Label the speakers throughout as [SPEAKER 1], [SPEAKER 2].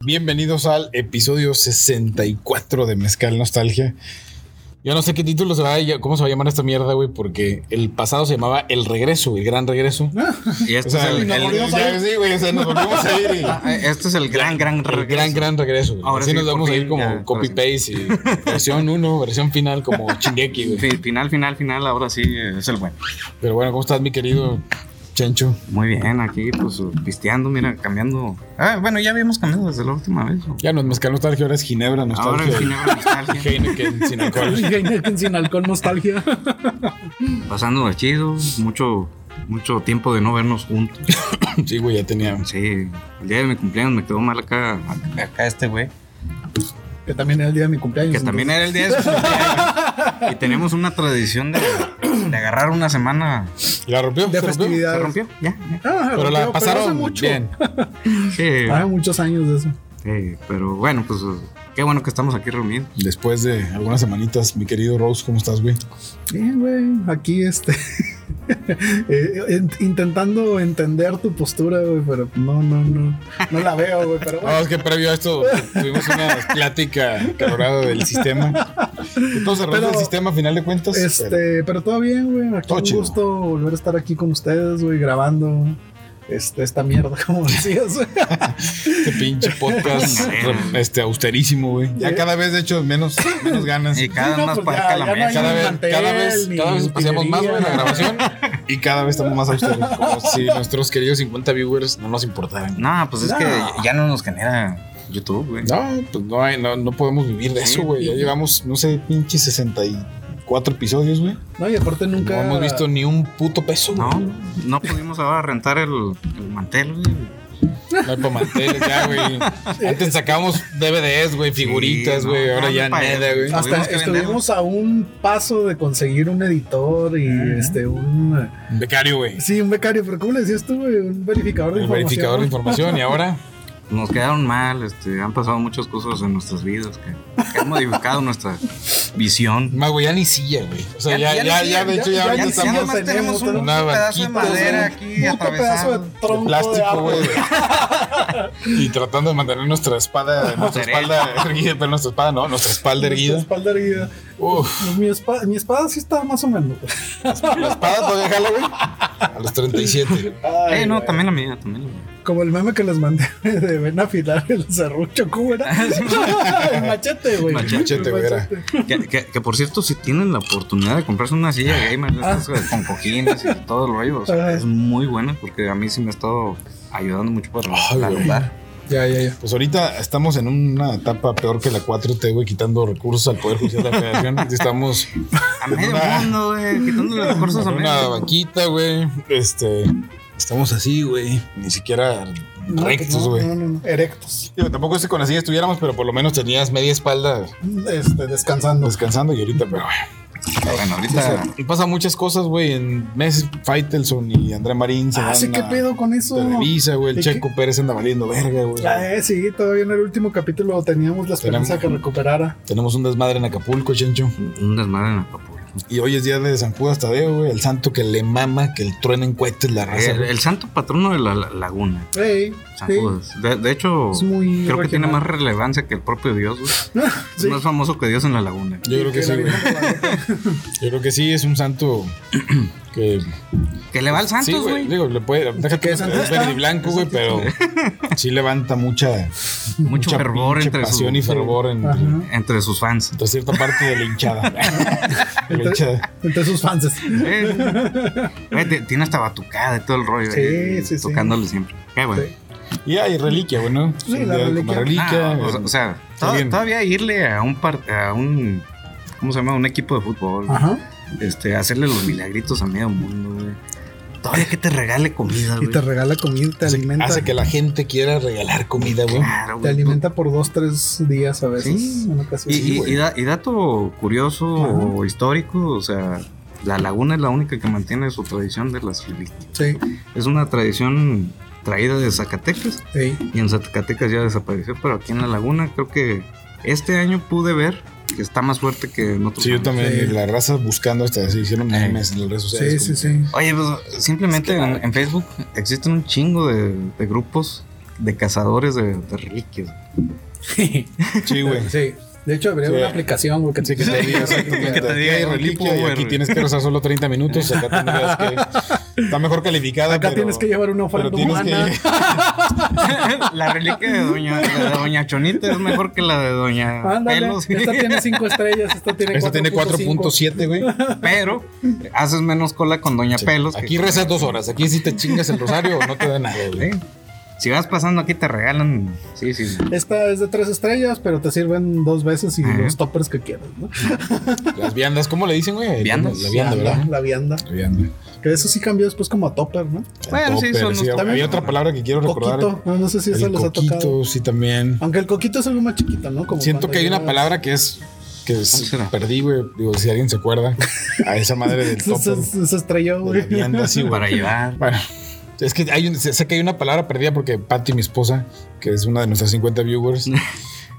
[SPEAKER 1] Bienvenidos al episodio 64 de Mezcal Nostalgia. Yo no sé qué título se va a, cómo se va a llamar esta mierda, güey, porque el pasado se llamaba El Regreso, el Gran Regreso.
[SPEAKER 2] Y
[SPEAKER 1] O
[SPEAKER 2] este,
[SPEAKER 1] sea,
[SPEAKER 2] es el,
[SPEAKER 1] el-
[SPEAKER 2] el-
[SPEAKER 1] el- ya- sí, güey, o sea, nos volvimos a ir y-
[SPEAKER 2] ah, este es el gran, gran
[SPEAKER 1] el
[SPEAKER 2] regreso.
[SPEAKER 1] gran, gran regreso. güey.
[SPEAKER 2] Ahora
[SPEAKER 1] Así
[SPEAKER 2] sí,
[SPEAKER 1] nos
[SPEAKER 2] por
[SPEAKER 1] vamos a
[SPEAKER 2] fin,
[SPEAKER 1] ir como
[SPEAKER 2] ya,
[SPEAKER 1] copy-paste y versión 1, versión final, como chingeki, güey.
[SPEAKER 2] Fi- Final, final, final, ahora sí eh, es el bueno.
[SPEAKER 1] Pero bueno, ¿cómo estás, mi querido Chencho?
[SPEAKER 2] Muy bien, aquí pues pisteando, mira, cambiando. Ah, bueno, ya habíamos cambiado desde la última vez. ¿o?
[SPEAKER 1] Ya no es Mezcal Nostalgia, ahora es Ginebra
[SPEAKER 2] Ahora
[SPEAKER 1] Nostalgia.
[SPEAKER 2] el Ginebra Nostalgia.
[SPEAKER 1] Heineken sin alcohol.
[SPEAKER 3] Heineken sin alcohol, nostalgia.
[SPEAKER 2] Pasando chido, mucho, mucho tiempo de no vernos juntos.
[SPEAKER 1] Sí, güey, ya tenía.
[SPEAKER 2] Sí, el día de mi cumpleaños me quedó mal acá, acá- acá este güey.
[SPEAKER 3] Que también era el día de mi cumpleaños.
[SPEAKER 2] Que también era el día de su cumpleaños. Y tenemos una tradición de, de agarrar una semana.
[SPEAKER 1] ¿Y la rompió?
[SPEAKER 3] De
[SPEAKER 1] ¿Se rompió?
[SPEAKER 3] festividad.
[SPEAKER 2] ¿Se rompió? Ya, ya.
[SPEAKER 3] Ah,
[SPEAKER 1] Pero la
[SPEAKER 3] hace
[SPEAKER 1] pasaron
[SPEAKER 3] mucho.
[SPEAKER 1] bien.
[SPEAKER 2] Sí,
[SPEAKER 3] Ah, muchos años de eso.
[SPEAKER 2] sí, pero bueno, pues qué bueno que estamos aquí reunidos.
[SPEAKER 1] Después de algunas semanitas, mi querido Rose, ¿cómo estás, güey?
[SPEAKER 3] Bien, güey. Aquí, este. eh, en- intentando entender tu postura, güey, pero no, no, no. No la veo, güey, pero
[SPEAKER 1] No,
[SPEAKER 3] bueno.
[SPEAKER 1] es que previo a esto tuvimos una plática calorada del sistema. Entonces, cerró
[SPEAKER 3] Pero,
[SPEAKER 1] el sistema a final de cuentas. pues, pero-
[SPEAKER 3] Este, pero todo bien, güey. Aquí
[SPEAKER 1] Todo
[SPEAKER 3] un
[SPEAKER 1] chido.
[SPEAKER 3] gusto volver a estar aquí con ustedes, güey, grabando este, esta mierda, como decías. güey.
[SPEAKER 1] Este pinche podcast re- este, austerísimo, güey. Ya cada vez, de hecho, menos, menos ganas.
[SPEAKER 2] Y cada
[SPEAKER 3] Sí, no,
[SPEAKER 2] más
[SPEAKER 3] pues
[SPEAKER 2] para
[SPEAKER 3] ya-
[SPEAKER 2] acá la
[SPEAKER 3] ya no
[SPEAKER 2] mesa.
[SPEAKER 3] hay-
[SPEAKER 1] Cada
[SPEAKER 3] ni
[SPEAKER 1] vez,
[SPEAKER 3] mantel,
[SPEAKER 1] cada vez,
[SPEAKER 3] ni
[SPEAKER 1] cada vez pasemos más, güey, la
[SPEAKER 3] utilería.
[SPEAKER 1] grabación. Y cada vez estamos más austeros. Como si nuestros queridos 50 viewers no nos importaran.
[SPEAKER 2] No, pues es
[SPEAKER 3] No.
[SPEAKER 2] que ya no nos genera YouTube, güey.
[SPEAKER 1] No, pues no, hay, no, no podemos vivir de eso, güey. Ya llevamos, no sé, pinche 64 episodios, güey.
[SPEAKER 3] No, y aparte nunca.
[SPEAKER 1] No hemos visto ni un puto peso,
[SPEAKER 2] No,
[SPEAKER 1] güey.
[SPEAKER 2] no pudimos ahora rentar el, el mantel, güey.
[SPEAKER 1] No hay pa' manteles ya, güey. Antes sacábamos DVDs, güey, figuritas,
[SPEAKER 2] Sí, no,
[SPEAKER 1] güey. ahora
[SPEAKER 2] no,
[SPEAKER 1] ya
[SPEAKER 2] no pa'
[SPEAKER 1] nada, güey.
[SPEAKER 2] eso.
[SPEAKER 3] Hasta
[SPEAKER 2] Tuvimos que
[SPEAKER 3] estuvimos a un paso de conseguir un editor y este un
[SPEAKER 1] Becario, güey.
[SPEAKER 3] sí, un becario, pero ¿cómo le decías tú, güey? Un verificador de
[SPEAKER 1] El
[SPEAKER 3] información.
[SPEAKER 1] verificador de información. Y ahora,
[SPEAKER 2] Nos quedaron mal, este, han pasado muchas cosas en nuestras vidas que, que han modificado nuestra visión.
[SPEAKER 1] más, güey, ya ni silla, güey. O sea, ya, ya,
[SPEAKER 2] Ya- ya ni
[SPEAKER 1] ya,
[SPEAKER 2] silla,
[SPEAKER 1] de hecho, ya,
[SPEAKER 3] ya-
[SPEAKER 1] ahorita
[SPEAKER 3] ya ni silla,
[SPEAKER 1] estamos
[SPEAKER 3] nomás tenemos un
[SPEAKER 1] una banquita, güey,
[SPEAKER 2] aquí
[SPEAKER 3] Puto pedazo de tronco
[SPEAKER 1] de
[SPEAKER 3] de
[SPEAKER 1] plástico,
[SPEAKER 3] árbol.
[SPEAKER 1] güey. Y tratando de mantener nuestra espada, nuestra
[SPEAKER 2] Serena.
[SPEAKER 1] espalda erguida, pero nuestra espada no, nuestra espalda
[SPEAKER 3] Nuestra
[SPEAKER 1] erguida.
[SPEAKER 3] espalda erguida. Pues,
[SPEAKER 1] Uf,
[SPEAKER 3] Mi espada, mi espada sí está más o menos.
[SPEAKER 1] la espada todavía jala, güey. A los 37.
[SPEAKER 3] Ay,
[SPEAKER 2] Eh, no,
[SPEAKER 3] güey.
[SPEAKER 2] también la mía, también la mía.
[SPEAKER 3] Como el meme que les mandé de ven a afilar el serrucho, ¿cómo era? el machete, güey.
[SPEAKER 2] Machete,
[SPEAKER 1] machete, güey, era.
[SPEAKER 2] Que, que- que, por cierto, si tienen la oportunidad de comprarse una silla gamer de estas,
[SPEAKER 3] Ah.
[SPEAKER 2] eh, con cojines y todo el rollo, o sea,
[SPEAKER 3] Ajá.
[SPEAKER 2] es muy buena porque a mí sí me ha estado ayudando mucho para
[SPEAKER 1] Ay,
[SPEAKER 2] la
[SPEAKER 1] güey.
[SPEAKER 2] lumbar.
[SPEAKER 3] Ya, ya, ya.
[SPEAKER 1] Pues ahorita estamos en una etapa peor que la 4T, güey, quitando recursos al Poder Judicial de la Federación. Estamos
[SPEAKER 2] A medio
[SPEAKER 1] Una-
[SPEAKER 2] mundo, güey, quitándole
[SPEAKER 3] Pues
[SPEAKER 2] recursos a
[SPEAKER 1] en Ah. una
[SPEAKER 2] medio.
[SPEAKER 1] banquita, güey. Este, estamos así, güey. Ni siquiera
[SPEAKER 3] No, pues
[SPEAKER 1] rectos,
[SPEAKER 3] no,
[SPEAKER 1] güey.
[SPEAKER 3] no, no, no. Erectos.
[SPEAKER 1] Digo, Tampoco es que con la silla estuviéramos, pero por lo menos tenías media espalda
[SPEAKER 3] Este, descansando.
[SPEAKER 1] descansando y ahorita, pero bueno.
[SPEAKER 2] Bueno,
[SPEAKER 3] Ah.
[SPEAKER 2] ahorita
[SPEAKER 1] Y pasa muchas cosas, güey. En meses, Faitelson y André Marín se
[SPEAKER 3] Ah,
[SPEAKER 1] van
[SPEAKER 3] sí, ¿qué
[SPEAKER 1] a
[SPEAKER 3] pedo con eso?
[SPEAKER 1] Televisa, güey. El
[SPEAKER 3] ¿Y qué?
[SPEAKER 1] Checo Pérez anda valiendo verga, güey.
[SPEAKER 3] Ah, eh, sí, todavía en el último capítulo teníamos la esperanza de que
[SPEAKER 1] Tenemos-
[SPEAKER 3] recuperara.
[SPEAKER 1] Tenemos un desmadre en Acapulco, Chencho.
[SPEAKER 2] un desmadre en Acapulco.
[SPEAKER 1] Y hoy es día de San Judas Tadeo, güey. El santo que le mama, que el trueno en cohetes la raza.
[SPEAKER 2] Eh, El,
[SPEAKER 1] güey.
[SPEAKER 2] el santo patrono de la, la- laguna,
[SPEAKER 3] Ey,
[SPEAKER 2] San
[SPEAKER 3] sí,
[SPEAKER 2] Judas. De, de hecho,
[SPEAKER 3] Es muy
[SPEAKER 2] creo que
[SPEAKER 3] regional.
[SPEAKER 2] tiene más relevancia que el propio Dios, güey. Es
[SPEAKER 3] sí.
[SPEAKER 2] más famoso que Dios en la laguna.
[SPEAKER 1] Yo creo que sí,
[SPEAKER 3] la
[SPEAKER 1] güey.
[SPEAKER 3] Virgen de Guadalupe.
[SPEAKER 1] Yo creo que sí, es un santo que.
[SPEAKER 2] Que le va al
[SPEAKER 1] Sí,
[SPEAKER 2] Santos,
[SPEAKER 1] güey.
[SPEAKER 2] güey.
[SPEAKER 1] Digo, le puede. Déjate
[SPEAKER 3] ¿Qué
[SPEAKER 1] que es
[SPEAKER 3] santo está?
[SPEAKER 1] verde y blanco, güey, pero sí levanta mucha.
[SPEAKER 2] Mucho
[SPEAKER 1] mucha
[SPEAKER 2] fervor
[SPEAKER 1] pinche
[SPEAKER 2] entre, su-
[SPEAKER 1] pasión y fervor en-
[SPEAKER 3] Ajá.
[SPEAKER 2] entre sus fans.
[SPEAKER 1] entre cierta parte de la hinchada. De la hinchada.
[SPEAKER 3] Entre sus fans.
[SPEAKER 2] Eh, güey, te- tiene hasta batucada y todo el rollo.
[SPEAKER 3] Sí,
[SPEAKER 2] eh,
[SPEAKER 3] sí, sí.
[SPEAKER 2] Tocándole siempre. Qué bueno.
[SPEAKER 3] Sí.
[SPEAKER 1] Y hay reliquia, güey, ¿no?
[SPEAKER 3] Sí,
[SPEAKER 1] Un
[SPEAKER 3] la
[SPEAKER 1] día como reliquia.
[SPEAKER 3] reliquia.
[SPEAKER 2] Ah, o, sea- o sea, to-
[SPEAKER 1] bien.
[SPEAKER 2] todavía irle a un par- a un ¿cómo se llama? un equipo de fútbol,
[SPEAKER 1] Ah,
[SPEAKER 3] Ajá.
[SPEAKER 2] este, hacerle los milagritos a medio mundo, güey. Todavía que te regale comida,
[SPEAKER 3] Y
[SPEAKER 2] güey.
[SPEAKER 3] te regala comida, te
[SPEAKER 1] hace,
[SPEAKER 3] alimenta.
[SPEAKER 1] hace que la gente quiera regalar comida, güey.
[SPEAKER 2] Claro,
[SPEAKER 3] Te
[SPEAKER 2] güey.
[SPEAKER 3] alimenta por dos, tres días a veces.
[SPEAKER 2] Sí.
[SPEAKER 3] En ocasiones.
[SPEAKER 2] Y, y-
[SPEAKER 1] güey.
[SPEAKER 2] y da- y dato curioso
[SPEAKER 3] Ajá.
[SPEAKER 2] o histórico, o sea, la laguna es la única que mantiene su tradición de las reliquias.
[SPEAKER 3] Sí,
[SPEAKER 2] Es una tradición traída de Zacatecas
[SPEAKER 3] sí.
[SPEAKER 2] y en Zacatecas ya desapareció, pero aquí en la laguna creo que este año pude ver que está más fuerte que en otros
[SPEAKER 1] Sí, yo
[SPEAKER 2] años.
[SPEAKER 1] también.
[SPEAKER 3] Sí.
[SPEAKER 1] y La raza buscando hasta se hicieron memes en las redes sociales.
[SPEAKER 3] Sí,
[SPEAKER 1] como-
[SPEAKER 3] sí, sí.
[SPEAKER 2] Oye, pues simplemente en, en Facebook existen un chingo de, de grupos de cazadores de, de reliquias.
[SPEAKER 1] Sí, güey.
[SPEAKER 3] Sí. De hecho, habría
[SPEAKER 1] Sí.
[SPEAKER 3] una aplicación, güey, que
[SPEAKER 1] Sí, que te diga exactamente.
[SPEAKER 2] Que te
[SPEAKER 1] Aquí
[SPEAKER 2] diga,
[SPEAKER 1] hay
[SPEAKER 2] Donkey
[SPEAKER 1] reliquia y
[SPEAKER 2] Power,
[SPEAKER 1] aquí
[SPEAKER 2] güey.
[SPEAKER 1] tienes que rezar solo 30 minutos. Acá tendrías que. Está mejor calificada.
[SPEAKER 3] Acá
[SPEAKER 1] pero-
[SPEAKER 3] tienes que llevar una
[SPEAKER 1] pero
[SPEAKER 3] ofrenda
[SPEAKER 1] tienes
[SPEAKER 3] humana.
[SPEAKER 1] que.
[SPEAKER 2] la reliquia de doña, de doña Chonita es mejor que la de doña
[SPEAKER 3] Ándale,
[SPEAKER 2] Pelos.
[SPEAKER 3] esta tiene 5 estrellas, esta tiene 4.5.
[SPEAKER 1] Esta tiene 4.7, güey.
[SPEAKER 2] Pero haces menos cola con doña
[SPEAKER 1] Sí.
[SPEAKER 2] Pelos. que-
[SPEAKER 1] Aquí rezas dos horas. Aquí si te chingas el rosario no te da nada, güey.
[SPEAKER 2] Sí. Si vas pasando aquí te regalan. Sí, sí.
[SPEAKER 3] Esta es de 3 estrellas, pero te sirven dos veces y
[SPEAKER 2] Ajá.
[SPEAKER 3] los toppers que quieras, ¿no?
[SPEAKER 1] Las viandas, ¿cómo le dicen, güey?
[SPEAKER 2] Viandas.
[SPEAKER 1] La vianda, ¿verdad?
[SPEAKER 3] La vianda.
[SPEAKER 1] La vianda.
[SPEAKER 3] Que eso sí cambió después como a topper, ¿no?
[SPEAKER 2] Bueno, sí,
[SPEAKER 1] Topper,
[SPEAKER 2] son los-
[SPEAKER 1] había
[SPEAKER 2] también-
[SPEAKER 1] otra palabra que quiero recordar.
[SPEAKER 3] Coquito. No, no sé si eso
[SPEAKER 1] el
[SPEAKER 3] les ha tocado.
[SPEAKER 1] coquito, sí, también.
[SPEAKER 3] Aunque el coquito es algo más chiquito, ¿no? Como
[SPEAKER 1] Siento
[SPEAKER 3] cuando
[SPEAKER 1] que hay una
[SPEAKER 3] llevas-
[SPEAKER 1] palabra que es. Que es-
[SPEAKER 2] ¿Cuál será?
[SPEAKER 1] perdí, güey. Digo, si alguien se acuerda. A esa madre del
[SPEAKER 3] Se,
[SPEAKER 1] topo.
[SPEAKER 3] se- se- se estrelló,
[SPEAKER 1] De la
[SPEAKER 3] güey.
[SPEAKER 1] vianda, sí, güey.
[SPEAKER 2] Para llevar.
[SPEAKER 1] Bueno, es que hay un- sé que hay una palabra perdida porque Patty, mi esposa, que es una de nuestras 50 viewers,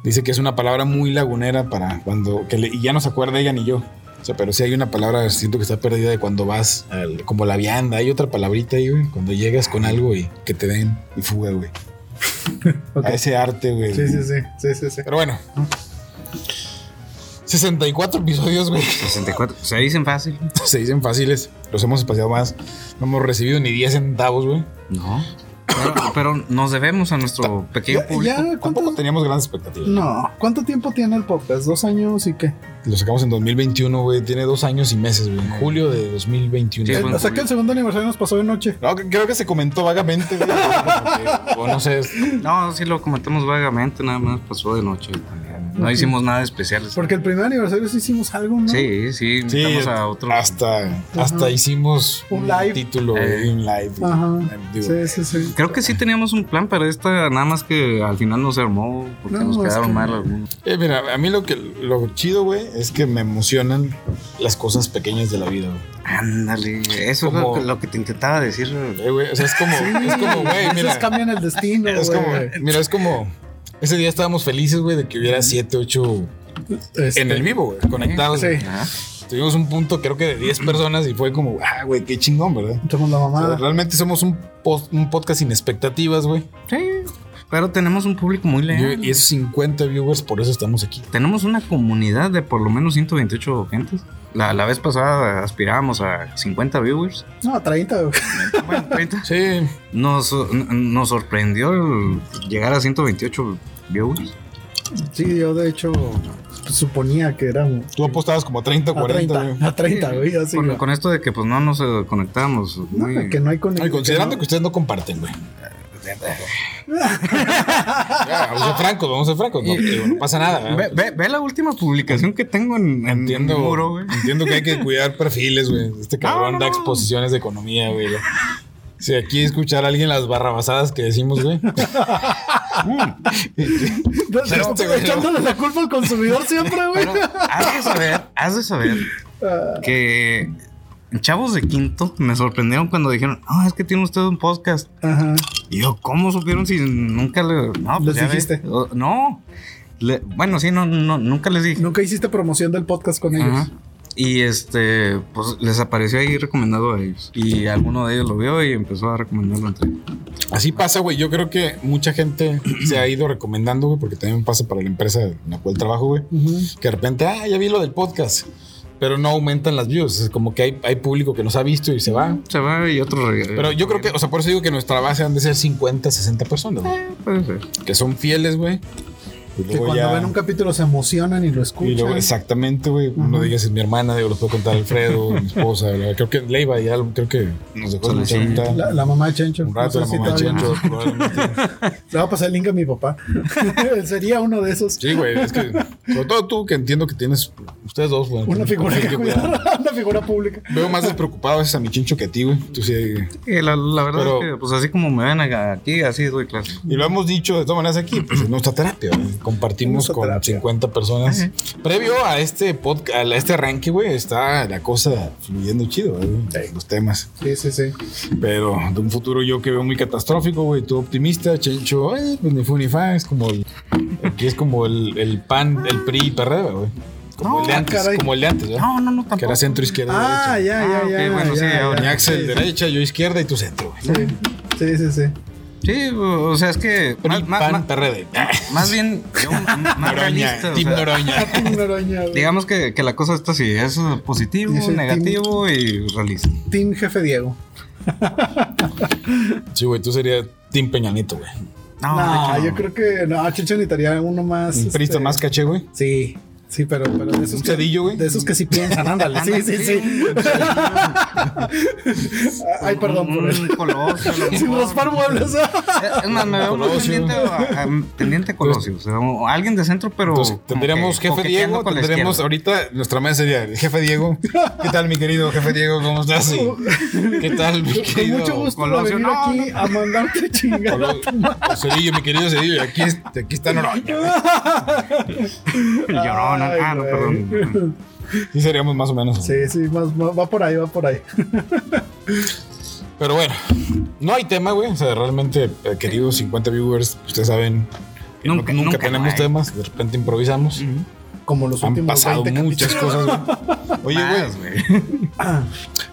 [SPEAKER 1] dice que es una palabra muy lagunera para cuando. Que le- y ya no se acuerda ella ni yo. O sea, pero sí hay una palabra, siento que está perdida de cuando vas, al- como la vianda. Hay otra palabrita ahí, güey, cuando llegas con algo y que te den y fuga, güey.
[SPEAKER 3] Ok.
[SPEAKER 1] A ese arte, güey.
[SPEAKER 3] Sí, sí, sí, sí, sí, sí.
[SPEAKER 1] Pero bueno. 64 episodios, güey.
[SPEAKER 2] 64. Se dicen fácil.
[SPEAKER 1] Se dicen fáciles. Los hemos espaciado más. No hemos recibido ni 10 centavos, güey.
[SPEAKER 2] No. Pero, pero nos debemos a nuestro pequeño
[SPEAKER 3] Ya,
[SPEAKER 2] público.
[SPEAKER 3] ya,
[SPEAKER 1] Tampoco
[SPEAKER 3] ¿cuánto,
[SPEAKER 1] teníamos grandes expectativas.
[SPEAKER 3] no, ¿cuánto tiempo tiene el podcast? ¿Dos años y qué?
[SPEAKER 1] Lo sacamos en 2021, güey. Tiene dos años y meses, güey. En julio de 2021.
[SPEAKER 2] Sí,
[SPEAKER 3] Eh,
[SPEAKER 2] fue en
[SPEAKER 3] o sea
[SPEAKER 2] julio.
[SPEAKER 3] que el segundo aniversario nos pasó de noche.
[SPEAKER 1] No, que- creo que se comentó vagamente, güey. Como que, O no sé.
[SPEAKER 2] No, sí lo comentamos vagamente, nada más pasó de noche también. No hicimos nada especial.
[SPEAKER 3] Porque el primer aniversario sí hicimos algo, ¿no?
[SPEAKER 2] Sí, sí,
[SPEAKER 1] Sí,
[SPEAKER 2] invitamos a otro.
[SPEAKER 1] hasta, hasta hicimos
[SPEAKER 3] Un live.
[SPEAKER 1] título de
[SPEAKER 2] Eh.
[SPEAKER 1] un live. güey.
[SPEAKER 3] Ajá.
[SPEAKER 1] Digo,
[SPEAKER 3] Sí, sí, sí.
[SPEAKER 2] Creo que sí teníamos un plan para esta, nada más que al final no se armó porque
[SPEAKER 3] No,
[SPEAKER 2] nos
[SPEAKER 3] es
[SPEAKER 2] quedaron
[SPEAKER 3] que-
[SPEAKER 2] mal algunos.
[SPEAKER 1] eh, mira, a mí lo que lo chido, güey, es que me emocionan las cosas pequeñas de la vida, güey.
[SPEAKER 2] Ándale, eso es
[SPEAKER 1] Como-
[SPEAKER 2] lo que, lo que te intentaba decir.
[SPEAKER 1] Eh, güey, o sea, es como, es como, güey,
[SPEAKER 3] Esos
[SPEAKER 1] mira.
[SPEAKER 3] cambian el destino,
[SPEAKER 1] Es como,
[SPEAKER 3] güey.
[SPEAKER 1] mira, es como. Ese día estábamos felices, güey, de que hubiera 7, 8
[SPEAKER 3] Este,
[SPEAKER 1] en el vivo, güey, conectados.
[SPEAKER 3] Sí.
[SPEAKER 1] güey.
[SPEAKER 2] Ajá.
[SPEAKER 1] Tuvimos un punto, creo que de 10 personas, y fue como, ah, güey, qué chingón, ¿verdad?
[SPEAKER 3] Somos la
[SPEAKER 1] O sea,
[SPEAKER 3] mamada.
[SPEAKER 1] realmente somos un, post- un podcast sin expectativas, güey.
[SPEAKER 2] Sí, pero tenemos un público muy leal.
[SPEAKER 1] Y, y esos 50 viewers, por eso estamos aquí.
[SPEAKER 2] Tenemos una comunidad de por lo menos 128 gentes. La, la vez pasada aspirábamos a 50 viewers.
[SPEAKER 3] No, 30, güey.
[SPEAKER 2] Bueno, 30.
[SPEAKER 1] Sí,
[SPEAKER 2] Nos, nos sorprendió el llegar a 128 viewers.
[SPEAKER 3] Sí, yo de hecho suponía que éramos.
[SPEAKER 1] tú apostabas como 30 o
[SPEAKER 3] A
[SPEAKER 1] 40.
[SPEAKER 3] 30,
[SPEAKER 1] güey.
[SPEAKER 3] a 30, güey, así.
[SPEAKER 2] Con,
[SPEAKER 3] güey.
[SPEAKER 2] con esto de que pues no nos eh, conectábamos.
[SPEAKER 3] No,
[SPEAKER 2] muy-
[SPEAKER 3] que no hay con
[SPEAKER 1] Ay, considerando que
[SPEAKER 3] que
[SPEAKER 1] ustedes no comparten, güey. Ya, vamos a ser francos, vamos a ser francos. No, digo, no pasa nada. ¿verdad?
[SPEAKER 2] Ve, ve- ve la última publicación que tengo en, en-
[SPEAKER 1] Entiendo,
[SPEAKER 2] en mi muro, güey.
[SPEAKER 1] entiendo que hay que cuidar perfiles, güey. Este cabrón
[SPEAKER 2] No, no,
[SPEAKER 1] da
[SPEAKER 2] no.
[SPEAKER 1] exposiciones de economía, güey. Si aquí escuchar a alguien las barrabasadas que decimos, güey.
[SPEAKER 3] no,
[SPEAKER 1] Pero-
[SPEAKER 3] no, echándole la culpa al consumidor siempre, güey.
[SPEAKER 2] Pero has de saber, has de saber
[SPEAKER 3] Ah,
[SPEAKER 2] que chavos de quinto me sorprendieron cuando dijeron, ah, es que tiene usted un podcast.
[SPEAKER 3] Ajá.
[SPEAKER 2] Y yo, ¿cómo supieron si nunca le... No, pues
[SPEAKER 3] Les
[SPEAKER 2] ya ves.
[SPEAKER 3] dijiste.
[SPEAKER 2] O- no. Le- bueno, sí, no, no, nunca les dije.
[SPEAKER 3] Nunca hiciste promoción del podcast con ellos.
[SPEAKER 2] Ajá. Y este, pues les apareció ahí recomendado a ellos. Y alguno de ellos lo vio y empezó a recomendarlo entre ellos.
[SPEAKER 1] Así pasa, güey. Yo creo que mucha gente se ha ido recomendando, güey, porque también pasa para la empresa en la cual trabajo, güey.
[SPEAKER 3] Ujú.
[SPEAKER 1] Que de repente, ah, ya vi lo del podcast. Pero no aumentan las views. Es como que hay, hay público que nos ha visto y se va.
[SPEAKER 2] Se va y otro re-
[SPEAKER 1] Pero yo creo que, o sea, por eso digo que nuestra base han de ser 50, 60 personas, güey,
[SPEAKER 2] Eh, puede ser.
[SPEAKER 1] Que son fieles, güey. Y
[SPEAKER 3] Que
[SPEAKER 1] luego
[SPEAKER 3] cuando
[SPEAKER 1] ya-
[SPEAKER 3] ven un capítulo se emocionan y lo escuchan.
[SPEAKER 1] Y luego, exactamente, güey. No
[SPEAKER 3] Ajá.
[SPEAKER 1] digas es mi hermana, digo, los puedo contar a Alfredo, mi esposa. ¿verdad? Creo que Leiva ya, lo- creo que nos dejó
[SPEAKER 2] Sí,
[SPEAKER 1] escuchar ahorita
[SPEAKER 3] La, la mamá de Chencho.
[SPEAKER 1] un rato,
[SPEAKER 3] No sé
[SPEAKER 1] la mamá
[SPEAKER 3] si
[SPEAKER 1] de
[SPEAKER 3] todavía-
[SPEAKER 1] Chencho, probablemente.
[SPEAKER 3] Le va a pasar el link a mi papá. Él Sería uno de esos.
[SPEAKER 1] Sí, güey, es que, sobre todo tú, que entiendo que tienes, ustedes dos, güey.
[SPEAKER 3] Una
[SPEAKER 1] tienen
[SPEAKER 3] figura que
[SPEAKER 1] que cuidar.
[SPEAKER 3] cuidar. Una figura pública.
[SPEAKER 1] Veo más despreocupado a veces a mi chincho que a ti, güey. Tú sí.
[SPEAKER 2] Eh, la, la verdad
[SPEAKER 1] Pero-
[SPEAKER 2] es que, pues así como me ven acá- aquí, así doy clase.
[SPEAKER 1] Y lo hemos dicho de todas maneras aquí, pues en nuestra terapia, güey. Compartimos
[SPEAKER 3] Nuestra
[SPEAKER 1] con
[SPEAKER 3] terapia.
[SPEAKER 1] 50 personas. Previo a este podcast, a este ranking, güey, está la cosa fluyendo chido, güey. Los temas.
[SPEAKER 3] Sí, sí, sí.
[SPEAKER 1] Pero de un futuro yo que veo muy catastrófico, güey. Tú optimista, Chencho, eh, pues ni fu ni fa. Es como el, aquí es como el, el pan, el PRI y PRD, güey. Como
[SPEAKER 2] No,
[SPEAKER 1] el de antes,
[SPEAKER 3] caray.
[SPEAKER 1] como el de antes, ¿verdad?
[SPEAKER 2] No, no, no,
[SPEAKER 1] que era
[SPEAKER 2] tampoco.
[SPEAKER 1] centro, izquierda,
[SPEAKER 3] Ah,
[SPEAKER 1] derecha.
[SPEAKER 3] ya, ya,
[SPEAKER 2] Ah,
[SPEAKER 3] ya.
[SPEAKER 2] ok, bueno, sí,
[SPEAKER 3] ya,
[SPEAKER 2] ahora
[SPEAKER 3] ya.
[SPEAKER 1] Ni Axel
[SPEAKER 3] Sí,
[SPEAKER 1] derecha, yo izquierda y tú centro, güey.
[SPEAKER 3] Sí, sí, sí. sí.
[SPEAKER 2] Sí, o sea, es que. Más,
[SPEAKER 1] PRI,
[SPEAKER 2] más-
[SPEAKER 1] PAN,
[SPEAKER 2] más-
[SPEAKER 1] PRD.
[SPEAKER 2] más bien, yo, más
[SPEAKER 1] Noroña,
[SPEAKER 2] realista. o
[SPEAKER 1] Team
[SPEAKER 2] sea,
[SPEAKER 1] Noroña.
[SPEAKER 3] Team Noroña, güey.
[SPEAKER 2] digamos que, que la cosa está así: es eh, positivo,
[SPEAKER 3] Yo soy team-
[SPEAKER 2] negativo y realista.
[SPEAKER 3] Team Jefe Diego.
[SPEAKER 1] Sí, güey, tú serías Team Peñanito, güey.
[SPEAKER 3] No,
[SPEAKER 2] de hecho,
[SPEAKER 3] yo creo que no, Chicho necesitaría uno más.
[SPEAKER 1] Un perista
[SPEAKER 3] este,
[SPEAKER 1] más caché, güey.
[SPEAKER 3] Sí, sí, pero, pero de esos
[SPEAKER 1] Un cedillo, güey.
[SPEAKER 3] De esos que sí piensan, ándale. sí, sí, sí. Ay, perdón por
[SPEAKER 2] un,
[SPEAKER 3] eso.
[SPEAKER 2] un colosio. a lo
[SPEAKER 3] Sin
[SPEAKER 2] mejor.
[SPEAKER 3] raspar muebles.
[SPEAKER 2] Es más, me veo más
[SPEAKER 1] Colosio.
[SPEAKER 2] pendiente a, a- pendiente a Colosio. O sea, o alguien de centro, pero.
[SPEAKER 1] Entonces,
[SPEAKER 2] como
[SPEAKER 1] tendríamos
[SPEAKER 2] que
[SPEAKER 1] jefe
[SPEAKER 2] coqueteando
[SPEAKER 1] Diego,
[SPEAKER 2] con la
[SPEAKER 1] tendríamos
[SPEAKER 2] izquierda.
[SPEAKER 1] ahorita nuestra mesa sería el jefe Diego. ¿Qué tal, mi querido jefe Diego? ¿Cómo estás? Y- ¿Qué tal, mi
[SPEAKER 3] Con
[SPEAKER 1] querido?
[SPEAKER 3] mucho gusto voy a
[SPEAKER 2] Colosio.
[SPEAKER 3] venir
[SPEAKER 2] No,
[SPEAKER 3] aquí a mandarte chingar a tu madre.
[SPEAKER 1] Colo- Cedillo, mi querido Cedillo, y aquí, es- aquí está Noroña.
[SPEAKER 2] El llorón.
[SPEAKER 3] Ay,
[SPEAKER 2] ah, no,
[SPEAKER 3] güey.
[SPEAKER 2] perdón.
[SPEAKER 1] Sí, seríamos más o menos.
[SPEAKER 3] Sí, sí, más- va va por ahí, va por ahí.
[SPEAKER 1] Pero bueno, no hay tema, güey. O sea, realmente, eh, queridos 50 viewers, ustedes saben, que no-
[SPEAKER 2] Nunca-
[SPEAKER 1] nunca,
[SPEAKER 2] nunca
[SPEAKER 1] tenemos
[SPEAKER 2] no hay.
[SPEAKER 1] temas, de repente improvisamos.
[SPEAKER 2] Ujú.
[SPEAKER 3] Como los
[SPEAKER 1] Han
[SPEAKER 3] últimos
[SPEAKER 1] pasado
[SPEAKER 3] 20
[SPEAKER 1] muchas
[SPEAKER 3] capítulos.
[SPEAKER 1] cosas, güey. Oye,
[SPEAKER 2] Más,
[SPEAKER 1] güey,
[SPEAKER 2] güey.
[SPEAKER 3] Ah,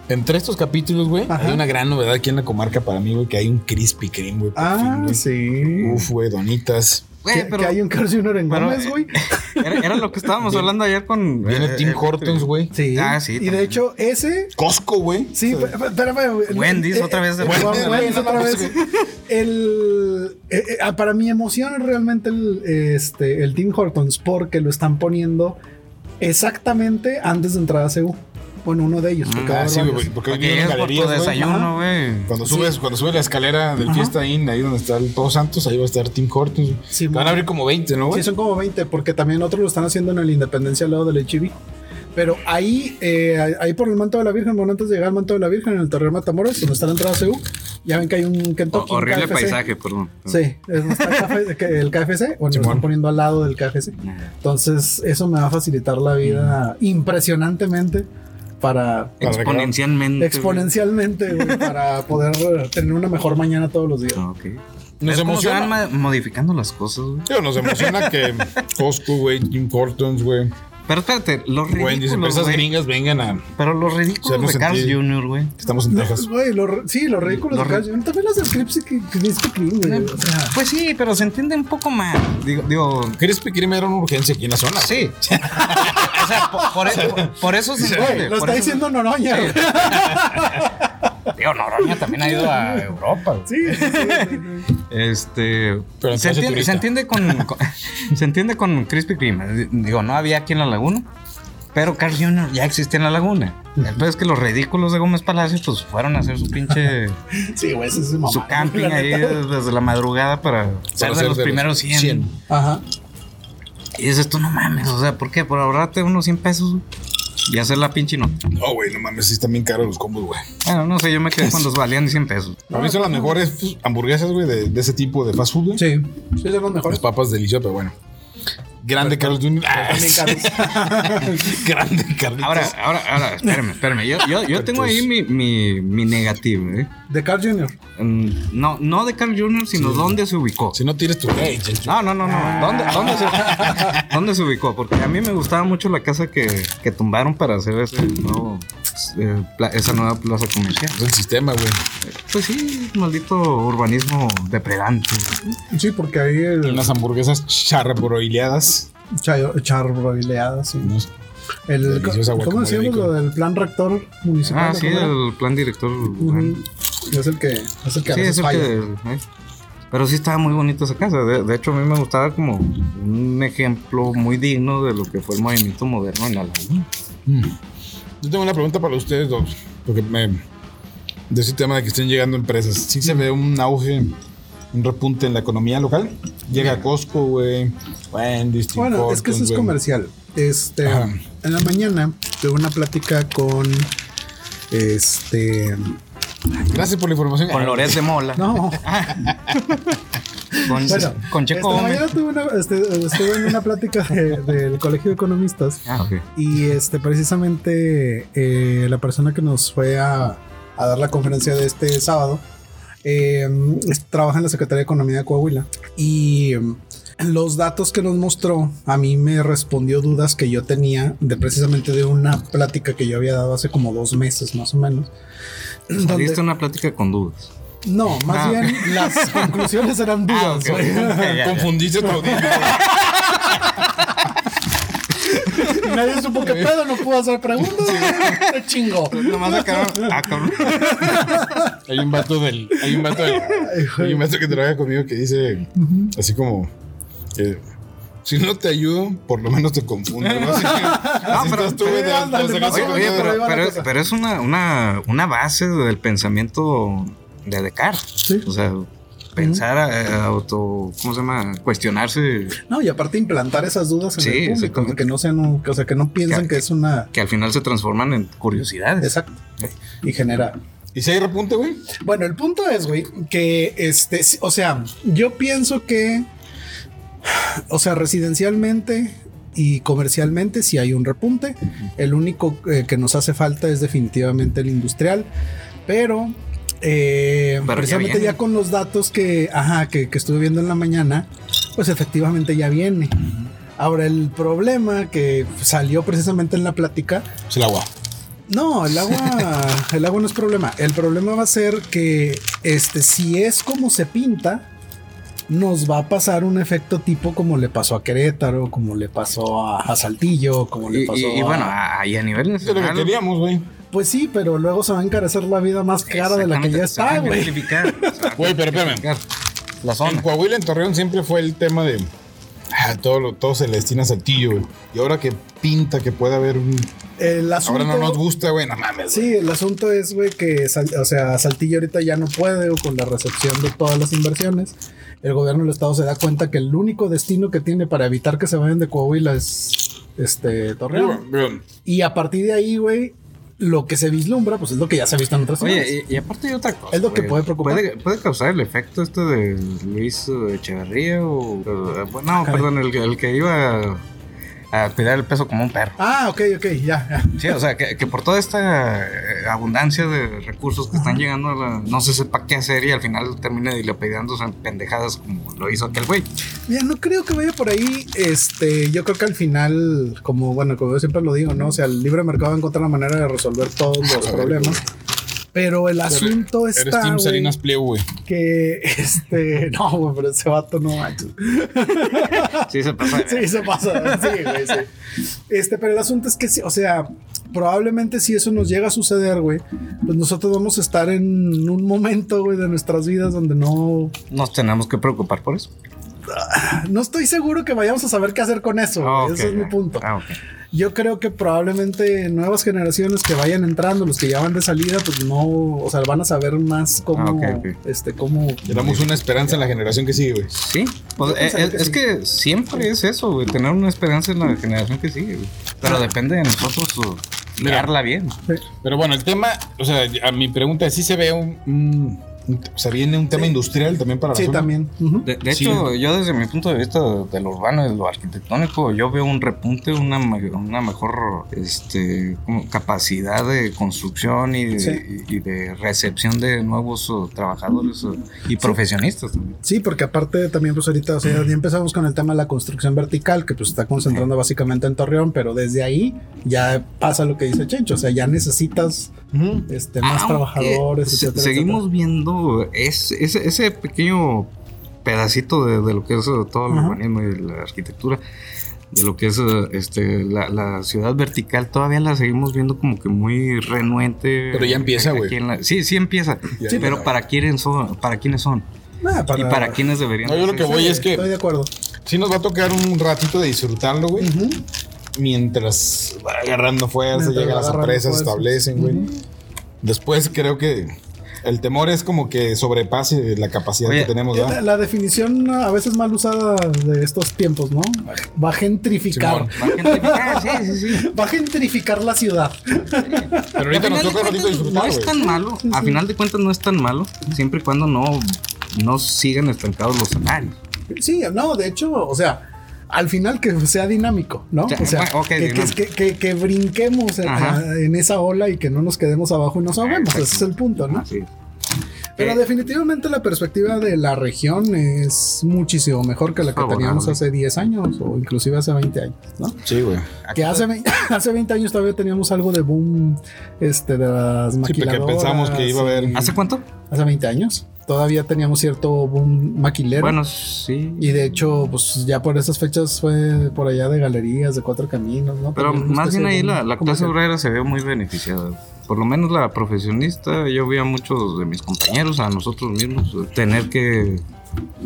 [SPEAKER 1] entre estos capítulos, güey,
[SPEAKER 3] Ajá.
[SPEAKER 1] hay una gran novedad aquí en la comarca para mí, güey, que hay un crispy cream, güey. por fin,
[SPEAKER 3] ah,
[SPEAKER 1] güey.
[SPEAKER 3] sí.
[SPEAKER 1] Uf, güey, donitas.
[SPEAKER 2] Güey,
[SPEAKER 3] que,
[SPEAKER 2] pero-
[SPEAKER 3] que hay un Carl Jr. en
[SPEAKER 2] pero,
[SPEAKER 3] Gómez,
[SPEAKER 2] eh,
[SPEAKER 3] güey.
[SPEAKER 2] Era, era lo que estábamos hablando ayer con.
[SPEAKER 1] Viene
[SPEAKER 2] eh,
[SPEAKER 1] Tim
[SPEAKER 2] eh,
[SPEAKER 1] Hortons, güey.
[SPEAKER 3] Sí.
[SPEAKER 2] Ah, sí,
[SPEAKER 3] Y de
[SPEAKER 2] también.
[SPEAKER 3] hecho, ese.
[SPEAKER 1] Costco, güey.
[SPEAKER 3] Sí, pe- pe- espérame. güey.
[SPEAKER 2] Wendy's,
[SPEAKER 3] Eh,
[SPEAKER 2] otra vez.
[SPEAKER 3] eh,
[SPEAKER 1] Wendy's,
[SPEAKER 3] Wendy's,
[SPEAKER 1] güey, no
[SPEAKER 3] otra
[SPEAKER 1] mames,
[SPEAKER 3] vez. El, eh, eh, ah, para mi emoción es realmente el, este, el Tim Hortons porque lo están poniendo exactamente antes de entrar a CEU. Bueno, uno de ellos. porque va a
[SPEAKER 1] Ah,
[SPEAKER 3] haber
[SPEAKER 1] sí,
[SPEAKER 3] varios.
[SPEAKER 1] güey, porque hoy
[SPEAKER 2] Para que
[SPEAKER 1] viene
[SPEAKER 2] llegues por tu
[SPEAKER 1] galerías, güey.
[SPEAKER 2] desayuno, güey.
[SPEAKER 1] Cuando subes, cuando subes la escalera del
[SPEAKER 3] Ajá.
[SPEAKER 1] Fiesta Inn, ahí donde está el Todos Santos, ahí va a estar Tim Hortons. güey.
[SPEAKER 3] Sí,
[SPEAKER 1] Te van a abrir como 20, ¿no,
[SPEAKER 3] Sí,
[SPEAKER 1] güey?
[SPEAKER 3] son como 20, porque también otros lo están haciendo en el Independencia al lado del HIV. Pero ahí, eh, ahí por el manto de la Virgen, bueno, antes de llegar al manto de la Virgen, en el Torreón Matamoros, donde está la entrada a CEU, ya ven que hay un
[SPEAKER 2] O-
[SPEAKER 3] Kentucky. un
[SPEAKER 2] horrible
[SPEAKER 3] KFC.
[SPEAKER 2] paisaje, perdón.
[SPEAKER 3] Sí, es donde está el KFC, que- el KFC, bueno, lo
[SPEAKER 1] Simón.
[SPEAKER 3] están poniendo al lado del KFC. Entonces, eso me va a facilitar la vida impresionantemente para
[SPEAKER 2] Exponencialmente.
[SPEAKER 3] exponencialmente, güey, para poder eh, tener una mejor mañana todos los días.
[SPEAKER 2] Ah, ok.
[SPEAKER 1] Nos
[SPEAKER 2] ¿Ves cómo se van
[SPEAKER 1] emociona.
[SPEAKER 2] ma- modificando las cosas, güey.
[SPEAKER 1] Tío, nos emociona que Costco, güey, Tim Hortons, güey,
[SPEAKER 2] Pero espérate, los
[SPEAKER 1] Wendy's,
[SPEAKER 2] ridículos,
[SPEAKER 1] empresas
[SPEAKER 2] güey.
[SPEAKER 1] gringas vengan a.
[SPEAKER 2] Pero los ridículos
[SPEAKER 1] O sea, no
[SPEAKER 2] de Carl
[SPEAKER 1] sentí-
[SPEAKER 2] Jr., güey.
[SPEAKER 1] Estamos en
[SPEAKER 3] No,
[SPEAKER 1] Texas.
[SPEAKER 3] güey, lo- sí, los ridículos
[SPEAKER 2] Los
[SPEAKER 3] de Carl
[SPEAKER 2] ri-
[SPEAKER 3] Jr. También las del Crispy Crispy Kreme, güey. O sea,
[SPEAKER 2] Pues sí, pero se entiende un poco más. Digo, digo ah,
[SPEAKER 1] Crispy Kreme era una urgencia aquí en la zona.
[SPEAKER 2] sí. o sea, po- por, eso, por eso se entiende.
[SPEAKER 3] güey, lo
[SPEAKER 2] por
[SPEAKER 3] está
[SPEAKER 2] eso-
[SPEAKER 3] diciendo Noroña. güey.
[SPEAKER 2] Digo, Noroña también ha ido a Europa, güey.
[SPEAKER 3] Sí, sí, sí, sí.
[SPEAKER 2] Este.
[SPEAKER 1] Pero en
[SPEAKER 2] se,
[SPEAKER 1] clase
[SPEAKER 2] entiende,
[SPEAKER 1] turista.
[SPEAKER 2] se entiende con, con- Se entiende con Krispy Kreme. Digo, no había aquí en la laguna. Pero Carl Jr. ya existía en la laguna. El peor es que los ridículos de Gómez Palacios pues fueron a hacer su pinche.
[SPEAKER 3] Sí, güey, ese es mamá.
[SPEAKER 2] su camping
[SPEAKER 3] la
[SPEAKER 2] ahí
[SPEAKER 3] neta.
[SPEAKER 2] desde la madrugada para ser de
[SPEAKER 1] ser
[SPEAKER 2] los
[SPEAKER 1] de los
[SPEAKER 2] primeros 100.
[SPEAKER 1] 100.
[SPEAKER 3] Ajá.
[SPEAKER 2] Y dices tú, no mames, o sea, ¿por qué? Por ahorrarte unos 100 pesos güey, y hacer la pinche no.
[SPEAKER 1] No, güey, no mames, sí están bien caros los combos, güey.
[SPEAKER 2] Bueno, no sé, yo me quedé cuando valían 100 pesos.
[SPEAKER 1] Para mí son las mejores pues, hamburguesas, güey, de, de ese tipo de fast food, güey.
[SPEAKER 3] Sí, sí, son los
[SPEAKER 1] Las
[SPEAKER 3] mejores.
[SPEAKER 1] papas deliciosas, pero bueno. Grande Carlos Jr. Ah,
[SPEAKER 3] También caros.
[SPEAKER 1] Grande Carlitos.
[SPEAKER 2] Ahora, ahora, ahora, espérame, espérame. Yo, yo, yo tengo ahí mi, mi, mi negativo, ¿eh?
[SPEAKER 3] De Carl Jr.
[SPEAKER 2] Mm, No, no de Carl Jr., sino dónde se ubicó.
[SPEAKER 1] Si no tires tu gay,
[SPEAKER 2] No, no, no, no. ¿Dónde, dónde, se, dónde se ubicó? Porque a mí me gustaba mucho la casa que, que tumbaron para hacer ese nuevo, eh, pla- esa nueva plaza comercial.
[SPEAKER 1] Es el sistema, güey.
[SPEAKER 2] Pues sí, maldito urbanismo depredante.
[SPEAKER 3] Sí, porque ahí el
[SPEAKER 1] Unas hamburguesas charrabroileadas.
[SPEAKER 3] char- charroileada, sí.
[SPEAKER 1] ¿no?
[SPEAKER 3] El,
[SPEAKER 1] Deliciosa
[SPEAKER 3] ¿Cómo
[SPEAKER 1] guacamole
[SPEAKER 3] decíamos
[SPEAKER 1] rico.
[SPEAKER 3] lo del plan rector municipal?
[SPEAKER 2] Ah, sí,
[SPEAKER 3] ¿Cómo era?
[SPEAKER 2] el plan director.
[SPEAKER 3] Ujú. Es el que, es el que a
[SPEAKER 2] Sí,
[SPEAKER 3] veces
[SPEAKER 2] es el
[SPEAKER 3] falla.
[SPEAKER 2] que- eh. Pero sí estaba muy bonita esa casa. De, de hecho, a mí me gustaba como un ejemplo muy digno de lo que fue el movimiento moderno en la laguna.
[SPEAKER 1] Mm. Yo tengo una pregunta para ustedes dos, porque me, de ese tema de que estén llegando empresas, ¿sí
[SPEAKER 3] Mm.
[SPEAKER 1] se ve un auge, un repunte en la economía local? Llega Costco, güey, Wendy's, Tim
[SPEAKER 3] Mm. Bueno, es que eso
[SPEAKER 1] Hortons,
[SPEAKER 3] es
[SPEAKER 1] güey.
[SPEAKER 3] comercial. Este,
[SPEAKER 1] Ajá.
[SPEAKER 3] en la mañana tuve una plática con este,
[SPEAKER 1] Gracias por la información.
[SPEAKER 2] Con Loret de Mola.
[SPEAKER 3] no,
[SPEAKER 2] Con,
[SPEAKER 3] bueno,
[SPEAKER 2] con Ah, Checo Gómez.
[SPEAKER 3] esta mañana tuve una, este, estuve en una plática de- del Colegio de Economistas
[SPEAKER 2] Ah, ok.
[SPEAKER 3] y este, precisamente eh, la persona que nos fue a, a dar la conferencia de este sábado eh, es- trabaja en la Secretaría de Economía de Coahuila y mm, los datos que nos mostró a mí me respondió dudas que yo tenía de precisamente de una plática que yo había dado hace como dos meses más o menos.
[SPEAKER 2] Saliste
[SPEAKER 3] Donde-
[SPEAKER 2] una plática con dudas.
[SPEAKER 3] No, más
[SPEAKER 2] Ah.
[SPEAKER 3] bien las conclusiones eran dudas.
[SPEAKER 2] Ah, ok,
[SPEAKER 3] güey.
[SPEAKER 2] ok, ya, ya.
[SPEAKER 1] Confundiste tu audiencia.
[SPEAKER 3] Y Nadie supo qué pedo, no pudo hacer preguntas. Qué chingo.
[SPEAKER 2] Nomás acabaron. Ah, cabrón.
[SPEAKER 1] Hay un vato del. Hay un vato, del- hay un vato que trabaja conmigo que dice así como. que, si no te ayudo, por lo menos te confundo. ¿no? Así que, así
[SPEAKER 2] pero-
[SPEAKER 1] estás tú, güey, te- te
[SPEAKER 3] ándale,
[SPEAKER 1] sacaste
[SPEAKER 3] más o
[SPEAKER 1] con
[SPEAKER 3] menos,
[SPEAKER 1] todo.
[SPEAKER 3] pero ahí
[SPEAKER 2] Pero,
[SPEAKER 3] va la
[SPEAKER 2] pero-
[SPEAKER 3] cosa.
[SPEAKER 2] pero es una, una, una base del pensamiento de Descartes.
[SPEAKER 3] Sí.
[SPEAKER 2] O sea, pensar, eh, auto. ¿Cómo se llama? Cuestionarse.
[SPEAKER 3] No, y aparte implantar esas dudas en
[SPEAKER 2] Sí,
[SPEAKER 3] el público,
[SPEAKER 2] exactamente.
[SPEAKER 3] que no sean, un- o sea, que no piensen
[SPEAKER 2] Que-
[SPEAKER 3] que es una
[SPEAKER 2] Que al final se transforman en curiosidades.
[SPEAKER 3] exacto y genera.
[SPEAKER 1] ¿Y si hay repunte, güey?
[SPEAKER 3] Bueno, el punto es, güey, que este, sí, o sea, yo pienso que o sea, residencialmente y comercialmente si hay un repunte. El único eh, que nos hace falta es definitivamente el industrial, pero eh,
[SPEAKER 2] Pero ya
[SPEAKER 3] precisamente
[SPEAKER 2] viene.
[SPEAKER 3] ya, con los datos que, ajá, que, que estuve viendo en la mañana, pues efectivamente ya viene. Ahora, el problema que salió precisamente en la plática
[SPEAKER 1] Es Pues el agua.
[SPEAKER 3] no, el agua, el agua no es problema. El problema va a ser que este, si es como se pinta, nos va a pasar un efecto tipo como le pasó a Querétaro, como le pasó a, a Saltillo, como le
[SPEAKER 2] Y,
[SPEAKER 3] pasó.
[SPEAKER 2] y- y
[SPEAKER 3] a-
[SPEAKER 2] bueno, ahí a nivel
[SPEAKER 1] Es lo que
[SPEAKER 2] nacional.
[SPEAKER 1] queríamos, güey.
[SPEAKER 3] pues sí, pero luego se va a encarecer la vida más cara de la que ya
[SPEAKER 2] Exactamente, se va
[SPEAKER 3] está,
[SPEAKER 2] a
[SPEAKER 3] güey.
[SPEAKER 2] multiplicar, se va a
[SPEAKER 1] Güey, pero espérame.
[SPEAKER 2] multiplicar La
[SPEAKER 1] En
[SPEAKER 2] zona.
[SPEAKER 1] Coahuila, en Torreón, siempre fue el tema de. ah, todo, lo- todo se le destina a Saltillo, güey. Y ahora que pinta que puede haber un.
[SPEAKER 3] El asunto.
[SPEAKER 1] Ahora no nos gusta, güey. No mames.
[SPEAKER 3] Sí, el asunto es, güey, que Sal- o sea, Saltillo ahorita ya no puede güey, con la recepción de todas las inversiones. El gobierno del estado se da cuenta que el único destino que tiene para evitar que se vayan de Coahuila es este
[SPEAKER 1] Güey,
[SPEAKER 3] Torreón.
[SPEAKER 1] güey, güey.
[SPEAKER 3] Y a partir de ahí, güey, lo que se vislumbra, pues es lo que ya se ha visto en otras ciudades.
[SPEAKER 2] Oye, y, y aparte hay otra cosa.
[SPEAKER 3] Es lo que
[SPEAKER 2] güey.
[SPEAKER 3] puede preocupar.
[SPEAKER 2] Puede, puede causar el efecto este de Luis eh, Echeverría o. eh, no,
[SPEAKER 3] Ah, caray.
[SPEAKER 2] perdón, el, que- el que iba a, a cuidar el peso como un perro.
[SPEAKER 3] Ah, ok, ok, ya. ya.
[SPEAKER 2] Sí, o sea, que, que por toda esta eh, abundancia de recursos que están llegando, a la- no se sepa qué hacer y al final termina dilapidándose en pendejadas como lo hizo aquel güey.
[SPEAKER 3] Mira, no creo que vaya por ahí. Este, yo creo que al final, como bueno, como yo siempre lo digo, ¿no? O sea, el libre mercado va a encontrar la manera de resolver todos
[SPEAKER 1] Ah,
[SPEAKER 3] los problemas. Pero el asunto
[SPEAKER 1] Eres
[SPEAKER 3] está.
[SPEAKER 1] Team
[SPEAKER 3] güey,
[SPEAKER 1] Salinas Pliego, güey.
[SPEAKER 3] que este no güey, pero ese vato no manches
[SPEAKER 2] Sí, se pasa. de-
[SPEAKER 3] sí se pasa sí, güey, sí. este pero el asunto es que sí, o sea probablemente si eso nos llega a suceder güey pues nosotros vamos a estar en un momento güey de nuestras vidas donde no
[SPEAKER 2] Nos tenemos que preocupar por eso.
[SPEAKER 3] no estoy seguro que vayamos a saber qué hacer con eso
[SPEAKER 2] Ah,
[SPEAKER 3] güey.
[SPEAKER 2] ok,
[SPEAKER 3] ese es mi
[SPEAKER 2] ya.
[SPEAKER 3] punto
[SPEAKER 2] Ah, ok.
[SPEAKER 3] yo creo que probablemente nuevas generaciones que vayan entrando los que ya van de salida pues no o sea van a saber más cómo
[SPEAKER 2] Ah, ok, ok.
[SPEAKER 3] este cómo
[SPEAKER 1] Le damos una esperanza a la generación que sigue, güey.
[SPEAKER 2] Sí, pues,
[SPEAKER 3] Yo
[SPEAKER 2] eh,
[SPEAKER 3] pensaría
[SPEAKER 2] eh,
[SPEAKER 3] que
[SPEAKER 2] es
[SPEAKER 3] sí.
[SPEAKER 2] que siempre es eso, güey, tener una esperanza en la generación que sigue, güey.
[SPEAKER 3] Ah.
[SPEAKER 2] Pero depende de nosotros uh,
[SPEAKER 1] Mira.
[SPEAKER 2] guiarla bien.
[SPEAKER 1] Pero bueno, el tema, o sea, a mi pregunta es si se ve un, un- un- o sea, viene un tema industrial también para la
[SPEAKER 3] sí
[SPEAKER 1] zona?
[SPEAKER 3] también Ujú.
[SPEAKER 2] De, de
[SPEAKER 1] Sí.
[SPEAKER 2] hecho, yo desde mi punto de vista de lo urbano y de lo arquitectónico, yo veo un repunte, una, me- una mejor este, como capacidad de construcción y de,
[SPEAKER 3] Sí.
[SPEAKER 2] y de recepción de nuevos uh, trabajadores uh, y profesionistas. también.
[SPEAKER 3] Sí, porque aparte también pues ahorita, o sea, ya empezamos con el tema de la construcción vertical, que pues está concentrando básicamente en Torreón, pero desde ahí ya pasa lo que dice Chencho, o sea, ya necesitas
[SPEAKER 1] Ujú.
[SPEAKER 3] este, más
[SPEAKER 2] Aunque
[SPEAKER 3] trabajadores,
[SPEAKER 2] Ah, se-
[SPEAKER 3] etcétera,
[SPEAKER 2] seguimos viendo es- ese, ese pequeño pedacito de, de lo que es eh, todo el
[SPEAKER 3] Ajá.
[SPEAKER 2] urbanismo y la arquitectura, de lo que es eh, este, la, la ciudad vertical, todavía la seguimos viendo como que muy renuente.
[SPEAKER 1] Pero ya empieza,
[SPEAKER 2] Aquí
[SPEAKER 1] güey.
[SPEAKER 2] en la- Sí, sí empieza.
[SPEAKER 1] Ya
[SPEAKER 2] Sí, pero
[SPEAKER 1] empieza.
[SPEAKER 2] para quiénes son, para quiénes son
[SPEAKER 3] etcétera. Ah,
[SPEAKER 2] y para quiénes deberían.
[SPEAKER 1] No, yo lo que
[SPEAKER 2] hacerse.
[SPEAKER 1] voy es que
[SPEAKER 3] Estoy de acuerdo.
[SPEAKER 1] sí nos va a tocar un ratito de disfrutarlo, güey.
[SPEAKER 3] Ujú.
[SPEAKER 1] Mientras va agarrando fuerza,
[SPEAKER 3] Mientras va
[SPEAKER 1] llegan las
[SPEAKER 3] agarrando
[SPEAKER 1] empresas,
[SPEAKER 3] fuerza.
[SPEAKER 1] establecen, güey.
[SPEAKER 3] Ujú.
[SPEAKER 1] Después creo que el temor es como que sobrepase la capacidad
[SPEAKER 2] Oye, eh,
[SPEAKER 1] que tenemos,
[SPEAKER 3] La,
[SPEAKER 1] ¿verdad?
[SPEAKER 3] la definición a veces mal usada de estos tiempos, ¿no? Va a gentrificar.
[SPEAKER 1] Simón.
[SPEAKER 2] Para gente que- ah, sí, sí, sí.
[SPEAKER 3] Va a gentrificar la ciudad.
[SPEAKER 1] Pero ahorita
[SPEAKER 2] Al
[SPEAKER 1] nos
[SPEAKER 2] final
[SPEAKER 1] toca un ratito
[SPEAKER 2] de cuentas, No
[SPEAKER 1] disfrutar,
[SPEAKER 2] es
[SPEAKER 1] güey.
[SPEAKER 2] tan malo. A final de cuentas no es tan malo, siempre y cuando no, no sigan estancados los salarios.
[SPEAKER 3] Sí, no, de hecho, o sea, al final que sea dinámico, ¿no?
[SPEAKER 2] Ya,
[SPEAKER 3] o sea,
[SPEAKER 2] bueno, ok,
[SPEAKER 3] que, que-
[SPEAKER 2] dinámico.
[SPEAKER 3] que- que- que brinquemos en,
[SPEAKER 2] Ajá.
[SPEAKER 3] en esa ola y que no nos quedemos abajo y nos ahogamos.
[SPEAKER 2] Exacto.
[SPEAKER 3] Ese es el punto, ¿no?
[SPEAKER 2] Así es.
[SPEAKER 3] Pero
[SPEAKER 2] Eh,
[SPEAKER 3] definitivamente la perspectiva de la región es muchísimo mejor que la que
[SPEAKER 2] Favorable.
[SPEAKER 3] teníamos hace 10 años o inclusive hace 20 años, ¿no?
[SPEAKER 1] Sí, güey.
[SPEAKER 3] Que hace 20, hace 20 años todavía teníamos algo de boom este, de las
[SPEAKER 1] Sí, porque
[SPEAKER 3] maquiladoras.
[SPEAKER 1] pensamos que iba a haber-
[SPEAKER 3] y-
[SPEAKER 2] ¿Hace cuánto?
[SPEAKER 3] Hace 20 años. todavía teníamos cierto boom maquilero.
[SPEAKER 2] Bueno, sí.
[SPEAKER 3] Y de hecho, pues ya por esas fechas fue por allá de galerías, de cuatro caminos, ¿no?
[SPEAKER 2] Pero
[SPEAKER 3] También una
[SPEAKER 2] más bien
[SPEAKER 3] especie
[SPEAKER 2] ahí
[SPEAKER 3] de-
[SPEAKER 2] la, la
[SPEAKER 3] como
[SPEAKER 2] clase
[SPEAKER 3] que-
[SPEAKER 2] obrera se vio muy beneficiada. Por lo menos la profesionista, yo vi a muchos de mis compañeros, a nosotros mismos, tener que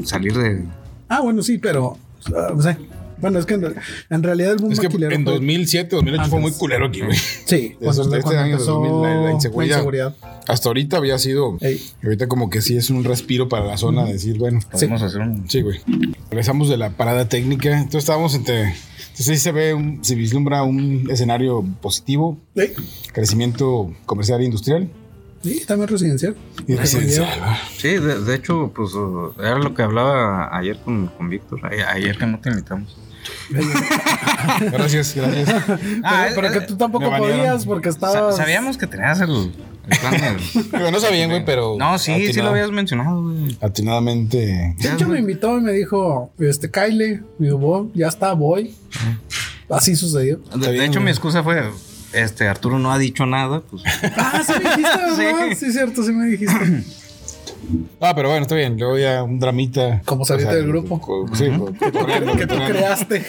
[SPEAKER 2] salir de...
[SPEAKER 3] Ah, bueno, sí, pero. ah, o sea, bueno, es que en, en realidad el boom
[SPEAKER 1] Es que
[SPEAKER 3] maquilero.
[SPEAKER 1] en
[SPEAKER 3] fue-
[SPEAKER 1] 2007,
[SPEAKER 2] Ah,
[SPEAKER 1] 2008 fue muy
[SPEAKER 3] Antes.
[SPEAKER 1] culero aquí, güey.
[SPEAKER 3] Sí, cuando,
[SPEAKER 1] este
[SPEAKER 3] cuando
[SPEAKER 1] año,
[SPEAKER 3] empezó
[SPEAKER 1] 2000, la- la inseguridad. Hasta ahorita había sido.
[SPEAKER 3] Ey.
[SPEAKER 1] y Ahorita como que sí es un respiro para la zona, decir, bueno,
[SPEAKER 2] Podemos hacer un...
[SPEAKER 1] Sí, güey. Regresamos de la parada técnica. Entonces estábamos entre. Entonces ahí se ve, un- se vislumbra un escenario positivo,
[SPEAKER 3] Ey,
[SPEAKER 1] crecimiento comercial e industrial.
[SPEAKER 3] Sí, también residencial.
[SPEAKER 1] Y residencial.
[SPEAKER 2] Sí, de, de hecho, pues uh, era lo que hablaba ayer con, con Víctor, a- ayer que no te invitamos.
[SPEAKER 1] Gracias, gracias.
[SPEAKER 2] Ah,
[SPEAKER 3] pero,
[SPEAKER 2] eh,
[SPEAKER 3] pero que tú tampoco
[SPEAKER 1] me banearon.
[SPEAKER 3] podías porque estabas.
[SPEAKER 2] Sa- Sabíamos que tenías el, el plan de...
[SPEAKER 1] Digo, no sabían, güey, pero.
[SPEAKER 2] No, sí, sí
[SPEAKER 1] atinado-
[SPEAKER 2] lo habías mencionado, güey.
[SPEAKER 1] Atinadamente.
[SPEAKER 3] De hecho, me invitó y me dijo, este, Kyle, me dijo, "Bo, ya está, voy. Así sucedió.
[SPEAKER 2] De,
[SPEAKER 1] Está
[SPEAKER 2] de
[SPEAKER 1] bien,
[SPEAKER 2] hecho,
[SPEAKER 1] güey.
[SPEAKER 2] mi excusa fue, este, Arturo no ha dicho nada, pues...
[SPEAKER 3] Ah, sí me dijiste, ¿verdad?
[SPEAKER 2] Sí.
[SPEAKER 3] Sí, es cierto, sí me dijiste.
[SPEAKER 1] Ah, pero bueno, está bien. Luego ya un dramita.
[SPEAKER 3] Como saliste del grupo.
[SPEAKER 1] co- Sí, co- cotorreando,
[SPEAKER 3] que tú
[SPEAKER 1] cotorreando.
[SPEAKER 3] creaste.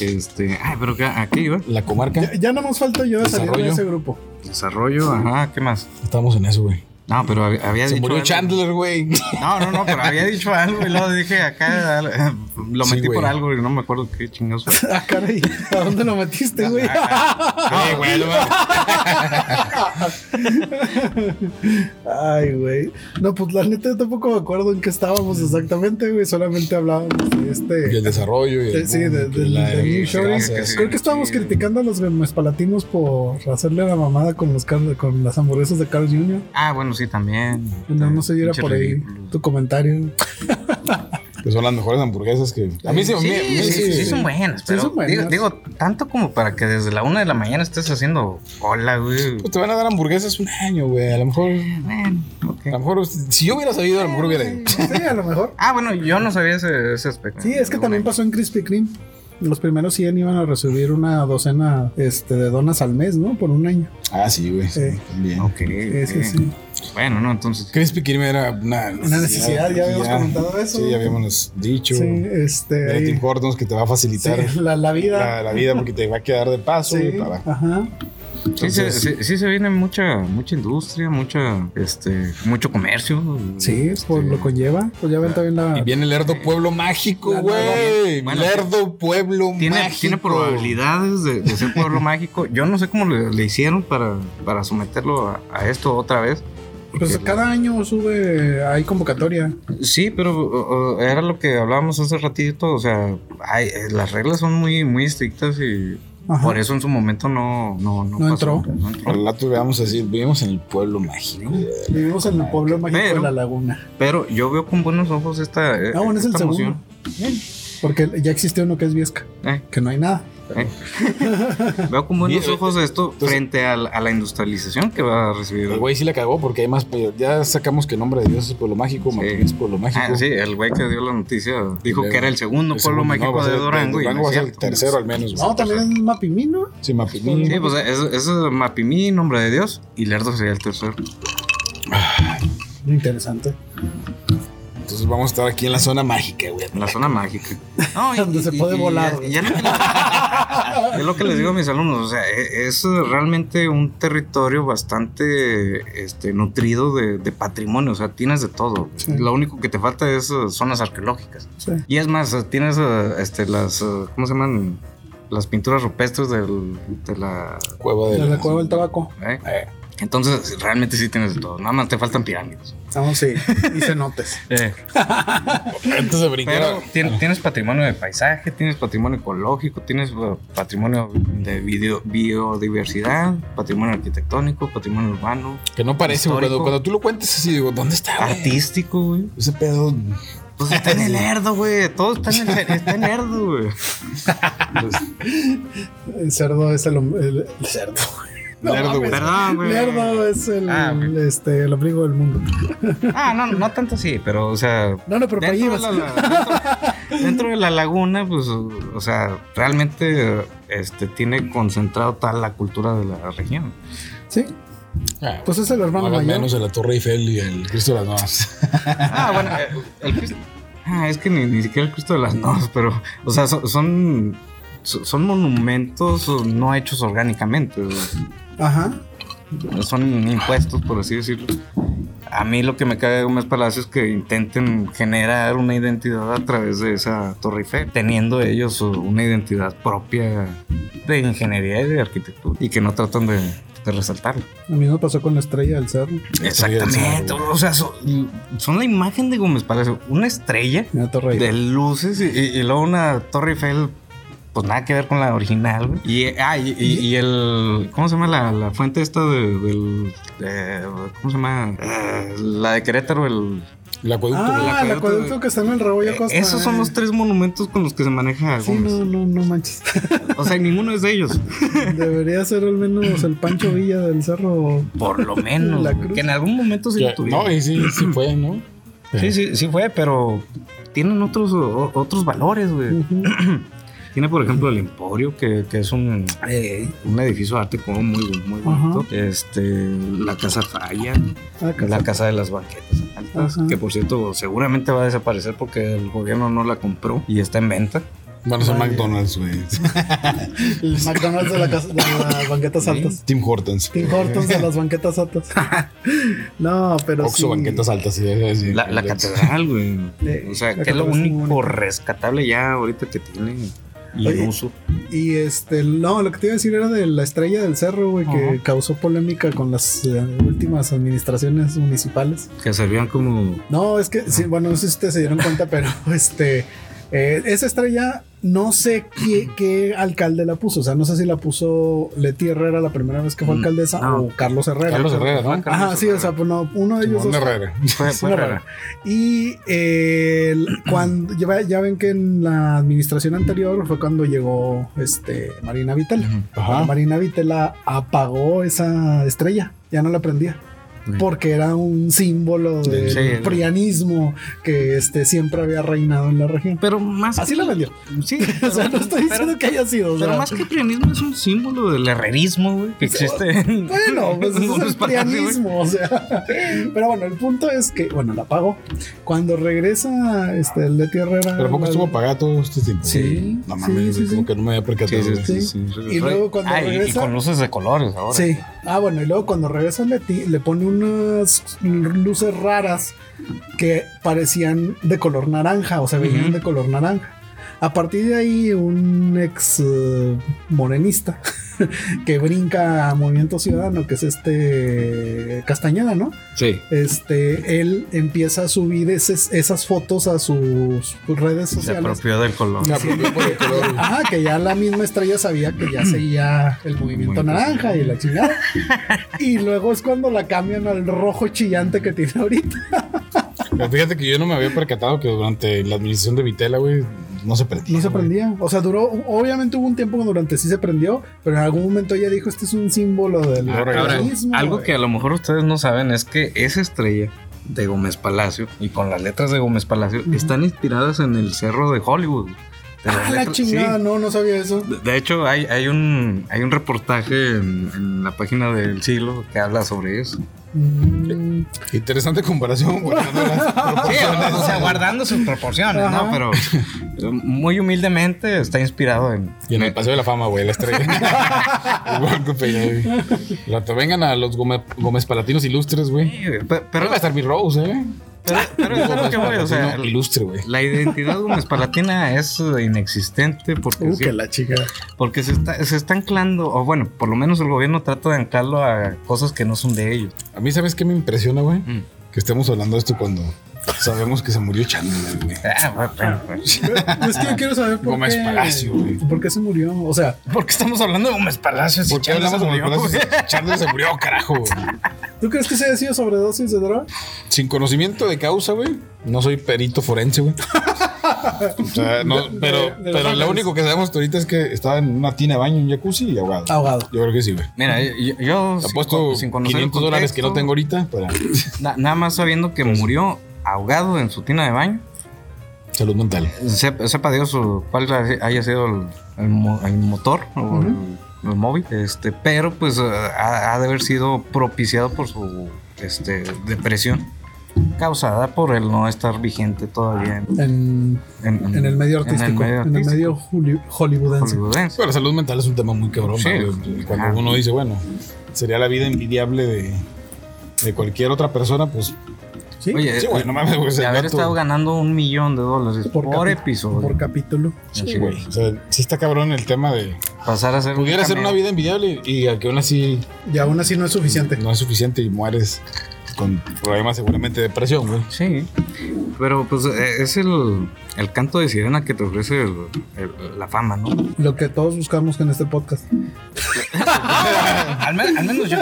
[SPEAKER 2] Este, ay, pero ¿qué- ¿a qué iba?
[SPEAKER 1] La comarca.
[SPEAKER 3] ya, ya no más falta yo de salir de
[SPEAKER 1] Desarrollo.
[SPEAKER 3] ese grupo.
[SPEAKER 2] Desarrollo, ajá, ¿qué más?
[SPEAKER 1] Estábamos en eso, güey.
[SPEAKER 2] No, pero hab- había
[SPEAKER 1] Se
[SPEAKER 2] dicho.
[SPEAKER 1] murió
[SPEAKER 2] algo.
[SPEAKER 1] Chandler, güey.
[SPEAKER 2] No, no, no, pero había dicho algo y luego dije acá. al- Lo
[SPEAKER 1] Sí,
[SPEAKER 2] metí por
[SPEAKER 1] güey.
[SPEAKER 2] algo y no me acuerdo qué chingados fue.
[SPEAKER 3] Ah, caray, ¿a dónde lo metiste, güey?
[SPEAKER 1] Sí,
[SPEAKER 2] Ah,
[SPEAKER 1] güey, no mames.
[SPEAKER 3] Ay, güey. No, pues la neta yo tampoco me acuerdo en qué estábamos exactamente, güey. Solamente hablábamos de
[SPEAKER 1] Y el
[SPEAKER 3] este.
[SPEAKER 1] desarrollo. Y
[SPEAKER 3] de-
[SPEAKER 1] el
[SPEAKER 3] sí, de-
[SPEAKER 1] boom,
[SPEAKER 3] del-
[SPEAKER 1] y la-
[SPEAKER 3] del
[SPEAKER 1] y-
[SPEAKER 3] nearshoring.
[SPEAKER 1] gracias.
[SPEAKER 3] Creo que estábamos
[SPEAKER 2] Sí.
[SPEAKER 3] criticando a los palatinos por hacerle la mamada con los Carl- con las hamburguesas de Carl Jr.
[SPEAKER 2] Ah, bueno, sí, también.
[SPEAKER 3] No, no sé si era
[SPEAKER 2] Pinche
[SPEAKER 3] por ahí
[SPEAKER 2] ridículo.
[SPEAKER 3] tu comentario.
[SPEAKER 1] Que son las mejores hamburguesas que. A mí sí, a mí-
[SPEAKER 2] Sí,
[SPEAKER 1] a mí
[SPEAKER 2] sí, sí,
[SPEAKER 1] sí.
[SPEAKER 2] son buenas,
[SPEAKER 3] Sí,
[SPEAKER 2] pero
[SPEAKER 3] son buenas.
[SPEAKER 2] Digo, digo, tanto como para que desde la una de la mañana estés haciendo hola, güey.
[SPEAKER 1] Pues te van a dar hamburguesas un año, güey. A lo mejor.
[SPEAKER 2] Bueno, ok.
[SPEAKER 1] A lo mejor. Si yo hubiera sabido, a lo mejor hubiera ido.
[SPEAKER 3] Sí, a lo mejor.
[SPEAKER 2] Ah, bueno, yo no sabía ese, ese aspecto.
[SPEAKER 3] Sí, es que también pasó en Krispy Kreme. Los primeros 100 iban a recibir una docena este, de donas al mes, ¿no? Por un año.
[SPEAKER 1] Ah, sí, güey. sí,
[SPEAKER 3] Sí.
[SPEAKER 1] También.
[SPEAKER 2] Ok.
[SPEAKER 3] Sí, sí,
[SPEAKER 2] ok.
[SPEAKER 3] sí.
[SPEAKER 2] Bueno, no, entonces.
[SPEAKER 1] Crispy Kreme era una
[SPEAKER 3] Una necesidad, ya habíamos comentado eso.
[SPEAKER 1] Sí, ya habíamos dicho.
[SPEAKER 3] Sí,
[SPEAKER 1] Sí,
[SPEAKER 3] este. ahí-
[SPEAKER 1] Tim Hortons que te va a facilitar
[SPEAKER 3] sí, la, la vida.
[SPEAKER 1] la, la vida porque te va a quedar de paso.
[SPEAKER 3] Sí,
[SPEAKER 1] güey, para-
[SPEAKER 3] ajá.
[SPEAKER 2] Sí, se-
[SPEAKER 1] Entonces-
[SPEAKER 2] sí, sí se viene mucha mucha industria, mucha este mucho comercio.
[SPEAKER 3] Sí,
[SPEAKER 2] Este,
[SPEAKER 3] por lo conlleva. Pues ya ven también la.
[SPEAKER 1] Y viene el Lerdo Pueblo Mágico,
[SPEAKER 3] La- la-
[SPEAKER 1] güey.
[SPEAKER 2] bueno,
[SPEAKER 1] Lerdo Pueblo
[SPEAKER 2] tiene,
[SPEAKER 1] Mágico.
[SPEAKER 2] tiene probabilidades de, de ser pueblo mágico. Yo no sé cómo le, le hicieron para, para someterlo a, a esto otra vez.
[SPEAKER 3] Pues cada año sube, hay convocatoria.
[SPEAKER 2] Sí, pero o- o, era lo que hablábamos hace ratito. O sea, hay- eh, las reglas son muy, muy estrictas y
[SPEAKER 3] Ajá.
[SPEAKER 2] por eso en su momento no, no, no,
[SPEAKER 3] No
[SPEAKER 2] pasó.
[SPEAKER 3] entró.
[SPEAKER 2] No entró.
[SPEAKER 1] Al rato veamos así, vivimos en el pueblo mágico.
[SPEAKER 3] Vivimos en el pueblo mágico
[SPEAKER 2] Pero-
[SPEAKER 3] de la laguna.
[SPEAKER 2] Pero yo veo con buenos ojos esta, eh,
[SPEAKER 3] Ah, bueno, es el
[SPEAKER 2] esta
[SPEAKER 3] segundo.
[SPEAKER 2] moción.
[SPEAKER 3] Porque ya existe uno que es Viesca,
[SPEAKER 2] Eh.
[SPEAKER 3] que no hay nada.
[SPEAKER 2] Veo con buenos
[SPEAKER 1] Bien.
[SPEAKER 2] ojos esto
[SPEAKER 1] Entonces-
[SPEAKER 2] frente a la, a la industrialización que va a recibir.
[SPEAKER 1] El güey sí la cagó porque hay más. pe- Ya sacamos que el nombre de Dios es pueblo mágico,
[SPEAKER 2] Sí.
[SPEAKER 1] Martín es pueblo mágico.
[SPEAKER 2] Ah, sí, el güey que dio la noticia dijo
[SPEAKER 1] Luego,
[SPEAKER 2] que era el segundo
[SPEAKER 1] El
[SPEAKER 2] pueblo
[SPEAKER 1] segundo,
[SPEAKER 2] mágico
[SPEAKER 1] no, va a
[SPEAKER 2] de
[SPEAKER 1] ser-
[SPEAKER 2] Durango. y no
[SPEAKER 1] Durango va a
[SPEAKER 2] es
[SPEAKER 1] ser el
[SPEAKER 2] cierto.
[SPEAKER 1] tercero al menos. güey.
[SPEAKER 3] No, también es Mapimino.
[SPEAKER 1] Sí, Mapimí.
[SPEAKER 2] Sí, pues es, es Mapimí, nombre de Dios, y Lerdo sería el tercero.
[SPEAKER 3] Interesante.
[SPEAKER 1] Entonces vamos a estar aquí en la zona mágica, güey.
[SPEAKER 2] En la zona mágica. No,
[SPEAKER 3] Donde se puede volar,
[SPEAKER 2] ya- ya
[SPEAKER 3] güey.
[SPEAKER 2] lo que les- es lo que les digo a mis alumnos. O sea, e- es realmente un territorio bastante este, nutrido de, de patrimonio. O sea, tienes de todo.
[SPEAKER 3] Sí.
[SPEAKER 2] Lo único que te falta es eh, zonas arqueológicas.
[SPEAKER 3] Sí.
[SPEAKER 2] Y es más, tienes eh, este, las. eh, ¿Cómo se llaman? Las pinturas rupestres del- de la.
[SPEAKER 1] Cueva de
[SPEAKER 3] Les
[SPEAKER 1] la-
[SPEAKER 3] recuerdo el tabaco.
[SPEAKER 2] ¿eh?
[SPEAKER 1] Eh,
[SPEAKER 2] Entonces, realmente sí tienes de todo. Nada más te faltan pirámides.
[SPEAKER 3] Vamos, sí. Y cenotes.
[SPEAKER 1] Antes de brincar.
[SPEAKER 2] Pero
[SPEAKER 1] a-
[SPEAKER 2] tien- tienes patrimonio de paisaje, tienes patrimonio ecológico, tienes eh, patrimonio de video- biodiversidad, patrimonio arquitectónico, patrimonio urbano,
[SPEAKER 1] Que no parece, güey. Cuando,
[SPEAKER 2] Histórico.
[SPEAKER 1] cuando tú lo cuentes así, digo, ¿dónde está? güey?
[SPEAKER 2] artístico, güey.
[SPEAKER 1] Ese pedo.
[SPEAKER 2] Pues está en el erdo, güey. Todo está en el está en erdo, güey.
[SPEAKER 3] El cerdo es el. hom- el, el cerdo. No
[SPEAKER 1] Lerdo, güey.
[SPEAKER 3] mames.
[SPEAKER 2] Perdón, güey.
[SPEAKER 3] Lerdo es el,
[SPEAKER 2] Ah, ok.
[SPEAKER 3] este, el ombligo del mundo.
[SPEAKER 2] Ah, no, no tanto así, pero, o sea,
[SPEAKER 3] No, no, pero para allí
[SPEAKER 2] dentro de,
[SPEAKER 3] vas.
[SPEAKER 2] la, la- dentro- dentro de la laguna, pues, o sea, realmente este, tiene concentrado toda la cultura de la región.
[SPEAKER 3] Sí.
[SPEAKER 1] Ah,
[SPEAKER 3] Pues es el hermano
[SPEAKER 1] hagan
[SPEAKER 3] mayor.
[SPEAKER 1] menos a la Torre Eiffel y el Cristo de las Navas.
[SPEAKER 2] Ah, bueno, eh, el Cristo. Ah, es que ni, ni siquiera el Cristo de las Navas, pero. O sea, so- son. so- Son monumentos no hechos orgánicamente. o sea,
[SPEAKER 3] Ajá.
[SPEAKER 2] Son impuestos, por así decirlo. A mí lo que me cae de Gómez Palacio es que intenten generar una identidad a través de esa Torre Eiffel, teniendo ellos una identidad propia de ingeniería y de arquitectura, y que no tratan de, de resaltarla.
[SPEAKER 3] Lo mismo pasó con la estrella del cerro.
[SPEAKER 2] Exactamente. O sea, son, son la imagen de Gómez Palacio, una estrella
[SPEAKER 3] En la torre.
[SPEAKER 2] de
[SPEAKER 3] Eiffel.
[SPEAKER 2] luces y, y- y luego una Torre Eiffel, pues nada que ver con la original, güey. Y, eh, ah, y, y- y el. ¿Cómo se llama la, la fuente esta de- del. eh, ¿Cómo se llama? Eh, la de Querétaro, el.
[SPEAKER 1] El acueducto.
[SPEAKER 3] Ah,
[SPEAKER 1] güey.
[SPEAKER 2] el
[SPEAKER 3] el
[SPEAKER 2] acueducto-
[SPEAKER 3] acueducto que está en el Raboya
[SPEAKER 2] Eh,
[SPEAKER 3] Costa.
[SPEAKER 2] esos son
[SPEAKER 3] eh.
[SPEAKER 2] los tres monumentos con los que se maneja
[SPEAKER 3] Sí,
[SPEAKER 2] Gómez.
[SPEAKER 3] no, no, no manches.
[SPEAKER 2] O sea, ninguno es de ellos.
[SPEAKER 3] Debería ser al menos el Pancho Villa del cerro.
[SPEAKER 2] Por lo menos.
[SPEAKER 3] La
[SPEAKER 2] güey,
[SPEAKER 3] cruz.
[SPEAKER 2] que en algún momento sí
[SPEAKER 1] Que-
[SPEAKER 2] lo tuvieron.
[SPEAKER 1] no, y sí, sí fue, ¿no?
[SPEAKER 2] sí, sí, sí fue, pero tienen otros, o- otros valores, güey.
[SPEAKER 3] Ujú. Ah,
[SPEAKER 2] Tiene, por ejemplo, el Emporio, que, que es un, un edificio de arte como muy, muy bonito.
[SPEAKER 3] Eh. Ajá.
[SPEAKER 2] Este, la Casa Falla,
[SPEAKER 3] Ah,
[SPEAKER 2] la
[SPEAKER 3] casa.
[SPEAKER 2] Casa de las Banquetas Altas,
[SPEAKER 3] Ajá.
[SPEAKER 2] que por cierto seguramente va a desaparecer porque el gobierno no la compró y está en venta.
[SPEAKER 1] Van a ser
[SPEAKER 3] Vale.
[SPEAKER 1] McDonald's, güey.
[SPEAKER 3] El McDonald's de, la casa, de las banquetas altas.
[SPEAKER 1] Tim Hortons.
[SPEAKER 3] Tim Hortons de las banquetas altas. no, pero
[SPEAKER 1] Oxxo,
[SPEAKER 3] sí.
[SPEAKER 1] banquetas altas. sí, sí, sí.
[SPEAKER 2] La, la catedral, güey.
[SPEAKER 3] Eh,
[SPEAKER 2] O sea,
[SPEAKER 3] la
[SPEAKER 2] que es lo
[SPEAKER 3] catedral es muy
[SPEAKER 2] único
[SPEAKER 3] bonita.
[SPEAKER 2] rescatable ya ahorita que tiene y
[SPEAKER 3] Oye.
[SPEAKER 2] en uso.
[SPEAKER 3] Y este, no, lo que te iba a decir era de la estrella del cerro, güey, que
[SPEAKER 2] Ajá.
[SPEAKER 3] causó polémica con las eh, últimas administraciones municipales.
[SPEAKER 2] Que servían como.
[SPEAKER 3] No, es que, sí, bueno, no sé si ustedes se dieron cuenta, pero este, eh, esa estrella, no sé qué, qué alcalde la puso. O sea, no sé si la puso Leti Herrera la primera vez que fue
[SPEAKER 2] Mm,
[SPEAKER 3] alcaldesa
[SPEAKER 2] no.
[SPEAKER 3] o Carlos Herrera.
[SPEAKER 1] Carlos Herrera, ¿no?
[SPEAKER 2] Carlos
[SPEAKER 3] Ajá, sí, o sea, pues no, uno de ellos.
[SPEAKER 1] Simón
[SPEAKER 3] dos.
[SPEAKER 1] Herrera.
[SPEAKER 2] Fue,
[SPEAKER 3] Es
[SPEAKER 2] fue
[SPEAKER 3] una
[SPEAKER 2] rara.
[SPEAKER 3] Y eh, el- cuando ya, ve- ya ven que en la administración anterior fue cuando llegó este Marina Vitela.
[SPEAKER 1] Ajá.
[SPEAKER 3] Marina Vitela apagó esa estrella, ya no la prendía.
[SPEAKER 2] Mm.
[SPEAKER 3] Porque era un símbolo
[SPEAKER 1] Del-
[SPEAKER 3] del
[SPEAKER 2] sí, el-
[SPEAKER 3] prianismo que este, siempre había reinado en la región.
[SPEAKER 2] Pero más.
[SPEAKER 3] Así la vendió.
[SPEAKER 2] Sí.
[SPEAKER 3] O sea, no estoy
[SPEAKER 2] pero-
[SPEAKER 3] diciendo que haya sido. o
[SPEAKER 2] Pero
[SPEAKER 3] sea,
[SPEAKER 2] más que prianismo es un símbolo del herrerismo, güey, que existe. en-
[SPEAKER 3] Bueno, pues
[SPEAKER 2] en
[SPEAKER 3] ese es
[SPEAKER 2] Gómez
[SPEAKER 3] el
[SPEAKER 2] Palacio, güey.
[SPEAKER 3] prianismo, o sea. Pero bueno, el punto es que, bueno, la pagó. Cuando regresa este, el Leti Herrera.
[SPEAKER 1] Pero poco
[SPEAKER 3] la-
[SPEAKER 1] estuvo apagado todo este tiempo.
[SPEAKER 3] Sí,
[SPEAKER 1] No
[SPEAKER 3] sí,
[SPEAKER 1] mames,
[SPEAKER 3] sí,
[SPEAKER 1] como
[SPEAKER 3] sí.
[SPEAKER 1] que no me había percatado.
[SPEAKER 2] Sí, sí,
[SPEAKER 1] güey.
[SPEAKER 2] sí,
[SPEAKER 3] Sí.
[SPEAKER 2] sí.
[SPEAKER 3] Y luego cuando
[SPEAKER 2] Ah, y- y
[SPEAKER 3] regresa-
[SPEAKER 2] con luces de colores ahora.
[SPEAKER 3] Sí. Ah, bueno, y luego cuando regresa Leti, le pone unas luces raras que parecían de color naranja, o sea, venían
[SPEAKER 2] Ujú.
[SPEAKER 3] de color naranja. A partir de ahí, un ex eh, morenista que brinca a Movimiento Ciudadano, que es este Castañeda, ¿no?
[SPEAKER 2] Sí.
[SPEAKER 3] Este, él empieza a subir ese- esas fotos a sus redes
[SPEAKER 2] Se
[SPEAKER 3] sociales.
[SPEAKER 2] apropió del color.
[SPEAKER 1] Me apropié por el color, güey.
[SPEAKER 3] Ajá, que ya la misma estrella sabía que ya seguía el
[SPEAKER 2] Movimiento
[SPEAKER 3] movimiento naranja y la chingada. Y luego es cuando la cambian al rojo chillante que tiene ahorita.
[SPEAKER 1] Pero Fíjate que yo no me había percatado que durante la administración de Vitela, güey, no se prendía.
[SPEAKER 3] No se
[SPEAKER 1] güey.
[SPEAKER 3] prendía. O sea, duró, obviamente hubo un tiempo que durante sí se prendió, pero en algún momento ella dijo, este es un símbolo del
[SPEAKER 1] Ahora,
[SPEAKER 2] Ahora,
[SPEAKER 3] organismo.
[SPEAKER 2] Ah, algo que a lo mejor ustedes no saben es que esa estrella de Gómez Palacio y con las letras de Gómez Palacio
[SPEAKER 3] Ujú.
[SPEAKER 2] están inspiradas en el cerro de Hollywood. De las
[SPEAKER 3] Ah, la
[SPEAKER 2] letras- sí.
[SPEAKER 3] chingada, no, no sabía eso.
[SPEAKER 2] De- De hecho, hay, hay, un, hay un reportaje en, en la página del siglo que habla sobre eso.
[SPEAKER 3] Mm,
[SPEAKER 1] Interesante comparación, güey. no las
[SPEAKER 2] Sí,
[SPEAKER 1] proporciones.
[SPEAKER 2] o sea, guardando sus proporciones,
[SPEAKER 3] Ajá.
[SPEAKER 2] ¿no? Pero eh, muy humildemente está inspirado en.
[SPEAKER 1] Y en el Paseo de la Fama, güey, la estrella. Igual que Peña, güey. Rato, vengan a los Gómez, Gómez Palatinos ilustres, güey.
[SPEAKER 2] Sí, güey, pe-
[SPEAKER 1] Pero
[SPEAKER 2] Pero,
[SPEAKER 1] va a estar mi Rose, ¿eh?
[SPEAKER 2] pero, pero es a lo que voy, o sea,
[SPEAKER 1] Palatino ilustre, güey.
[SPEAKER 2] la identidad Gómez Palatina es eh, inexistente porque,
[SPEAKER 3] uh,
[SPEAKER 2] sí-
[SPEAKER 3] que la chica.
[SPEAKER 2] porque se, está, se está anclando, o bueno, por lo menos el gobierno trata de anclarlo a cosas que no son de ellos.
[SPEAKER 1] A mí, ¿sabes qué me impresiona, güey?
[SPEAKER 2] Mm.
[SPEAKER 1] Que estemos hablando de esto cuando sabemos que se murió Chandler, güey.
[SPEAKER 2] Ah, bueno, bueno, bueno.
[SPEAKER 3] Es que yo quiero saber por
[SPEAKER 1] Gómez
[SPEAKER 3] qué.
[SPEAKER 1] Palacio, güey.
[SPEAKER 3] ¿Por qué se murió? O sea,
[SPEAKER 2] ¿Por qué estamos hablando de Gómez Palacio? si
[SPEAKER 1] ¿Por qué
[SPEAKER 2] Chávez
[SPEAKER 1] hablamos
[SPEAKER 2] se
[SPEAKER 1] de
[SPEAKER 2] murió,
[SPEAKER 1] Gómez
[SPEAKER 2] güey?
[SPEAKER 1] Palacio? Chandler se murió, carajo, güey.
[SPEAKER 3] ¿tú crees que se ha sido sobredosis de droga?
[SPEAKER 1] Sin conocimiento de causa, güey. No soy perito forense, güey. O sea, no,
[SPEAKER 3] De-
[SPEAKER 1] pero,
[SPEAKER 3] de- de
[SPEAKER 1] pero
[SPEAKER 3] los
[SPEAKER 1] lo único que sabemos hasta ahorita es que estaba en una tina de baño, un jacuzzi y ahogado.
[SPEAKER 3] Ahogado.
[SPEAKER 1] Yo creo que sí, güey.
[SPEAKER 2] Mira, yo, yo
[SPEAKER 1] Te
[SPEAKER 2] sin
[SPEAKER 1] apuesto
[SPEAKER 2] con- sin conocer el
[SPEAKER 1] 500 dólares que no Pues,
[SPEAKER 2] contexto,
[SPEAKER 1] tengo ahorita para
[SPEAKER 2] na- nada más sabiendo que murió ahogado en su tina de baño.
[SPEAKER 1] salud mental.
[SPEAKER 2] Sep- sepa Dios o cuál ha- haya sido el, el mo- el motor o
[SPEAKER 3] Ujú.
[SPEAKER 2] el- los móvil, este, pero pues ha, ha de haber sido propiciado por su este, depresión causada por el no estar vigente todavía en,
[SPEAKER 3] En,
[SPEAKER 2] Mm. en-
[SPEAKER 3] en el medio artístico, en el medio,
[SPEAKER 2] artístico
[SPEAKER 3] holi- hollywoodense.
[SPEAKER 2] hollywoodense.
[SPEAKER 1] Pero la salud mental es un tema muy cabrón.
[SPEAKER 2] Sí.
[SPEAKER 1] ¿no? Cuando
[SPEAKER 2] Ajá.
[SPEAKER 1] uno dice, bueno, sería la vida envidiable de, de cualquier otra persona, pues.
[SPEAKER 3] Sí,
[SPEAKER 2] Oye, eh,
[SPEAKER 1] Sí, güey, no mames, güey,
[SPEAKER 2] de
[SPEAKER 1] ese
[SPEAKER 2] haber
[SPEAKER 1] vato-
[SPEAKER 2] estado ganando un millón de dólares por,
[SPEAKER 3] capi-
[SPEAKER 2] episodio.
[SPEAKER 3] Por capítulo.
[SPEAKER 1] Sí,
[SPEAKER 2] Así
[SPEAKER 1] güey.
[SPEAKER 2] es.
[SPEAKER 1] O sea, sí está cabrón el tema de.
[SPEAKER 2] Pasar a ser un
[SPEAKER 1] Pudiera ser
[SPEAKER 2] cameo.
[SPEAKER 1] una vida envidiable y, y que aún así
[SPEAKER 3] Y aún así no es suficiente.
[SPEAKER 1] no es suficiente y mueres con problemas seguramente de depresión, güey.
[SPEAKER 2] Sí, pero pues eh, es el, el canto de sirena que te ofrece el- el- la fama, ¿no?
[SPEAKER 3] Lo que todos buscamos en este podcast.
[SPEAKER 2] al, men- al menos yo.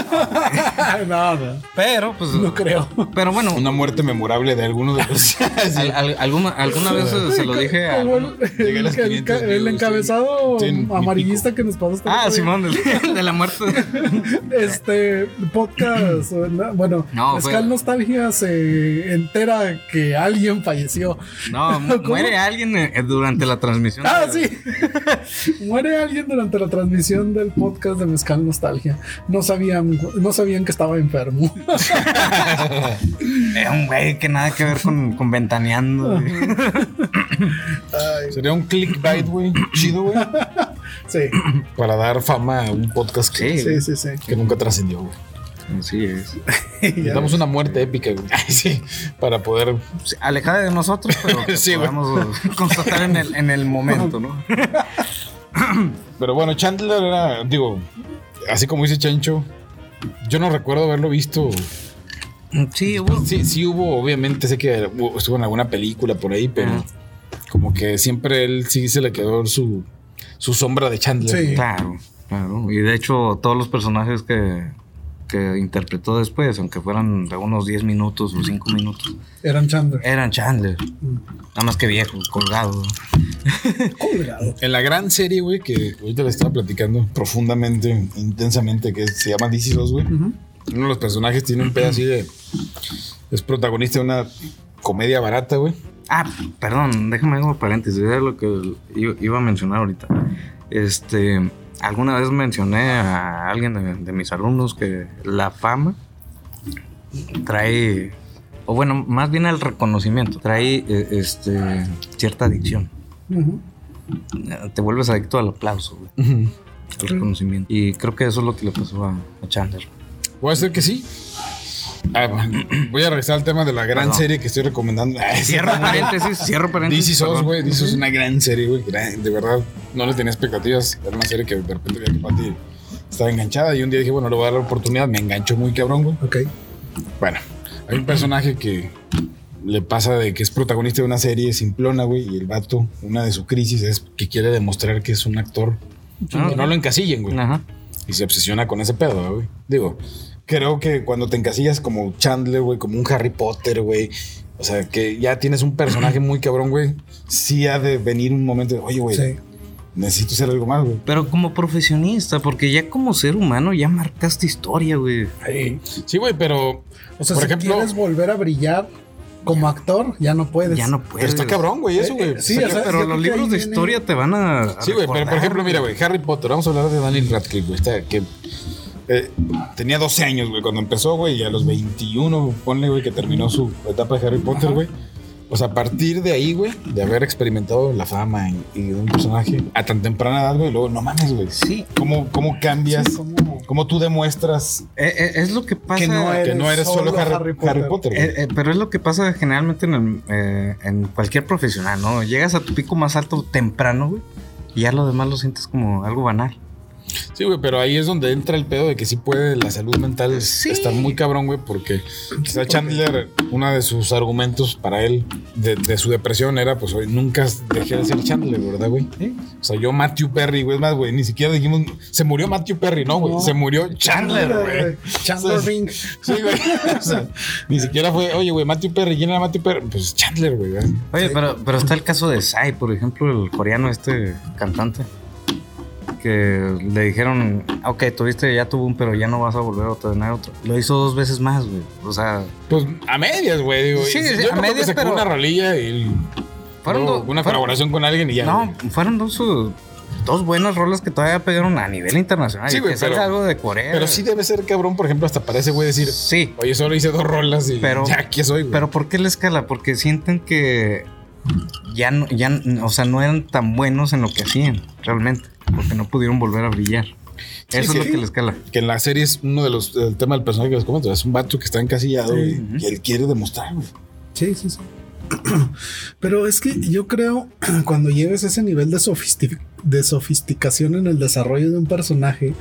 [SPEAKER 3] no, no,
[SPEAKER 2] Pero pues.
[SPEAKER 3] no creo.
[SPEAKER 2] Pero bueno,
[SPEAKER 1] Una muerte memorable de alguno de los.
[SPEAKER 2] al- al- alguna, alguna vez se- se lo dije a.
[SPEAKER 3] Como el,
[SPEAKER 1] Llegué a las
[SPEAKER 3] el-
[SPEAKER 1] 500
[SPEAKER 3] el
[SPEAKER 1] views,
[SPEAKER 3] encabezado
[SPEAKER 1] sí, en mi pico.
[SPEAKER 3] amarillista que nos pasaste.
[SPEAKER 2] Ah,
[SPEAKER 3] el otro día.
[SPEAKER 2] Simón, de, de la muerte.
[SPEAKER 3] Este podcast, o na- bueno,
[SPEAKER 2] No,
[SPEAKER 3] Mezcal
[SPEAKER 2] fue-
[SPEAKER 3] Nostalgia se entera que alguien falleció.
[SPEAKER 2] No, mu- muere alguien eh, durante la transmisión.
[SPEAKER 3] Ah, sí. Muere alguien durante la transmisión del podcast de Mezcal Nostalgia. No sabían, no sabían que estaba enfermo.
[SPEAKER 2] Es Eh, un güey que nada que ver con, con ventaneando. güey.
[SPEAKER 3] Ay,
[SPEAKER 1] Sería un clickbait, güey. Chido, güey.
[SPEAKER 3] sí,
[SPEAKER 1] Para dar fama a un podcast que,
[SPEAKER 2] Sí,
[SPEAKER 3] sí, sí, sí.
[SPEAKER 1] que nunca trascendió, güey.
[SPEAKER 2] Así es.
[SPEAKER 3] Ya
[SPEAKER 1] Necesitamos una muerte épica, güey. Ay, sí. Para poder.
[SPEAKER 2] Sí, Alejada de nosotros, pero que
[SPEAKER 1] Sí, güey.
[SPEAKER 2] podamos constatar en el, en el momento, ¿no?
[SPEAKER 1] Pero bueno, Chandler era. Digo, así como dice Chancho, yo no recuerdo haberlo visto.
[SPEAKER 2] Sí, hubo-
[SPEAKER 1] Sí, sí hubo, obviamente, sé que hubo- estuvo en alguna película por ahí, pero
[SPEAKER 2] Ajá.
[SPEAKER 1] como que siempre él sí se le quedó su, su sombra de Chandler.
[SPEAKER 3] Sí.
[SPEAKER 2] Claro, claro. Y de hecho, todos los personajes que, que interpretó después, aunque fueran de unos 10 minutos o 5 minutos,
[SPEAKER 3] Eran Chandler.
[SPEAKER 1] Eh.
[SPEAKER 2] eran Chandler. Nada más que viejo, colgado.
[SPEAKER 3] Colgado.
[SPEAKER 1] En la gran serie, güey, que ahorita le estaba platicando profundamente, intensamente, que se llama DC 2, güey.
[SPEAKER 3] Ujú.
[SPEAKER 1] Uno de los personajes tiene un pedo así de. Es protagonista de una comedia barata, güey.
[SPEAKER 2] Ah, perdón, déjame hago un paréntesis. Era lo que i- iba a mencionar ahorita. Este, alguna vez mencioné a alguien de, de mis alumnos que la fama trae, o bueno, más bien el reconocimiento, trae eh, este, cierta adicción.
[SPEAKER 3] Ujú.
[SPEAKER 2] Te vuelves adicto al aplauso, güey. el reconocimiento. Y creo que eso es lo que le pasó a, a Chandler.
[SPEAKER 1] Voy a decir que sí. Ah, bueno, voy a regresar al tema de la gran
[SPEAKER 2] Perdón.
[SPEAKER 1] serie que estoy recomendando. Ay, sí.
[SPEAKER 2] Cierro paréntesis, cierro
[SPEAKER 1] DC
[SPEAKER 2] paréntesis.
[SPEAKER 1] SOS,
[SPEAKER 2] perdón.
[SPEAKER 1] güey. DC SOS es una gran serie, güey. Gran- De verdad, no le tenía expectativas. Era una serie que de repente veía que Pati estaba enganchada. Y un día dije, bueno, le voy a dar la oportunidad. Me enganchó muy cabrón, güey.
[SPEAKER 3] Ok.
[SPEAKER 1] Bueno, hay un personaje que le pasa de que es protagonista de una serie simplona, güey. Y el vato, una de sus crisis es que quiere demostrar que es un actor.
[SPEAKER 2] Ah,
[SPEAKER 1] Que no lo encasillen, güey.
[SPEAKER 2] Ajá.
[SPEAKER 1] Y se obsesiona con ese pedo, güey. Digo, creo que cuando te encasillas como Chandler, güey, como un Harry Potter, güey. O sea, que ya tienes un personaje muy cabrón, güey. Sí ha de venir un momento de, oye, güey,
[SPEAKER 3] Sí.
[SPEAKER 1] necesito ser algo más, güey.
[SPEAKER 2] Pero como profesionista, porque ya como ser humano ya marcaste historia, güey.
[SPEAKER 1] Sí, güey, pero,
[SPEAKER 3] O sea,
[SPEAKER 1] por
[SPEAKER 3] si
[SPEAKER 1] ejemplo,
[SPEAKER 3] quieres volver a brillar como actor, ya no puedes.
[SPEAKER 2] Ya no
[SPEAKER 1] pero
[SPEAKER 2] puedes.
[SPEAKER 1] está cabrón, güey, eso, güey.
[SPEAKER 3] Eh, sí,
[SPEAKER 1] Está
[SPEAKER 3] o sea,
[SPEAKER 1] cabrón.
[SPEAKER 2] Pero
[SPEAKER 3] yo creo
[SPEAKER 2] los
[SPEAKER 3] que
[SPEAKER 2] libros
[SPEAKER 3] ahí
[SPEAKER 2] de
[SPEAKER 3] viene-
[SPEAKER 2] historia te van a. a
[SPEAKER 1] Sí, güey, pero Ah, por
[SPEAKER 2] recordar,
[SPEAKER 1] ejemplo, mira, güey, Harry Potter, vamos a hablar de Daniel Radcliffe, güey, está- que eh, tenía 12 años, güey, cuando empezó, güey, y a los 21, ponle, güey, que terminó su etapa de Harry Potter, güey. O sea, a partir de ahí, güey, de haber experimentado la fama y, y de un personaje a tan temprana edad, güey, luego, no mames, güey.
[SPEAKER 2] Sí.
[SPEAKER 1] ¿Cómo, cómo cambias?
[SPEAKER 3] Sí,
[SPEAKER 1] cómo...
[SPEAKER 3] ¿cómo?
[SPEAKER 1] tú demuestras
[SPEAKER 2] Eh, eh, es lo que pasa.
[SPEAKER 3] Que no
[SPEAKER 1] que
[SPEAKER 3] Eres
[SPEAKER 1] no eres solo, Harry, Harry Potter? güey?
[SPEAKER 2] Eh, eh, pero es lo que pasa generalmente en, el- eh, en cualquier profesional, ¿no? Llegas a tu pico más alto temprano, güey, y ya lo demás lo sientes como algo banal.
[SPEAKER 1] Sí, güey, pero ahí es donde entra el pedo de que sí puede la salud mental
[SPEAKER 2] Sí.
[SPEAKER 1] estar muy cabrón, güey, porque quizá Chandler, uno de sus argumentos para él de, de su depresión era, pues, güey, nunca dejé de ser Chandler, ¿verdad, güey?
[SPEAKER 2] Sí.
[SPEAKER 1] O sea, yo Matthew Perry, güey, es más, güey, ni siquiera dijimos, se murió Matthew Perry, no, güey,
[SPEAKER 3] No.
[SPEAKER 1] se murió Chandler, güey.
[SPEAKER 3] Chandler
[SPEAKER 1] O sea,
[SPEAKER 3] Bing.
[SPEAKER 1] Sí, güey, o sea, ni siquiera fue, oye, güey, Matthew Perry, ¿quién era Matthew Perry? Pues Chandler, güey, ¿verdad?
[SPEAKER 2] Oye, pero, pero está el caso de Psy, por ejemplo, el coreano, este cantante, que le dijeron, ok, tuviste ya tu boom, pero ya no vas a volver a tener otro. Lo hizo dos veces más, güey. O sea,
[SPEAKER 1] Pues a medias, güey, digo.
[SPEAKER 2] Sí,
[SPEAKER 1] y- yo
[SPEAKER 2] sí, a
[SPEAKER 1] creo que
[SPEAKER 2] medias,
[SPEAKER 1] sacó
[SPEAKER 2] pero-
[SPEAKER 1] una rolilla y
[SPEAKER 2] fueron
[SPEAKER 1] luego
[SPEAKER 2] dos-
[SPEAKER 1] una
[SPEAKER 2] fueron-
[SPEAKER 1] colaboración con alguien y ya.
[SPEAKER 2] No,
[SPEAKER 1] güey.
[SPEAKER 2] fueron dos o dos buenas rolas que todavía pegaron a nivel internacional.
[SPEAKER 1] Sí,
[SPEAKER 2] y
[SPEAKER 1] güey,
[SPEAKER 2] que salga
[SPEAKER 1] pero-
[SPEAKER 2] algo de Corea.
[SPEAKER 1] Pero sí debe ser cabrón, por ejemplo, hasta parece, güey, decir,
[SPEAKER 2] Sí,
[SPEAKER 1] oye, solo hice dos rolas y
[SPEAKER 2] Pero-
[SPEAKER 1] ya aquí soy, güey.
[SPEAKER 2] pero ¿por qué la escala? Porque sienten que ya no, ya, n- o sea, no eran tan buenos en lo que hacían, realmente. Porque no pudieron volver a brillar.
[SPEAKER 1] Sí,
[SPEAKER 2] Eso
[SPEAKER 1] que-
[SPEAKER 2] es lo que la escala.
[SPEAKER 1] Que en la serie es uno de los, el tema del personaje que les comento, es un vato que está encasillado
[SPEAKER 3] Sí.
[SPEAKER 1] y- y él quiere demostrar, güey.
[SPEAKER 3] Sí, sí, sí. Pero es que yo creo cuando llegues a ese nivel de, sofisti- de sofisticación en el desarrollo de un personaje,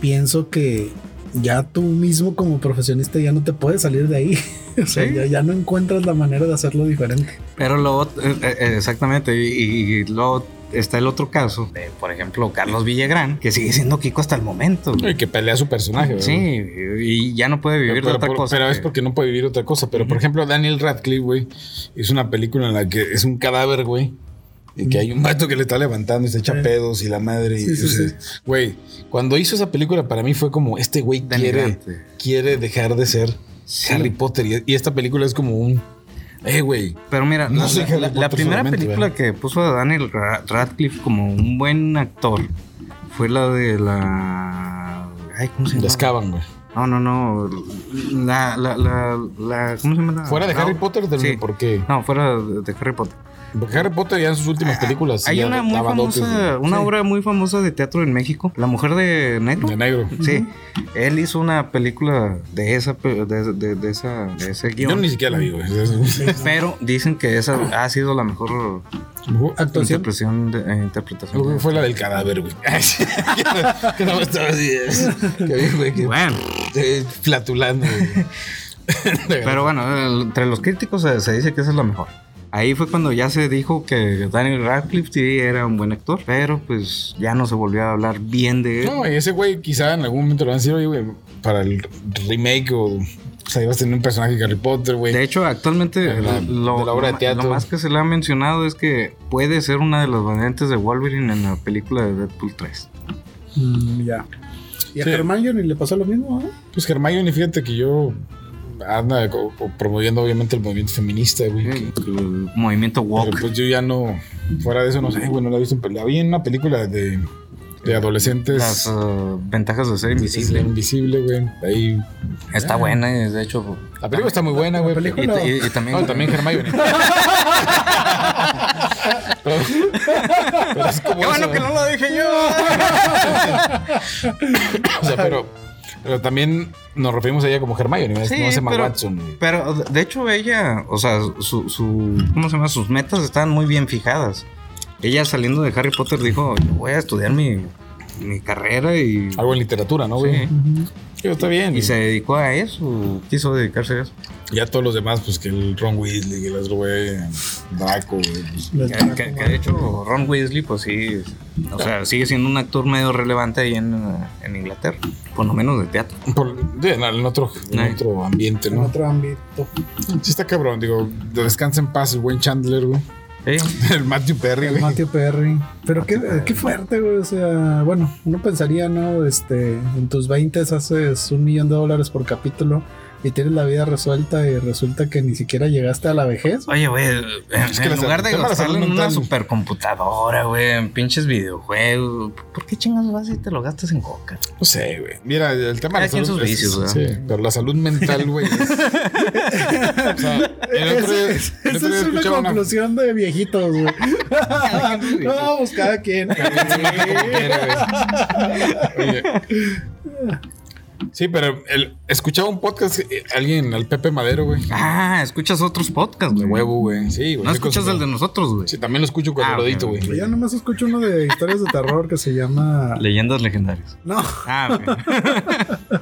[SPEAKER 3] pienso que ya tú mismo como profesionista ya no te puedes salir de ahí. O sea,
[SPEAKER 2] Sí.
[SPEAKER 3] ya, ya no encuentras la manera de hacerlo diferente.
[SPEAKER 2] Pero lo ot- eh, eh, exactamente, y, y- y luego está el otro caso, de, por ejemplo, Carlos Villagrán, que sigue siendo Kiko hasta el momento. güey.
[SPEAKER 1] Y que pelea a su personaje, güey.
[SPEAKER 2] Sí, y ya no puede vivir
[SPEAKER 1] pero,
[SPEAKER 2] de otra
[SPEAKER 1] por-
[SPEAKER 2] cosa.
[SPEAKER 1] pero
[SPEAKER 2] que-
[SPEAKER 1] es porque no puede vivir otra cosa. Pero, por ejemplo, Daniel Radcliffe, güey, hizo una película en la que es un cadáver, güey. Y que hay un vato que le está levantando y se echa
[SPEAKER 3] Sí.
[SPEAKER 1] pedos y la madre. y-
[SPEAKER 3] Sí, sí,
[SPEAKER 1] o sea,
[SPEAKER 3] sí.
[SPEAKER 1] Güey, cuando hizo esa película, para mí fue como: este güey quiere,
[SPEAKER 2] Denigrante.
[SPEAKER 1] quiere dejar de ser
[SPEAKER 2] Sí.
[SPEAKER 1] Harry Potter. Y, y esta película es como un. Eh, güey.
[SPEAKER 2] Pero mira,
[SPEAKER 1] No
[SPEAKER 2] la-
[SPEAKER 1] soy
[SPEAKER 2] la-
[SPEAKER 1] Harry
[SPEAKER 2] la,
[SPEAKER 1] Potter
[SPEAKER 2] primera
[SPEAKER 1] solamente,
[SPEAKER 2] película
[SPEAKER 1] ¿verdad?
[SPEAKER 2] que puso a Daniel Ra- Radcliffe como un buen actor fue la de la. Ay, ¿cómo se
[SPEAKER 1] La
[SPEAKER 2] llama?
[SPEAKER 1] excavan, güey.
[SPEAKER 2] No, no, no. La, la, la, la- ¿Cómo se llama? la-
[SPEAKER 1] Fuera de
[SPEAKER 2] Ah, no,
[SPEAKER 1] Harry Potter, del-
[SPEAKER 2] sí.
[SPEAKER 1] porque,
[SPEAKER 2] No, fuera de de Harry Potter.
[SPEAKER 1] porque Harry Potter ya en sus últimas películas. Pues sí,
[SPEAKER 2] Ah, Hay
[SPEAKER 1] ya
[SPEAKER 2] una muy
[SPEAKER 1] daba dotes
[SPEAKER 2] famosa, una obra muy famosa de teatro en México, La Mujer de Negro.
[SPEAKER 1] de, de negro.
[SPEAKER 2] Sí, él hizo una película de esa, pe- de, de- de esa, de ese
[SPEAKER 1] Yo
[SPEAKER 2] guión.
[SPEAKER 1] ni siquiera la vi, güey. Es- es-
[SPEAKER 2] Pero dicen que esa ha sido la mejor
[SPEAKER 3] Actuación.
[SPEAKER 2] interpretación de, eh,
[SPEAKER 1] Pues
[SPEAKER 2] interpretación.
[SPEAKER 1] Creo que
[SPEAKER 2] de-
[SPEAKER 1] fue la del cadáver, güey. que no- que no estaba así. eh. Que vi, güey, que
[SPEAKER 2] Bueno,
[SPEAKER 1] eh, flatulando. güey.
[SPEAKER 2] pero bueno, entre los críticos se, se dice que esa es la mejor. Ahí fue cuando ya se dijo que Daniel Radcliffe sí era un buen actor, pero pues ya no se volvió a hablar bien de él.
[SPEAKER 1] No, y ese güey quizá en algún momento lo van a decir, oye, güey, para el remake o... O sea, ibas a tener un personaje de Harry Potter, güey.
[SPEAKER 2] De hecho, actualmente
[SPEAKER 1] De la-
[SPEAKER 2] lo,
[SPEAKER 1] de la obra de
[SPEAKER 2] lo-
[SPEAKER 1] teatro.
[SPEAKER 2] lo más que se le ha mencionado es que puede ser una de las variantes de Wolverine en la película de Deadpool 3.
[SPEAKER 3] Mm, ya. Y a
[SPEAKER 1] Sí.
[SPEAKER 3] Hermione le pasó lo mismo. ¿eh?
[SPEAKER 1] Pues Hermione, fíjate que yo... Anda co- co- promoviendo obviamente el movimiento feminista, güey.
[SPEAKER 2] Mm.
[SPEAKER 1] que-
[SPEAKER 2] El movimiento
[SPEAKER 1] Pero
[SPEAKER 2] woke.
[SPEAKER 1] pues yo ya no... Fuera de eso, no sé, güey, no la he visto en pelea. Vi en una película de, de adolescentes...
[SPEAKER 2] Las uh, ventajas de ser
[SPEAKER 1] invisible. Ah.
[SPEAKER 2] invisible.
[SPEAKER 1] Invisible, güey. Ahí...
[SPEAKER 2] Está buena, y de hecho.
[SPEAKER 1] La película está muy buena, güey.
[SPEAKER 2] Y,
[SPEAKER 1] pero-
[SPEAKER 2] y- y también.
[SPEAKER 1] No, también Hermione. pero, pero es como
[SPEAKER 2] ¡Qué bueno
[SPEAKER 1] eso,
[SPEAKER 2] que
[SPEAKER 1] ¿no?
[SPEAKER 2] no lo dije yo!
[SPEAKER 1] O sea, pero, pero también nos referimos a ella como Hermione, no
[SPEAKER 2] Sí,
[SPEAKER 1] no es Emma
[SPEAKER 2] pero-
[SPEAKER 1] Watson. güey.
[SPEAKER 2] Pero de hecho ella, o sea, su, su- ¿cómo se llama? Sus metas estaban muy bien fijadas. Ella saliendo de Harry Potter dijo, "Yo voy a estudiar mi, mi carrera y,
[SPEAKER 1] Algo en literatura, ¿no, güey?
[SPEAKER 2] Sí.
[SPEAKER 1] Pero Está bien.
[SPEAKER 2] y se dedicó a eso, quiso dedicarse a eso.
[SPEAKER 1] Ya todos los demás, pues que el Ron Weasley, que el otro güey, Draco, güey, pues,
[SPEAKER 3] Les
[SPEAKER 2] Que,
[SPEAKER 3] trajo
[SPEAKER 2] que- que de hecho Ron Weasley, pues sí, o sea, sigue siendo un actor medio relevante ahí en, en Inglaterra, por lo menos de teatro.
[SPEAKER 1] por- de- en, otro, en
[SPEAKER 2] Ay.
[SPEAKER 1] otro ambiente,
[SPEAKER 3] en
[SPEAKER 1] ¿no?
[SPEAKER 3] otro ámbito.
[SPEAKER 1] Sí está cabrón, digo, descansa en paz el buen Chandler, güey.
[SPEAKER 2] Sí.
[SPEAKER 1] El Matthew Perry,
[SPEAKER 3] El
[SPEAKER 1] güey.
[SPEAKER 3] Matthew Perry. Pero qué, qué fuerte, güey. O sea, bueno, uno pensaría, ¿no? Este, en tus 20 haces un millón de dólares por capítulo y tienes la vida resuelta y resulta que ni siquiera llegaste a la vejez.
[SPEAKER 2] Oye, güey, en,
[SPEAKER 1] Es que
[SPEAKER 2] en
[SPEAKER 1] la-
[SPEAKER 2] lugar de
[SPEAKER 1] el tema de la
[SPEAKER 2] gastarlo
[SPEAKER 1] salud
[SPEAKER 2] en una
[SPEAKER 1] mental-
[SPEAKER 2] supercomputadora, güey, en pinches videojuegos, ¿por qué chingas vas y te lo gastas en coca?
[SPEAKER 1] No sé, güey. Mira, el tema
[SPEAKER 2] Cada quien sus
[SPEAKER 1] es-
[SPEAKER 2] vicios, ¿verdad?
[SPEAKER 1] sí, pero la salud mental, güey. es- o sea, el otro día- el
[SPEAKER 3] Esa
[SPEAKER 1] otro día
[SPEAKER 3] es una
[SPEAKER 1] escuchaba una-
[SPEAKER 3] conclusión de viejitos, güey. no, pues cada quien.
[SPEAKER 1] Oye. Sí, pero el- escuchaba un podcast, eh, alguien, al Pepe Madero, güey.
[SPEAKER 2] Ah, escuchas otros podcasts,
[SPEAKER 1] De
[SPEAKER 2] güey.
[SPEAKER 1] huevo, güey. Sí, güey.
[SPEAKER 2] No
[SPEAKER 1] sí,
[SPEAKER 2] escuchas
[SPEAKER 1] con-
[SPEAKER 2] el de nosotros, güey.
[SPEAKER 1] Sí, también lo escucho cuando
[SPEAKER 2] Ah,
[SPEAKER 1] lo
[SPEAKER 2] ok,
[SPEAKER 1] edito,
[SPEAKER 2] ok.
[SPEAKER 1] güey.
[SPEAKER 3] Yo nomás escucho uno de historias de terror que se llama.
[SPEAKER 2] Leyendas legendarias.
[SPEAKER 3] No,
[SPEAKER 2] Ah, ok.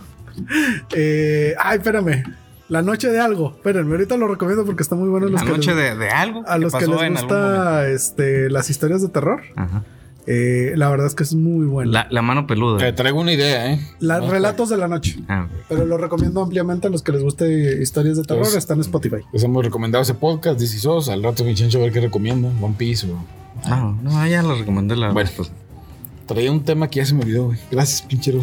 [SPEAKER 3] eh, ay, espérame. La noche de algo. Espérenme, ahorita lo recomiendo porque está muy bueno. los
[SPEAKER 2] La
[SPEAKER 3] que les-
[SPEAKER 2] noche de, de algo.
[SPEAKER 3] A los que
[SPEAKER 2] pasó
[SPEAKER 3] les
[SPEAKER 2] en algún momento.
[SPEAKER 3] gusta este, las historias de terror,
[SPEAKER 2] Ajá.
[SPEAKER 3] eh, la verdad es que es muy bueno.
[SPEAKER 2] La, la mano
[SPEAKER 1] Te
[SPEAKER 2] peluda.
[SPEAKER 1] traigo una idea, ¿eh?
[SPEAKER 3] La-
[SPEAKER 1] No,
[SPEAKER 3] relatos de la noche.
[SPEAKER 2] Ah, ok.
[SPEAKER 3] Pero lo recomiendo ampliamente a los que les guste historias de terror.
[SPEAKER 1] Pues-
[SPEAKER 3] está en Spotify.
[SPEAKER 1] Les hemos recomendado ese podcast, DC SOS. Al rato, mi chancho, a ver qué recomienda. One Piece o
[SPEAKER 2] Ah, No, no, ya lo recomendé la.
[SPEAKER 1] Bueno.
[SPEAKER 2] pues,
[SPEAKER 1] Traía un tema que ya se me olvidó, güey. Gracias, pinchero.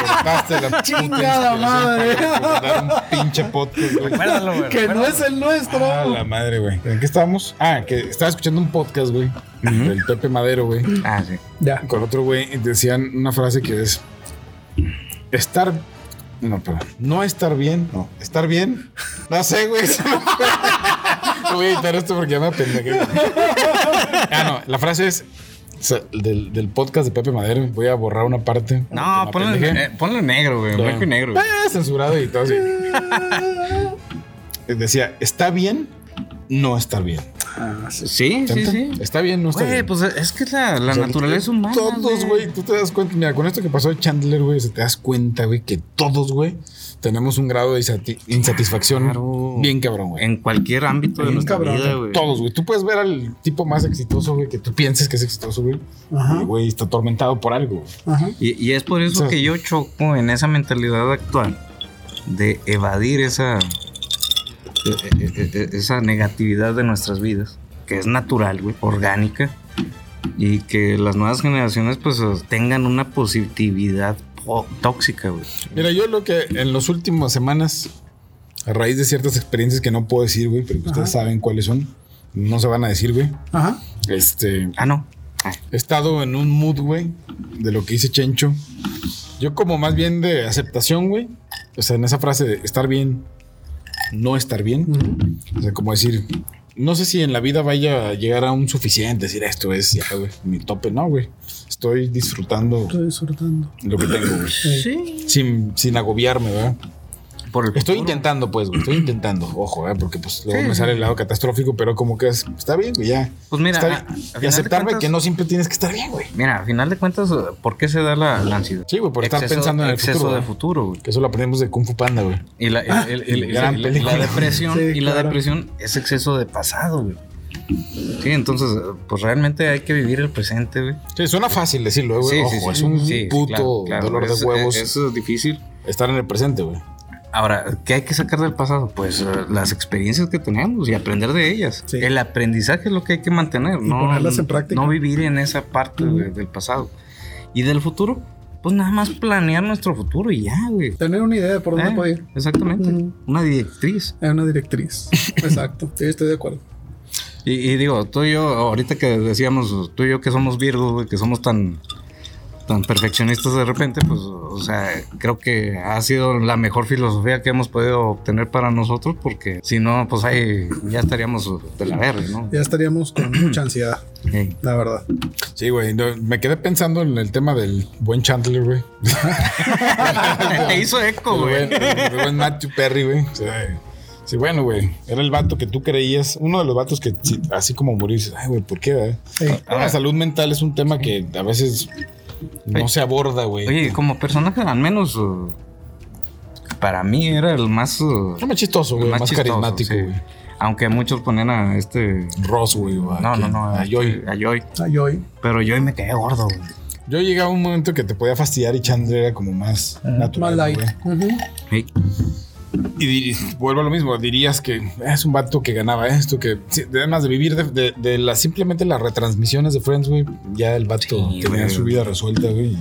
[SPEAKER 1] cortaste la puta
[SPEAKER 3] Chingada
[SPEAKER 1] inspiración
[SPEAKER 3] madre.
[SPEAKER 1] para recordar un pinche podcast, güey.
[SPEAKER 2] Recuérdalo, güey.
[SPEAKER 3] que no
[SPEAKER 2] recuérdalo.
[SPEAKER 3] es el nuestro.
[SPEAKER 1] Ah, la madre, güey. ¿En qué estábamos? Ah, que estaba escuchando un podcast, güey. Del Pepe Madero, güey.
[SPEAKER 2] Ah, sí.
[SPEAKER 3] Ya.
[SPEAKER 1] Con otro güey decían una frase que es estar no, perdón. No estar bien. No. ¿Estar bien? No sé, güey. se me fue. No voy a editar esto porque ya me apendejé. Ah, no. La frase es o sea, del, del podcast de Pepe Madero. Voy a borrar una parte. porque
[SPEAKER 2] No,
[SPEAKER 1] me
[SPEAKER 2] ponlo, en-
[SPEAKER 1] apendejé.
[SPEAKER 2] eh, ponlo en negro, güey. en
[SPEAKER 1] Sí.
[SPEAKER 2] Blanco y negro. güey.
[SPEAKER 1] Ah, censurado y todo así. Decía, ¿está bien? No estar bien.
[SPEAKER 3] Ah, sí.
[SPEAKER 2] Sí, sí, sí.
[SPEAKER 1] ¿Está bien? No está
[SPEAKER 2] Güey,
[SPEAKER 1] bien.
[SPEAKER 2] pues es que es la, la
[SPEAKER 1] O sea,
[SPEAKER 2] naturaleza humana.
[SPEAKER 1] Todos, güey, tú te das cuenta. Mira, con esto que pasó de Chandler, güey, se te das cuenta, güey, que todos, güey, tenemos un grado de insati- insatisfacción
[SPEAKER 2] Claro.
[SPEAKER 1] bien cabrón, güey.
[SPEAKER 2] En cualquier ámbito de
[SPEAKER 3] Bien
[SPEAKER 2] nuestra
[SPEAKER 3] cabrón,
[SPEAKER 2] vida, güey.
[SPEAKER 1] Todos, güey. Tú puedes ver al tipo más exitoso, güey, que tú pienses que es exitoso, güey.
[SPEAKER 3] Ajá.
[SPEAKER 1] Y, Güey, está atormentado por algo. güey.
[SPEAKER 3] Ajá.
[SPEAKER 2] Y, y es por eso
[SPEAKER 1] Sí.
[SPEAKER 2] que yo choco en esa mentalidad actual de evadir esa, e- e- e- e- esa negatividad de nuestras vidas, que es natural, güey, orgánica, y que las nuevas generaciones pues tengan una positividad po- tóxica, güey.
[SPEAKER 1] Mira, yo lo que en las últimas semanas, a raíz de ciertas experiencias que no puedo decir, güey, pero que ustedes
[SPEAKER 3] Ajá.
[SPEAKER 1] saben cuáles son, no se van a decir, güey.
[SPEAKER 3] Ajá.
[SPEAKER 1] Este,
[SPEAKER 2] Ah, no. Ah,
[SPEAKER 1] he estado en un mood, güey, de lo que dice Chencho. Yo como más bien de aceptación, güey. O sea, en esa frase de estar bien, no estar bien.
[SPEAKER 3] Ujú.
[SPEAKER 1] O sea, como decir, no sé si en la vida vaya a llegar a un suficiente, decir "Ah, esto es ya, güey, mi tope, no, güey. Estoy disfrutando
[SPEAKER 3] Estoy disfrutando.
[SPEAKER 1] lo que tengo, güey.
[SPEAKER 2] sí.
[SPEAKER 1] Sin, sin agobiarme, ¿verdad?
[SPEAKER 2] Por el
[SPEAKER 1] Estoy
[SPEAKER 2] futuro.
[SPEAKER 1] intentando, pues, güey. Estoy intentando. Ojo, ¿verdad? Porque pues luego
[SPEAKER 2] Sí,
[SPEAKER 1] me
[SPEAKER 2] sí.
[SPEAKER 1] sale el lado catastrófico, pero como que es- está bien, güey, ya.
[SPEAKER 2] Pues mira,
[SPEAKER 1] Está
[SPEAKER 2] a- a
[SPEAKER 1] bien.
[SPEAKER 2] final
[SPEAKER 1] y
[SPEAKER 2] de
[SPEAKER 1] aceptarme
[SPEAKER 2] cuentas-
[SPEAKER 1] que no siempre tienes que estar bien, güey.
[SPEAKER 2] Mira, a final de cuentas, ¿por qué se da la, la ansiedad?
[SPEAKER 1] Sí, güey, por estar
[SPEAKER 2] Exceso-
[SPEAKER 1] pensando en el
[SPEAKER 2] exceso
[SPEAKER 1] futuro, ¿eh?
[SPEAKER 2] de
[SPEAKER 1] güey.
[SPEAKER 2] futuro, güey.
[SPEAKER 1] Que eso lo aprendimos de Kung Fu Panda, güey.
[SPEAKER 2] Y la, el- el- el-
[SPEAKER 1] gran
[SPEAKER 2] el- la
[SPEAKER 1] película.
[SPEAKER 2] depresión
[SPEAKER 3] Ah, Sí,
[SPEAKER 2] y la
[SPEAKER 3] claro.
[SPEAKER 2] depresión es exceso de pasado, güey. Sí, entonces, pues realmente hay que vivir el presente, güey.
[SPEAKER 1] Sí, suena fácil decirlo, güey.
[SPEAKER 2] Sí,
[SPEAKER 1] Ojo,
[SPEAKER 2] sí, sí,
[SPEAKER 1] es un
[SPEAKER 2] sí, sí,
[SPEAKER 1] puto
[SPEAKER 2] claro, claro.
[SPEAKER 1] dolor
[SPEAKER 2] Es-
[SPEAKER 1] de huevos
[SPEAKER 2] eh, Eso es difícil.
[SPEAKER 1] estar en el presente, güey.
[SPEAKER 2] Ahora, ¿qué hay que sacar del pasado? Pues eh, las experiencias que tenemos y aprender de ellas.
[SPEAKER 3] Sí.
[SPEAKER 2] El aprendizaje es lo que hay que mantener,
[SPEAKER 3] Y
[SPEAKER 2] no,
[SPEAKER 3] ponerlas en práctica.
[SPEAKER 2] no vivir en esa parte
[SPEAKER 3] Ujú.
[SPEAKER 2] güey, del pasado. Y del futuro, pues nada más planear nuestro futuro y ya, güey.
[SPEAKER 3] Tener una idea de por dónde
[SPEAKER 2] Eh,
[SPEAKER 3] Pues, puedo ir.
[SPEAKER 2] Exactamente.
[SPEAKER 3] Ujú.
[SPEAKER 2] Una directriz.
[SPEAKER 3] Es una directriz. Exacto. Sí, estoy de acuerdo.
[SPEAKER 2] Y, y digo, tú y yo, ahorita que decíamos, tú y yo que somos virgos, güey, que somos tan, tan perfeccionistas de repente, pues, o sea, creo que ha sido la mejor filosofía que hemos podido obtener para nosotros, porque si no, pues ahí ya estaríamos de la verga, ¿no?
[SPEAKER 3] Ya estaríamos con mucha ansiedad,
[SPEAKER 2] Ey.
[SPEAKER 3] la verdad.
[SPEAKER 1] Sí, güey. no, me quedé pensando en el tema del buen Chandler, güey.
[SPEAKER 2] Te hizo eco,
[SPEAKER 1] El
[SPEAKER 2] güey.
[SPEAKER 1] buen, el buen Matthew Perry, güey. O sea, sí, bueno, güey. Era el vato que tú creías. Uno de los vatos que sí, así como murió, dices, ay, güey, ¿por qué? eh?"
[SPEAKER 3] Ey,
[SPEAKER 1] Ahora, la salud mental es un tema que a veces no se aborda, güey.
[SPEAKER 2] Oye, como personaje, al menos uh, para mí era el más. uh,
[SPEAKER 1] No más chistoso, güey. Más,
[SPEAKER 2] chistoso,
[SPEAKER 1] carismático,
[SPEAKER 2] sí.
[SPEAKER 1] güey.
[SPEAKER 2] Aunque muchos ponían a este.
[SPEAKER 1] Ross, güey. o a
[SPEAKER 2] No, no,
[SPEAKER 1] quién,
[SPEAKER 2] no.
[SPEAKER 1] A Joy.
[SPEAKER 2] A Joy.
[SPEAKER 3] ay, hoy.
[SPEAKER 2] Pero Joy me caía gordo, güey.
[SPEAKER 1] Yo llegaba a un momento que te podía fastidiar y Chandler era como más
[SPEAKER 3] Más
[SPEAKER 1] natural.
[SPEAKER 3] light.
[SPEAKER 1] güey.
[SPEAKER 3] Ujú.
[SPEAKER 2] Ey.
[SPEAKER 1] Y diri- vuelvo a lo mismo, dirías que es un vato que ganaba esto, que sí, además de vivir de, de- de la- simplemente las retransmisiones de Friends, güey, ya el vato
[SPEAKER 2] Sí,
[SPEAKER 1] tenía
[SPEAKER 2] güey.
[SPEAKER 1] su vida resuelta, güey.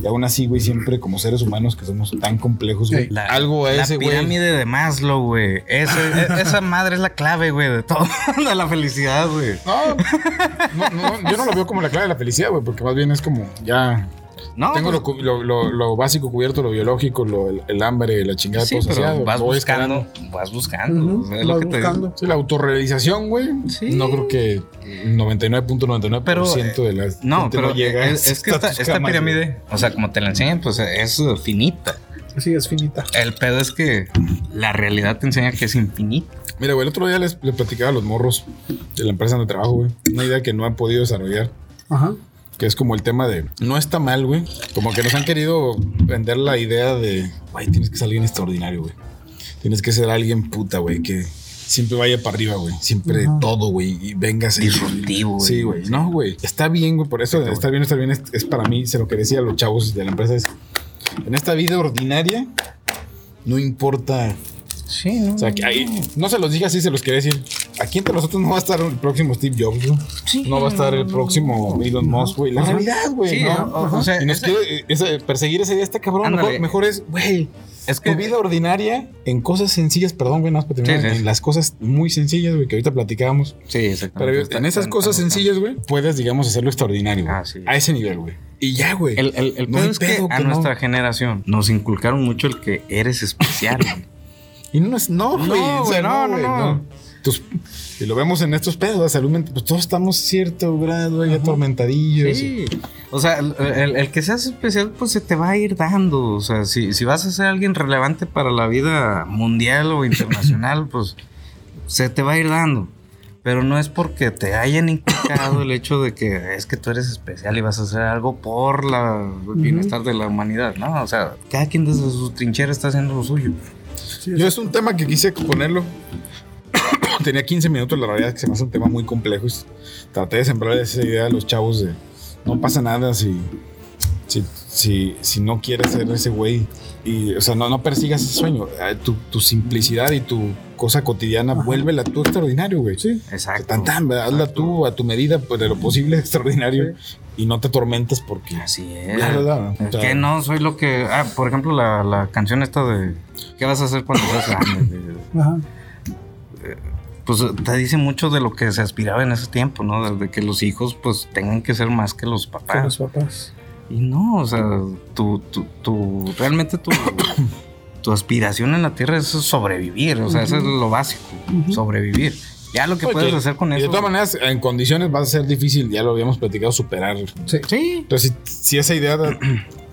[SPEAKER 1] Y aún así, güey, siempre como seres humanos que somos tan complejos, güey.
[SPEAKER 3] Sí.
[SPEAKER 2] La-
[SPEAKER 1] Algo a
[SPEAKER 2] la
[SPEAKER 1] ese, güey.
[SPEAKER 2] pirámide de Maslow, güey. Ese- e- esa madre es la clave, güey, de todo, de la felicidad, güey.
[SPEAKER 1] No, no, no, yo no lo veo como la clave de la felicidad, güey, porque más bien es como ya
[SPEAKER 2] No,
[SPEAKER 1] tengo
[SPEAKER 2] pues,
[SPEAKER 1] lo, cu- lo, lo- lo básico cubierto, lo biológico, lo- el, el hambre, la chingada,
[SPEAKER 2] sí,
[SPEAKER 1] todo
[SPEAKER 2] pero
[SPEAKER 1] saciado.
[SPEAKER 2] vas
[SPEAKER 1] Voy
[SPEAKER 2] buscando,
[SPEAKER 1] escalando.
[SPEAKER 2] vas buscando,
[SPEAKER 3] Ujú.
[SPEAKER 2] o sea, es lo
[SPEAKER 3] Vas
[SPEAKER 2] que te digo.
[SPEAKER 3] buscando.
[SPEAKER 1] Sí, la autorrealización, güey.
[SPEAKER 2] Sí.
[SPEAKER 1] No creo que 99.99%
[SPEAKER 2] Pero, eh,
[SPEAKER 1] de las
[SPEAKER 2] No, pero
[SPEAKER 1] llega
[SPEAKER 2] es, es que
[SPEAKER 1] hasta
[SPEAKER 2] esta,
[SPEAKER 1] tus
[SPEAKER 2] esta
[SPEAKER 1] camas, güey.
[SPEAKER 2] pirámide, o sea, como te la enseñan, pues es uh, finita.
[SPEAKER 3] Sí, es finita.
[SPEAKER 2] El pedo es que la realidad te enseña que es infinita.
[SPEAKER 1] Mira, güey, el otro día les, les platicaba a los morros de la empresa donde trabajo, güey. Una idea que no han podido desarrollar.
[SPEAKER 3] Ajá.
[SPEAKER 1] Que es como el tema de no está mal, güey. Como que nos han querido vender la idea de, güey, tienes que ser alguien extraordinario, güey. Tienes que ser alguien puta, güey, que siempre vaya para arriba, güey. Siempre
[SPEAKER 3] Ajá.
[SPEAKER 1] todo, güey. Y vengas
[SPEAKER 2] Disruptivo, güey.
[SPEAKER 1] Sí, güey. No, güey. Está bien, güey. Por eso de estar bien, estar bien es, es para mí, se lo que decía a los chavos de la empresa es, en esta vida ordinaria, no importa.
[SPEAKER 2] Sí, ¿no?
[SPEAKER 1] O sea, que ahí, no se los dije así, se los quería decir. Aquí entre nosotros no va a estar el próximo Steve Jobs, ¿no? no va a estar el próximo Elon Musk, güey. La
[SPEAKER 2] Ajá.
[SPEAKER 1] realidad, güey.
[SPEAKER 2] Sí,
[SPEAKER 1] ¿no?
[SPEAKER 2] o- o- o sea,
[SPEAKER 1] y nos
[SPEAKER 2] ese-
[SPEAKER 1] quiere, eh, ese- perseguir ese día está cabrón. Mejor,
[SPEAKER 2] Ándale.
[SPEAKER 1] mejor es, güey.
[SPEAKER 2] Es
[SPEAKER 1] Tu vida ordinaria en cosas sencillas, perdón, güey, nada más para terminar,
[SPEAKER 2] Sí, sí, sí.
[SPEAKER 1] en las cosas muy sencillas, güey, que ahorita platicábamos.
[SPEAKER 2] Sí,
[SPEAKER 1] Ah, Pero
[SPEAKER 2] exactamente.
[SPEAKER 1] en esas cosas sencillas, güey, puedes, digamos, hacerlo extraordinario. güey.
[SPEAKER 2] Ah, sí.
[SPEAKER 1] A ese nivel, güey. Y ya, güey.
[SPEAKER 2] El, el, el
[SPEAKER 1] No
[SPEAKER 2] pedo
[SPEAKER 1] hay
[SPEAKER 2] es que
[SPEAKER 1] pedo
[SPEAKER 2] a
[SPEAKER 1] que no.
[SPEAKER 2] nuestra generación nos inculcaron mucho el que eres especial. güey.
[SPEAKER 1] Y no es, no, güey.
[SPEAKER 2] No,
[SPEAKER 1] o sea,
[SPEAKER 2] güey, no,
[SPEAKER 1] güey,
[SPEAKER 2] no, no.
[SPEAKER 1] Tus- y lo vemos en estos pedos de salud mental. Pues todos estamos cierto grado ahí atormentadillos.
[SPEAKER 2] O sea, el, el- el que seas especial, pues se te va a ir dando. O sea, si, si vas a ser alguien relevante para la vida mundial o internacional, pues se te va a ir dando. Pero no es porque te hayan inculcado el hecho de que es que tú eres especial y vas a hacer algo por la- el bienestar de la humanidad, ¿no? O sea, cada quien desde su trinchera está haciendo lo suyo.
[SPEAKER 3] Sí,
[SPEAKER 1] Yo es un tema que quise exponerlo. Tenía 15 minutos, la realidad es que se me hace un tema muy complejo. y Traté de sembrar esa idea a los chavos de no pasa nada si, si, si, si no quieres ser ese güey. Y, o sea, no, no persigas ese sueño. Eh, Tu, tu simplicidad y tu cosa cotidiana,
[SPEAKER 3] Ajá.
[SPEAKER 1] vuélvela tú extraordinario, güey.
[SPEAKER 3] Sí.
[SPEAKER 1] O sea,
[SPEAKER 2] Exacto.
[SPEAKER 1] tan, tan, hazla
[SPEAKER 2] Exacto.
[SPEAKER 1] tú a tu medida, pues, de lo posible, extraordinario. Y no te atormentes porque.
[SPEAKER 2] Así es.
[SPEAKER 1] La verdad, o
[SPEAKER 2] Es
[SPEAKER 1] sea,
[SPEAKER 2] que no soy lo que. Ah, por ejemplo, la, la canción esta de. ¿Qué vas a hacer cuando seas grande? De-
[SPEAKER 3] Ajá.
[SPEAKER 2] Pues te dice mucho de lo que se aspiraba en ese tiempo, ¿no? De, de que los hijos, pues, tengan que ser más que los
[SPEAKER 3] Con
[SPEAKER 2] papás.
[SPEAKER 3] los papás.
[SPEAKER 2] Y no, o sea, tu. tu, tu- realmente tu. tu aspiración en la tierra es sobrevivir. O sea, eso es lo básico.
[SPEAKER 3] Ujú.
[SPEAKER 2] Sobrevivir. Ya lo que
[SPEAKER 1] Oye,
[SPEAKER 2] puedes hacer con
[SPEAKER 1] y de
[SPEAKER 2] eso.
[SPEAKER 1] todas maneras, en condiciones va a ser difícil, ya lo habíamos platicado, superar.
[SPEAKER 3] Sí.
[SPEAKER 2] Sí.
[SPEAKER 1] Entonces, si, si esa idea la,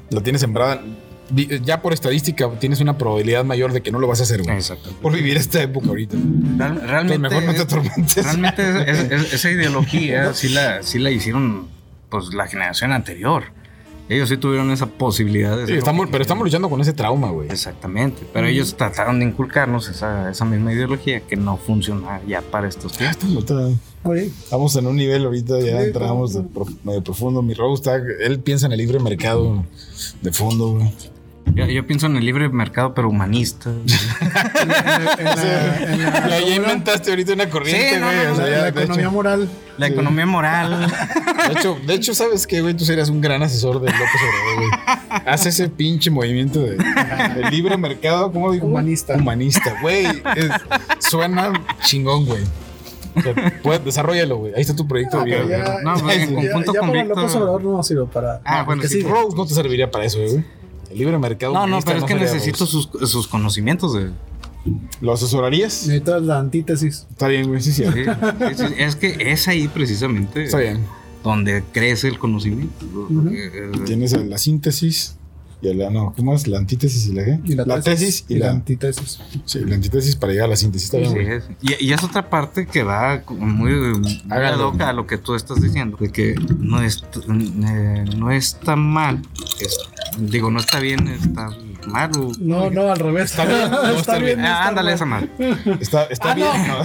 [SPEAKER 1] la tienes sembrada, di- ya por estadística tienes una probabilidad mayor de que no lo vas a hacer, güey.
[SPEAKER 2] Exacto.
[SPEAKER 1] Por vivir esta época ahorita.
[SPEAKER 2] Real- realmente.
[SPEAKER 1] Entonces, mejor no te
[SPEAKER 2] es-
[SPEAKER 1] atormentes.
[SPEAKER 2] Realmente es- es- es- esa ideología sí la, sí la hicieron pues la generación anterior. Ellos sí tuvieron esa posibilidad. De
[SPEAKER 1] Sí,
[SPEAKER 2] hacer
[SPEAKER 1] estamos-
[SPEAKER 2] lo que
[SPEAKER 1] pero Mm. estamos luchando con ese trauma, güey.
[SPEAKER 2] querían. Exactamente. Pero ellos trataron de inculcarnos esa, esa misma ideología que no funciona ya para estos
[SPEAKER 1] Ah,
[SPEAKER 2] tiempos.
[SPEAKER 1] estamos- está-
[SPEAKER 3] Oye,
[SPEAKER 1] Estamos en un nivel ahorita, ya
[SPEAKER 3] Sí,
[SPEAKER 1] entramos de pro- medio profundo. Mi Rose está, él piensa en el libre mercado de fondo, güey.
[SPEAKER 2] Yo, yo pienso en el libre mercado, pero humanista.
[SPEAKER 3] en la- en la- en la-
[SPEAKER 1] Ya, ya inventaste ahorita una corriente,
[SPEAKER 2] Sí, no,
[SPEAKER 1] güey.
[SPEAKER 2] no, no,
[SPEAKER 1] o sea,
[SPEAKER 3] en
[SPEAKER 1] ya,
[SPEAKER 3] la
[SPEAKER 1] de hecho-
[SPEAKER 3] economía moral.
[SPEAKER 2] La
[SPEAKER 1] Sí.
[SPEAKER 2] economía moral.
[SPEAKER 1] De hecho, de hecho, ¿sabes qué, güey? Tú serías un gran asesor de López Obrador, güey. Haz ese pinche movimiento de, de libre mercado, ¿cómo digo?
[SPEAKER 3] Humanista.
[SPEAKER 1] Humanista, güey. Es- Suena chingón, güey. O sea, puedes- desarrollalo, güey. Ahí está tu proyecto de
[SPEAKER 3] pero
[SPEAKER 1] video,
[SPEAKER 3] Ah, ya-
[SPEAKER 1] güey.
[SPEAKER 2] No, pues,
[SPEAKER 1] sí.
[SPEAKER 2] en
[SPEAKER 3] Ya,
[SPEAKER 2] conjunto
[SPEAKER 3] ya
[SPEAKER 2] con
[SPEAKER 3] para
[SPEAKER 2] Víctor.
[SPEAKER 3] López Obrador no sirve para.
[SPEAKER 2] Ah,
[SPEAKER 3] no,
[SPEAKER 2] bueno,
[SPEAKER 3] que
[SPEAKER 2] sí,
[SPEAKER 3] sigue.
[SPEAKER 1] Rose no te serviría para eso, güey. El libre mercado.
[SPEAKER 2] No, no,
[SPEAKER 1] humanista
[SPEAKER 2] pero es que
[SPEAKER 1] sería
[SPEAKER 2] necesito
[SPEAKER 1] Rose.
[SPEAKER 2] sus, sus conocimientos. De,
[SPEAKER 1] ¿Lo asesorarías?
[SPEAKER 3] Necesitas la antítesis.
[SPEAKER 1] Está bien, güey. Sí, sí.
[SPEAKER 2] sí, sí, sí. Es que es ahí precisamente
[SPEAKER 1] Está bien.
[SPEAKER 2] donde crece el conocimiento.
[SPEAKER 3] Ujú.
[SPEAKER 2] Eh, eh,
[SPEAKER 1] Tienes la síntesis y la. No, ¿cómo es? La antítesis y la qué?
[SPEAKER 3] Y la,
[SPEAKER 1] tesis y, la.
[SPEAKER 3] antítesis.
[SPEAKER 1] sí, la antítesis para llegar a la síntesis. Está bien,
[SPEAKER 2] Sí,
[SPEAKER 1] güey.
[SPEAKER 2] es. Y, y es otra parte que va como muy, muy ad
[SPEAKER 1] Hágalo.
[SPEAKER 2] hoc a lo que tú estás diciendo, de que no, es, eh, no está mal, es- digo, no está bien, está mal. o-
[SPEAKER 3] No, no, al revés.
[SPEAKER 1] Está bien, no, está bien.
[SPEAKER 2] Ah,
[SPEAKER 3] está
[SPEAKER 2] ándale
[SPEAKER 3] mal.
[SPEAKER 2] esa mal.
[SPEAKER 1] Está, está
[SPEAKER 2] Ah,
[SPEAKER 1] bien. ¿no?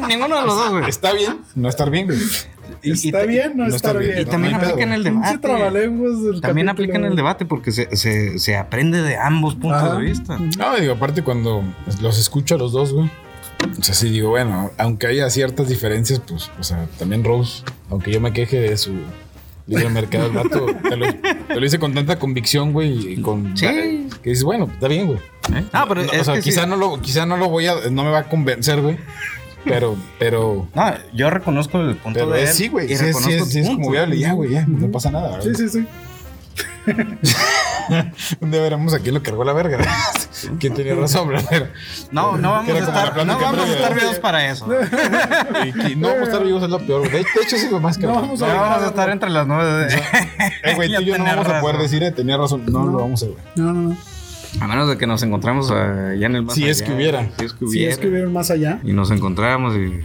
[SPEAKER 2] No, ninguno de los dos, güey.
[SPEAKER 1] Está bien no estar bien, güey.
[SPEAKER 2] Y- y
[SPEAKER 3] Está
[SPEAKER 2] ta-
[SPEAKER 3] bien, no,
[SPEAKER 1] no
[SPEAKER 3] estar
[SPEAKER 1] está bien.
[SPEAKER 3] bien.
[SPEAKER 2] Y también
[SPEAKER 1] No hay
[SPEAKER 2] aplica
[SPEAKER 1] pedo.
[SPEAKER 2] en el
[SPEAKER 3] Pinche
[SPEAKER 2] debate.
[SPEAKER 3] trabalenguas del
[SPEAKER 2] También
[SPEAKER 3] capítulo.
[SPEAKER 2] aplica en el debate porque se, se, se aprende de ambos puntos
[SPEAKER 3] Ajá.
[SPEAKER 2] de vista.
[SPEAKER 1] No, digo, aparte cuando los escucho a los dos, güey. O sea, sí digo, bueno, aunque haya ciertas diferencias, pues, o sea, también Rose, aunque yo me queje de su libre mercado, el vato, te lo, te lo hice con tanta convicción, güey, y con...
[SPEAKER 2] Sí.
[SPEAKER 1] Que dices, bueno, está bien, güey.
[SPEAKER 2] ¿eh? Ah, pero
[SPEAKER 1] No,
[SPEAKER 2] es
[SPEAKER 1] o sea,
[SPEAKER 2] que sí.
[SPEAKER 1] quizá, no lo, quizá no lo voy a... No me va a convencer, güey. Pero, pero...
[SPEAKER 2] No, yo reconozco el punto
[SPEAKER 1] Pero
[SPEAKER 2] de
[SPEAKER 1] es
[SPEAKER 2] él
[SPEAKER 1] sí, güey.
[SPEAKER 2] y
[SPEAKER 1] Sí, es- sí,
[SPEAKER 2] reconozco
[SPEAKER 1] es,
[SPEAKER 2] tu
[SPEAKER 1] sí es
[SPEAKER 2] punto.
[SPEAKER 1] como viable. Ya, güey, ya. No pasa nada. güey.
[SPEAKER 3] Sí, sí, sí.
[SPEAKER 1] Un día veremos a quién lo cargó la verga. ¿Quién tenía razón, bro? Pero-
[SPEAKER 2] No, no vamos a
[SPEAKER 1] Era como la
[SPEAKER 2] estar, no
[SPEAKER 1] plática
[SPEAKER 2] vamos a
[SPEAKER 1] previa.
[SPEAKER 2] estar vivos para eso.
[SPEAKER 1] Y que no vamos a estar vivos es lo peor. güey. De, de hecho, sí, lo más
[SPEAKER 3] No
[SPEAKER 1] cabrón.
[SPEAKER 3] vamos
[SPEAKER 2] No vamos a estar entre las nueve de...
[SPEAKER 1] Eh, güey, tú y yo no
[SPEAKER 2] Tenía
[SPEAKER 1] vamos a poder
[SPEAKER 2] razón.
[SPEAKER 1] decir, eh, tenía razón. No,
[SPEAKER 3] No.
[SPEAKER 1] lo vamos a ver.
[SPEAKER 3] No, no, no.
[SPEAKER 2] A menos de que nos encontremos allá en el más
[SPEAKER 1] Si
[SPEAKER 2] allá.
[SPEAKER 1] es que hubiera.
[SPEAKER 2] Si es que
[SPEAKER 3] Si
[SPEAKER 2] hubiera.
[SPEAKER 3] es que vieron más allá.
[SPEAKER 2] Y nos encontramos y...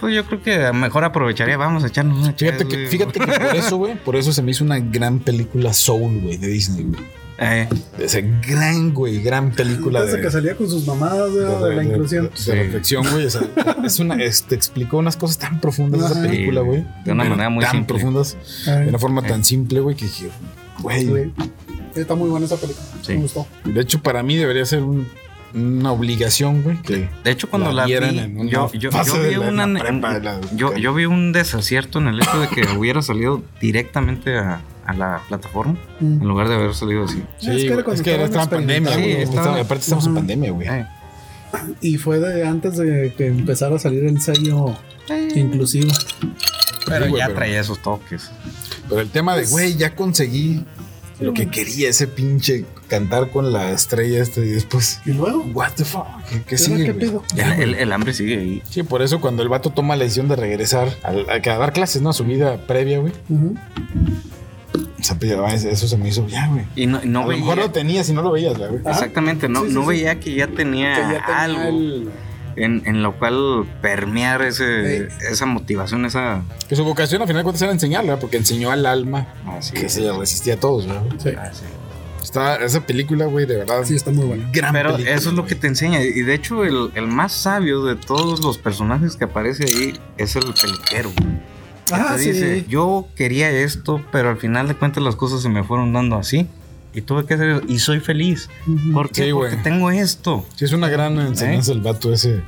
[SPEAKER 2] Pues yo creo que mejor aprovecharía, vamos a echarnos una
[SPEAKER 1] Fíjate
[SPEAKER 3] Eh,
[SPEAKER 2] chela,
[SPEAKER 1] que,
[SPEAKER 2] güey.
[SPEAKER 1] fíjate que por eso, güey, por eso se me hizo una gran película Soul, güey, de Disney, güey.
[SPEAKER 2] Eh,
[SPEAKER 1] Esa gran, güey, gran película
[SPEAKER 3] Desde
[SPEAKER 1] de,
[SPEAKER 3] que salía con sus mamadas de,
[SPEAKER 1] de-
[SPEAKER 3] de la inclusión.
[SPEAKER 1] de- de
[SPEAKER 2] Sí.
[SPEAKER 1] reflexión, güey. o sea, es una, es- te explicó unas cosas tan profundas de esa
[SPEAKER 3] Ajá.
[SPEAKER 1] película,
[SPEAKER 2] Sí,
[SPEAKER 1] güey.
[SPEAKER 2] de una
[SPEAKER 1] Pero
[SPEAKER 2] manera muy
[SPEAKER 1] Tan
[SPEAKER 2] simple.
[SPEAKER 1] profundas,
[SPEAKER 3] Ay,
[SPEAKER 1] de una forma
[SPEAKER 2] Sí.
[SPEAKER 1] tan simple, güey, que dije, güey,
[SPEAKER 3] güey. Está muy buena esa película.
[SPEAKER 2] Sí.
[SPEAKER 3] Me gustó.
[SPEAKER 1] De hecho, para mí debería ser un una obligación, güey, que
[SPEAKER 2] De hecho, cuando la,
[SPEAKER 1] vieran
[SPEAKER 2] vi,
[SPEAKER 1] en una
[SPEAKER 2] yo, yo-
[SPEAKER 1] fase
[SPEAKER 2] yo
[SPEAKER 1] de
[SPEAKER 2] vi
[SPEAKER 1] la- en
[SPEAKER 2] una,
[SPEAKER 1] la prepa, la-
[SPEAKER 2] yo, yo vi un desacierto en el hecho de que hubiera salido directamente a, a la plataforma
[SPEAKER 3] Mm.
[SPEAKER 2] en lugar de haber salido así.
[SPEAKER 1] Sí,
[SPEAKER 3] Es que era
[SPEAKER 1] güey, es
[SPEAKER 3] cuando
[SPEAKER 1] que era
[SPEAKER 3] estaban
[SPEAKER 1] estaban pandemia,
[SPEAKER 2] experimentando.
[SPEAKER 1] güey.
[SPEAKER 2] Sí, estaban-
[SPEAKER 1] Estaban- aparte estamos en
[SPEAKER 3] Ajá.
[SPEAKER 1] pandemia, güey.
[SPEAKER 2] Eh,
[SPEAKER 3] Y fue de antes de que empezara a salir el sello
[SPEAKER 2] Mm.
[SPEAKER 3] inclusivo.
[SPEAKER 2] Eh, pero
[SPEAKER 1] Sí, güey,
[SPEAKER 2] ya
[SPEAKER 1] pero-
[SPEAKER 2] traía esos toques.
[SPEAKER 1] Pero el tema de, güey, ya conseguí lo que quería ese pinche cantar con la estrella este y después,
[SPEAKER 3] Y luego,
[SPEAKER 1] what the fuck, ¿qué, qué
[SPEAKER 3] ¿Y ahora
[SPEAKER 1] sigue,
[SPEAKER 3] qué
[SPEAKER 1] güey?
[SPEAKER 3] pedo?
[SPEAKER 1] Ya,
[SPEAKER 2] El,
[SPEAKER 1] güey.
[SPEAKER 2] el- el hambre sigue ahí.
[SPEAKER 1] Sí, por eso cuando el vato toma la decisión de regresar al- a, a dar clases, ¿no? A su vida previa, güey.
[SPEAKER 3] ujú,
[SPEAKER 1] O sea, pues, ya, eso se me hizo ya, güey.
[SPEAKER 2] Y no, y no
[SPEAKER 1] a lo
[SPEAKER 2] veía.
[SPEAKER 1] mejor lo tenías y no lo veías, güey.
[SPEAKER 3] Ajá.
[SPEAKER 2] Exactamente, no,
[SPEAKER 3] Sí, sí,
[SPEAKER 2] no
[SPEAKER 3] sí.
[SPEAKER 2] veía que ya tenía,
[SPEAKER 3] que ya tenía
[SPEAKER 2] Ah, algo
[SPEAKER 3] el-
[SPEAKER 2] en, en lo cual permear ese,
[SPEAKER 3] Sí.
[SPEAKER 2] esa motivación, esa.
[SPEAKER 1] Que su vocación al final de cuentas era enseñarla, porque enseñó al alma
[SPEAKER 2] Así
[SPEAKER 1] que
[SPEAKER 2] es. Ah,
[SPEAKER 1] se le resistía a todos, güey.
[SPEAKER 3] Sí,
[SPEAKER 2] Así.
[SPEAKER 1] Está, esa película, güey, de verdad.
[SPEAKER 3] sí, está muy bueno.
[SPEAKER 1] gran
[SPEAKER 2] Pero
[SPEAKER 1] película,
[SPEAKER 2] eso es lo
[SPEAKER 1] güey.
[SPEAKER 2] que te enseña. Y de hecho, el, el más sabio de todos los personajes que aparece ahí es el peluquero.
[SPEAKER 3] Ah,
[SPEAKER 2] Te
[SPEAKER 3] sí.
[SPEAKER 2] dice, yo quería esto, pero al final de cuentas las cosas se me fueron dando así. Y tuve que hacer eso. Y soy feliz.
[SPEAKER 3] Ujú.
[SPEAKER 2] ¿Por qué?
[SPEAKER 1] Sí, güey.
[SPEAKER 2] Porque tengo esto.
[SPEAKER 1] Sí, es una gran enseñanza
[SPEAKER 2] ¿Eh?
[SPEAKER 1] el vato ese.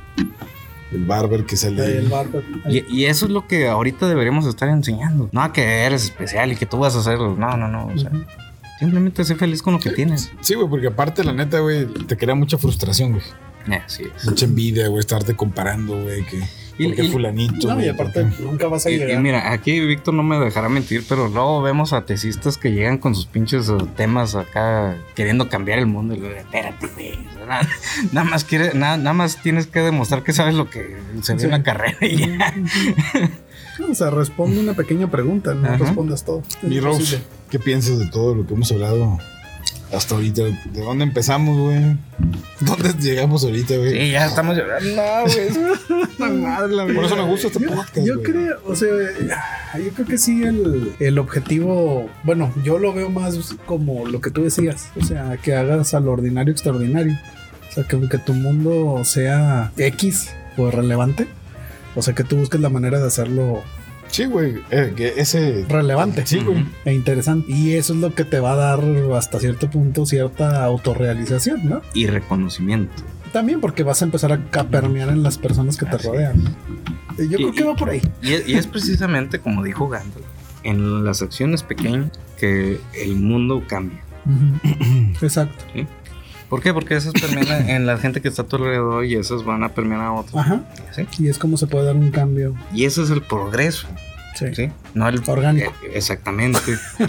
[SPEAKER 1] El barber que sale. ahí.
[SPEAKER 3] El barco.
[SPEAKER 2] Y, y eso es lo que ahorita deberíamos estar enseñando. No que eres especial y que tú vas a hacerlo. No, no, no. o sea,
[SPEAKER 3] Ujú.
[SPEAKER 2] simplemente sé feliz con lo que tienes.
[SPEAKER 1] Sí, güey, porque aparte, la neta, güey, te crea mucha frustración, güey.
[SPEAKER 3] pues.
[SPEAKER 2] Eh, Así es.
[SPEAKER 1] Mucha envidia, güey, estarte comparando, güey, que.
[SPEAKER 2] Y-
[SPEAKER 1] Porque
[SPEAKER 2] y-
[SPEAKER 1] fulanito.
[SPEAKER 3] No, y
[SPEAKER 1] güey,
[SPEAKER 3] aparte,
[SPEAKER 1] porque-
[SPEAKER 3] nunca vas a
[SPEAKER 2] Y, y
[SPEAKER 3] llegar.
[SPEAKER 2] mira, aquí Víctor no me dejará mentir, pero luego vemos a tesistas que llegan con sus pinches eh, temas acá queriendo cambiar el mundo. Y luego, espérate, güey. o sea, Nada, nada más quiere, nada, nada más tienes que demostrar que sabes lo que se ve
[SPEAKER 3] Sí.
[SPEAKER 2] en la carrera y ya.
[SPEAKER 3] O sea, responde una pequeña pregunta, no
[SPEAKER 2] Ajá.
[SPEAKER 3] respondas todo.
[SPEAKER 1] Mi
[SPEAKER 3] Es
[SPEAKER 1] Rose,
[SPEAKER 3] imposible.
[SPEAKER 1] ¿qué piensas de todo lo que hemos hablado hasta ahorita? ¿De dónde empezamos, güey? ¿Dónde llegamos ahorita, güey?
[SPEAKER 2] Sí, ya estamos llorando. No, güey.
[SPEAKER 3] La madre, la
[SPEAKER 1] Por
[SPEAKER 3] vida.
[SPEAKER 1] eso me gusta este
[SPEAKER 3] Yo-
[SPEAKER 1] podcast,
[SPEAKER 3] Yo
[SPEAKER 1] güey.
[SPEAKER 3] creo, o sea, yo creo que sí el, el objetivo, bueno, yo lo veo más como lo que tú decías, o sea, que hagas al ordinario extraordinario, o sea, que, que tu mundo sea X o relevante, o sea, que tú busques la manera de hacerlo
[SPEAKER 1] Sí, güey. eh, que ese.
[SPEAKER 3] relevante
[SPEAKER 1] Sí, güey.
[SPEAKER 2] Ujú.
[SPEAKER 3] e interesante. Y eso es lo que te va a dar hasta cierto punto cierta autorrealización, ¿no?
[SPEAKER 2] Y reconocimiento.
[SPEAKER 3] También porque vas a empezar a ca- permear en las personas que te
[SPEAKER 2] Así
[SPEAKER 3] rodean. Y
[SPEAKER 2] Y-
[SPEAKER 3] Yo creo que
[SPEAKER 2] y-
[SPEAKER 3] va por ahí.
[SPEAKER 2] Y es, y es precisamente como dijo Gandalf, en las acciones pequeñas que el mundo cambia.
[SPEAKER 3] Exacto.
[SPEAKER 2] ¿Por qué? Porque esas permean en la gente que está a tu alrededor y esas van a permear a otros.
[SPEAKER 3] Ajá.
[SPEAKER 2] ¿sí?
[SPEAKER 3] Y es como se puede dar un cambio.
[SPEAKER 2] Y ese es el progreso,
[SPEAKER 3] Sí.
[SPEAKER 2] ¿sí? No el
[SPEAKER 3] Orgánico.
[SPEAKER 2] eh, Exactamente,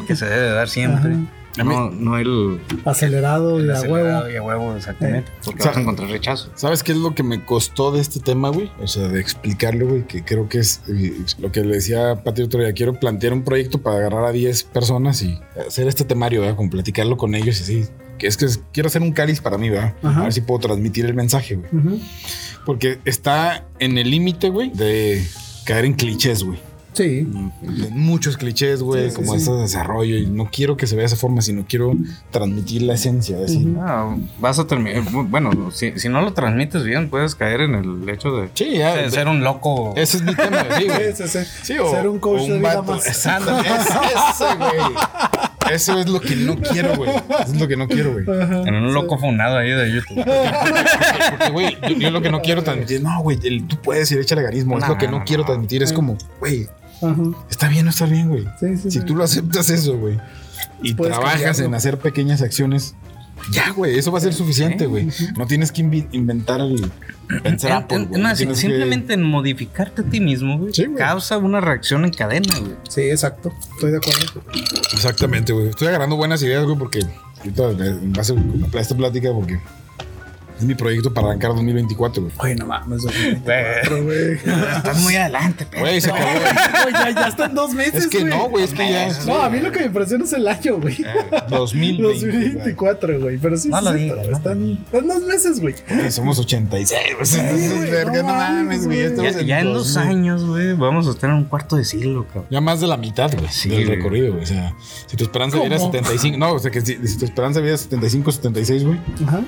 [SPEAKER 2] que se debe dar siempre.
[SPEAKER 1] A mí-
[SPEAKER 2] No, no el,
[SPEAKER 3] Acelerado y
[SPEAKER 2] el
[SPEAKER 3] a
[SPEAKER 2] acelerado
[SPEAKER 3] huevo.
[SPEAKER 2] y a huevo, exactamente. Porque
[SPEAKER 1] O sea,
[SPEAKER 2] vas a encontrar rechazo.
[SPEAKER 1] ¿Sabes qué es lo que me costó de este tema, güey? O sea, de explicarlo, güey, que creo que es eh, lo que le decía a Pati el otro día. Quiero plantear un proyecto para agarrar a 10 personas y hacer este temario, ¿verdad? Con platicarlo con ellos y así. Que es que es- quiero hacer un cáliz para mí, ¿verdad?
[SPEAKER 3] Ajá.
[SPEAKER 1] A ver si puedo transmitir el mensaje, güey.
[SPEAKER 3] Ujú.
[SPEAKER 1] Porque está en el límite, güey, de caer en clichés, güey.
[SPEAKER 3] Sí.
[SPEAKER 1] En muchos clichés, güey,
[SPEAKER 3] Sí, sí,
[SPEAKER 1] como
[SPEAKER 3] sí.
[SPEAKER 1] este desarrollo. Y no quiero que se vea de esa forma, sino quiero transmitir la esencia. Así.
[SPEAKER 3] Ujú.
[SPEAKER 2] Ah, vas a terminar. Bueno, si, si no lo transmites bien, puedes caer en el hecho de,
[SPEAKER 1] Sí, ya.
[SPEAKER 2] de ser un loco.
[SPEAKER 1] Ese es mi tema, sí, güey.
[SPEAKER 3] Sí, sí, sí.
[SPEAKER 1] Sí, o,
[SPEAKER 3] Ser un coach
[SPEAKER 1] o
[SPEAKER 3] de vida
[SPEAKER 1] vato.
[SPEAKER 3] más.
[SPEAKER 1] Ándale, es- ese, güey. Eso es lo que no quiero, güey. Eso es lo que no quiero, güey.
[SPEAKER 3] Ajá.
[SPEAKER 2] En un loco funado ahí de YouTube.
[SPEAKER 1] Porque, güey, yo, yo lo que no quiero transmitir, no, güey, el tú puedes ir échale ganismo. es
[SPEAKER 2] No,
[SPEAKER 1] lo que
[SPEAKER 2] no,
[SPEAKER 1] no
[SPEAKER 2] no,
[SPEAKER 1] quiero
[SPEAKER 2] no.
[SPEAKER 1] transmitir. Es como, güey,
[SPEAKER 3] Ajá.
[SPEAKER 1] está bien o está bien, güey.
[SPEAKER 3] Sí, sí,
[SPEAKER 1] Si
[SPEAKER 3] sí.
[SPEAKER 1] tú lo aceptas eso, güey, y
[SPEAKER 3] Puedes
[SPEAKER 1] trabajas
[SPEAKER 3] cambiarlo.
[SPEAKER 1] en hacer pequeñas acciones, ya, güey, eso va a ser suficiente, güey. No tienes que invi- inventar el pensar
[SPEAKER 2] En-
[SPEAKER 1] Apple,
[SPEAKER 2] en-
[SPEAKER 1] güey.
[SPEAKER 2] no,
[SPEAKER 1] No
[SPEAKER 2] si-
[SPEAKER 1] tienes que-
[SPEAKER 2] simplemente en modificarte a ti mismo, güey,
[SPEAKER 1] Sí, güey.
[SPEAKER 2] causa una reacción en cadena, güey.
[SPEAKER 3] Sí, exacto. Estoy de acuerdo.
[SPEAKER 1] Exactamente, güey. Estoy agarrando buenas ideas, güey, porque ahorita en base a esta plática, porque es mi proyecto para arrancar 2024, güey.
[SPEAKER 3] Oye, no mames. 2024, güey.
[SPEAKER 2] Estás muy adelante, pero.
[SPEAKER 1] Güey, se acabó. güey.
[SPEAKER 3] Güey, ya, ya están dos meses.
[SPEAKER 1] Es que no, güey, Ah, es que ya. es
[SPEAKER 3] No, a mí lo que me impresiona es el año, güey.
[SPEAKER 1] 2020.
[SPEAKER 3] 2024, güey. Pero sí,
[SPEAKER 2] No
[SPEAKER 3] sí,
[SPEAKER 2] lo
[SPEAKER 3] sí,
[SPEAKER 2] digas, no.
[SPEAKER 3] están, están dos meses, güey.
[SPEAKER 1] güey. Somos 86, güey. Entonces, verga, No mames, güey.
[SPEAKER 2] Ya,
[SPEAKER 1] estamos
[SPEAKER 2] ya en dos
[SPEAKER 1] 2000.
[SPEAKER 2] años, güey, vamos a estar en un cuarto de siglo, cabrón.
[SPEAKER 1] Ya más de la mitad, güey,
[SPEAKER 2] Sí,
[SPEAKER 1] del
[SPEAKER 2] güey.
[SPEAKER 1] recorrido, güey. O sea, si tu esperanza
[SPEAKER 3] ¿Cómo?
[SPEAKER 1] era 75, no, o sea, que si, si tu esperanza era 75, 76, güey,
[SPEAKER 3] Ajá.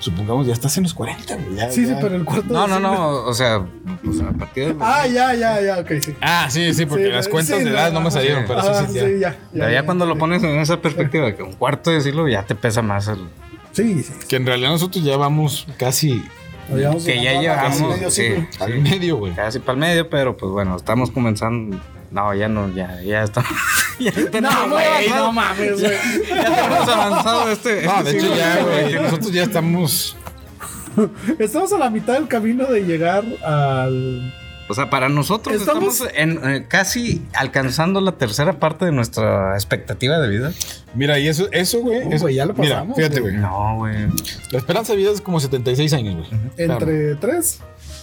[SPEAKER 1] supongamos ya estás en los 40, güey. ya-
[SPEAKER 3] Sí, sí,
[SPEAKER 1] Ah, ya.
[SPEAKER 3] pero el cuarto.
[SPEAKER 2] No,
[SPEAKER 3] de
[SPEAKER 2] no,
[SPEAKER 3] siglo-
[SPEAKER 2] no, o sea, pues, a partir de.
[SPEAKER 3] Ah, ya, ya, ya, ok, sí.
[SPEAKER 1] Ah, sí, sí, porque
[SPEAKER 3] Sí,
[SPEAKER 1] las
[SPEAKER 3] sí,
[SPEAKER 1] cuentas de
[SPEAKER 3] no,
[SPEAKER 1] edad no me
[SPEAKER 3] ajá.
[SPEAKER 1] salieron, pero sí,
[SPEAKER 3] Ah,
[SPEAKER 1] sí, ya.
[SPEAKER 3] ya,
[SPEAKER 2] ya, cuando lo pones en esa perspectiva de que un cuarto de siglo ya te pesa más el,
[SPEAKER 3] Sí, sí.
[SPEAKER 1] Que en realidad nosotros ya vamos casi
[SPEAKER 3] Nos llevamos
[SPEAKER 2] Que ya
[SPEAKER 3] llegando a casi
[SPEAKER 2] llevamos.
[SPEAKER 3] medio
[SPEAKER 2] sí,
[SPEAKER 3] siglo.
[SPEAKER 1] al
[SPEAKER 2] sí,
[SPEAKER 1] medio, güey.
[SPEAKER 2] Casi para el medio, pero pues bueno, estamos comenzando. No, ya no, ya, ya estamos. ya tenemos, güey, no mames, güey. Ya tenemos avanzado este.
[SPEAKER 1] No, de
[SPEAKER 2] este
[SPEAKER 1] hecho
[SPEAKER 2] siglo,
[SPEAKER 1] ya, güey. Nosotros ya estamos.
[SPEAKER 3] Estamos a la mitad del camino de llegar al.
[SPEAKER 2] O sea, para nosotros estamos,
[SPEAKER 3] Estamos-
[SPEAKER 2] en, eh, casi alcanzando la tercera parte de nuestra expectativa de vida.
[SPEAKER 1] Mira, y eso, eso, güey.
[SPEAKER 3] Uh,
[SPEAKER 1] eso-
[SPEAKER 3] güey, ya lo
[SPEAKER 1] mira,
[SPEAKER 3] pasamos,
[SPEAKER 1] fíjate,
[SPEAKER 3] güey.
[SPEAKER 1] güey.
[SPEAKER 2] No, güey.
[SPEAKER 1] La esperanza de vida es como 76 años, güey.
[SPEAKER 3] Entre tres.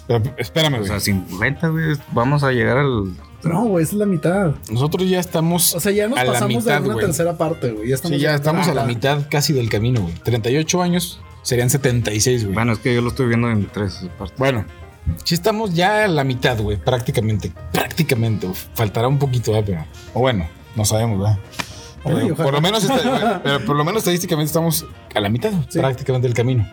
[SPEAKER 1] Pero espérame,
[SPEAKER 2] O
[SPEAKER 1] güey.
[SPEAKER 2] sea, 50, güey. Vamos a llegar al.
[SPEAKER 3] No, güey, esa es la mitad.
[SPEAKER 1] Nosotros ya estamos.
[SPEAKER 3] O sea, ya nos
[SPEAKER 1] a la
[SPEAKER 3] pasamos
[SPEAKER 1] mitad,
[SPEAKER 3] de una
[SPEAKER 1] güey.
[SPEAKER 3] tercera parte, güey. Ya estamos,
[SPEAKER 1] Sí, ya estamos a la
[SPEAKER 3] Ah,
[SPEAKER 1] mitad casi del camino, güey. 38 años serían 76, güey.
[SPEAKER 2] Bueno, es que yo lo estoy viendo en tres partes.
[SPEAKER 1] Bueno, sí estamos ya a la mitad, güey, prácticamente. Prácticamente. uf, Faltará un poquito, ¿verdad? pero. O bueno, no sabemos, ¿verdad? Pero
[SPEAKER 3] Oye,
[SPEAKER 1] por,
[SPEAKER 3] ojalá.
[SPEAKER 1] lo menos esta- güey, pero por lo menos estadísticamente estamos a la mitad, güey,
[SPEAKER 3] Sí.
[SPEAKER 1] prácticamente del camino.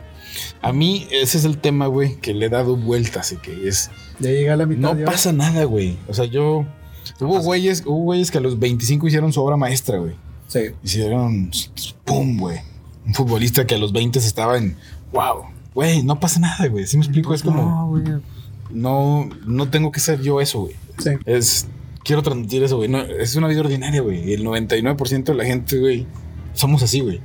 [SPEAKER 1] A mí ese es el tema, güey, que le he dado vueltas y que es...
[SPEAKER 3] Ya llegué a la mitad.
[SPEAKER 1] No
[SPEAKER 3] ya.
[SPEAKER 1] pasa nada, güey. O sea, yo... Hubo güeyes, hubo güeyes que a los 25 hicieron su obra maestra, güey.
[SPEAKER 3] Sí.
[SPEAKER 1] Hicieron... ¡Pum, güey! Un futbolista que a los 20 estaba en... ¡Wow! Güey, no pasa nada, güey. Si me explico, es como
[SPEAKER 2] No, güey.
[SPEAKER 1] no, no tengo que ser yo eso, güey.
[SPEAKER 3] Sí.
[SPEAKER 1] Es, quiero transmitir eso, güey. No, es una vida ordinaria, güey. El 99% de la gente, güey, somos así, güey.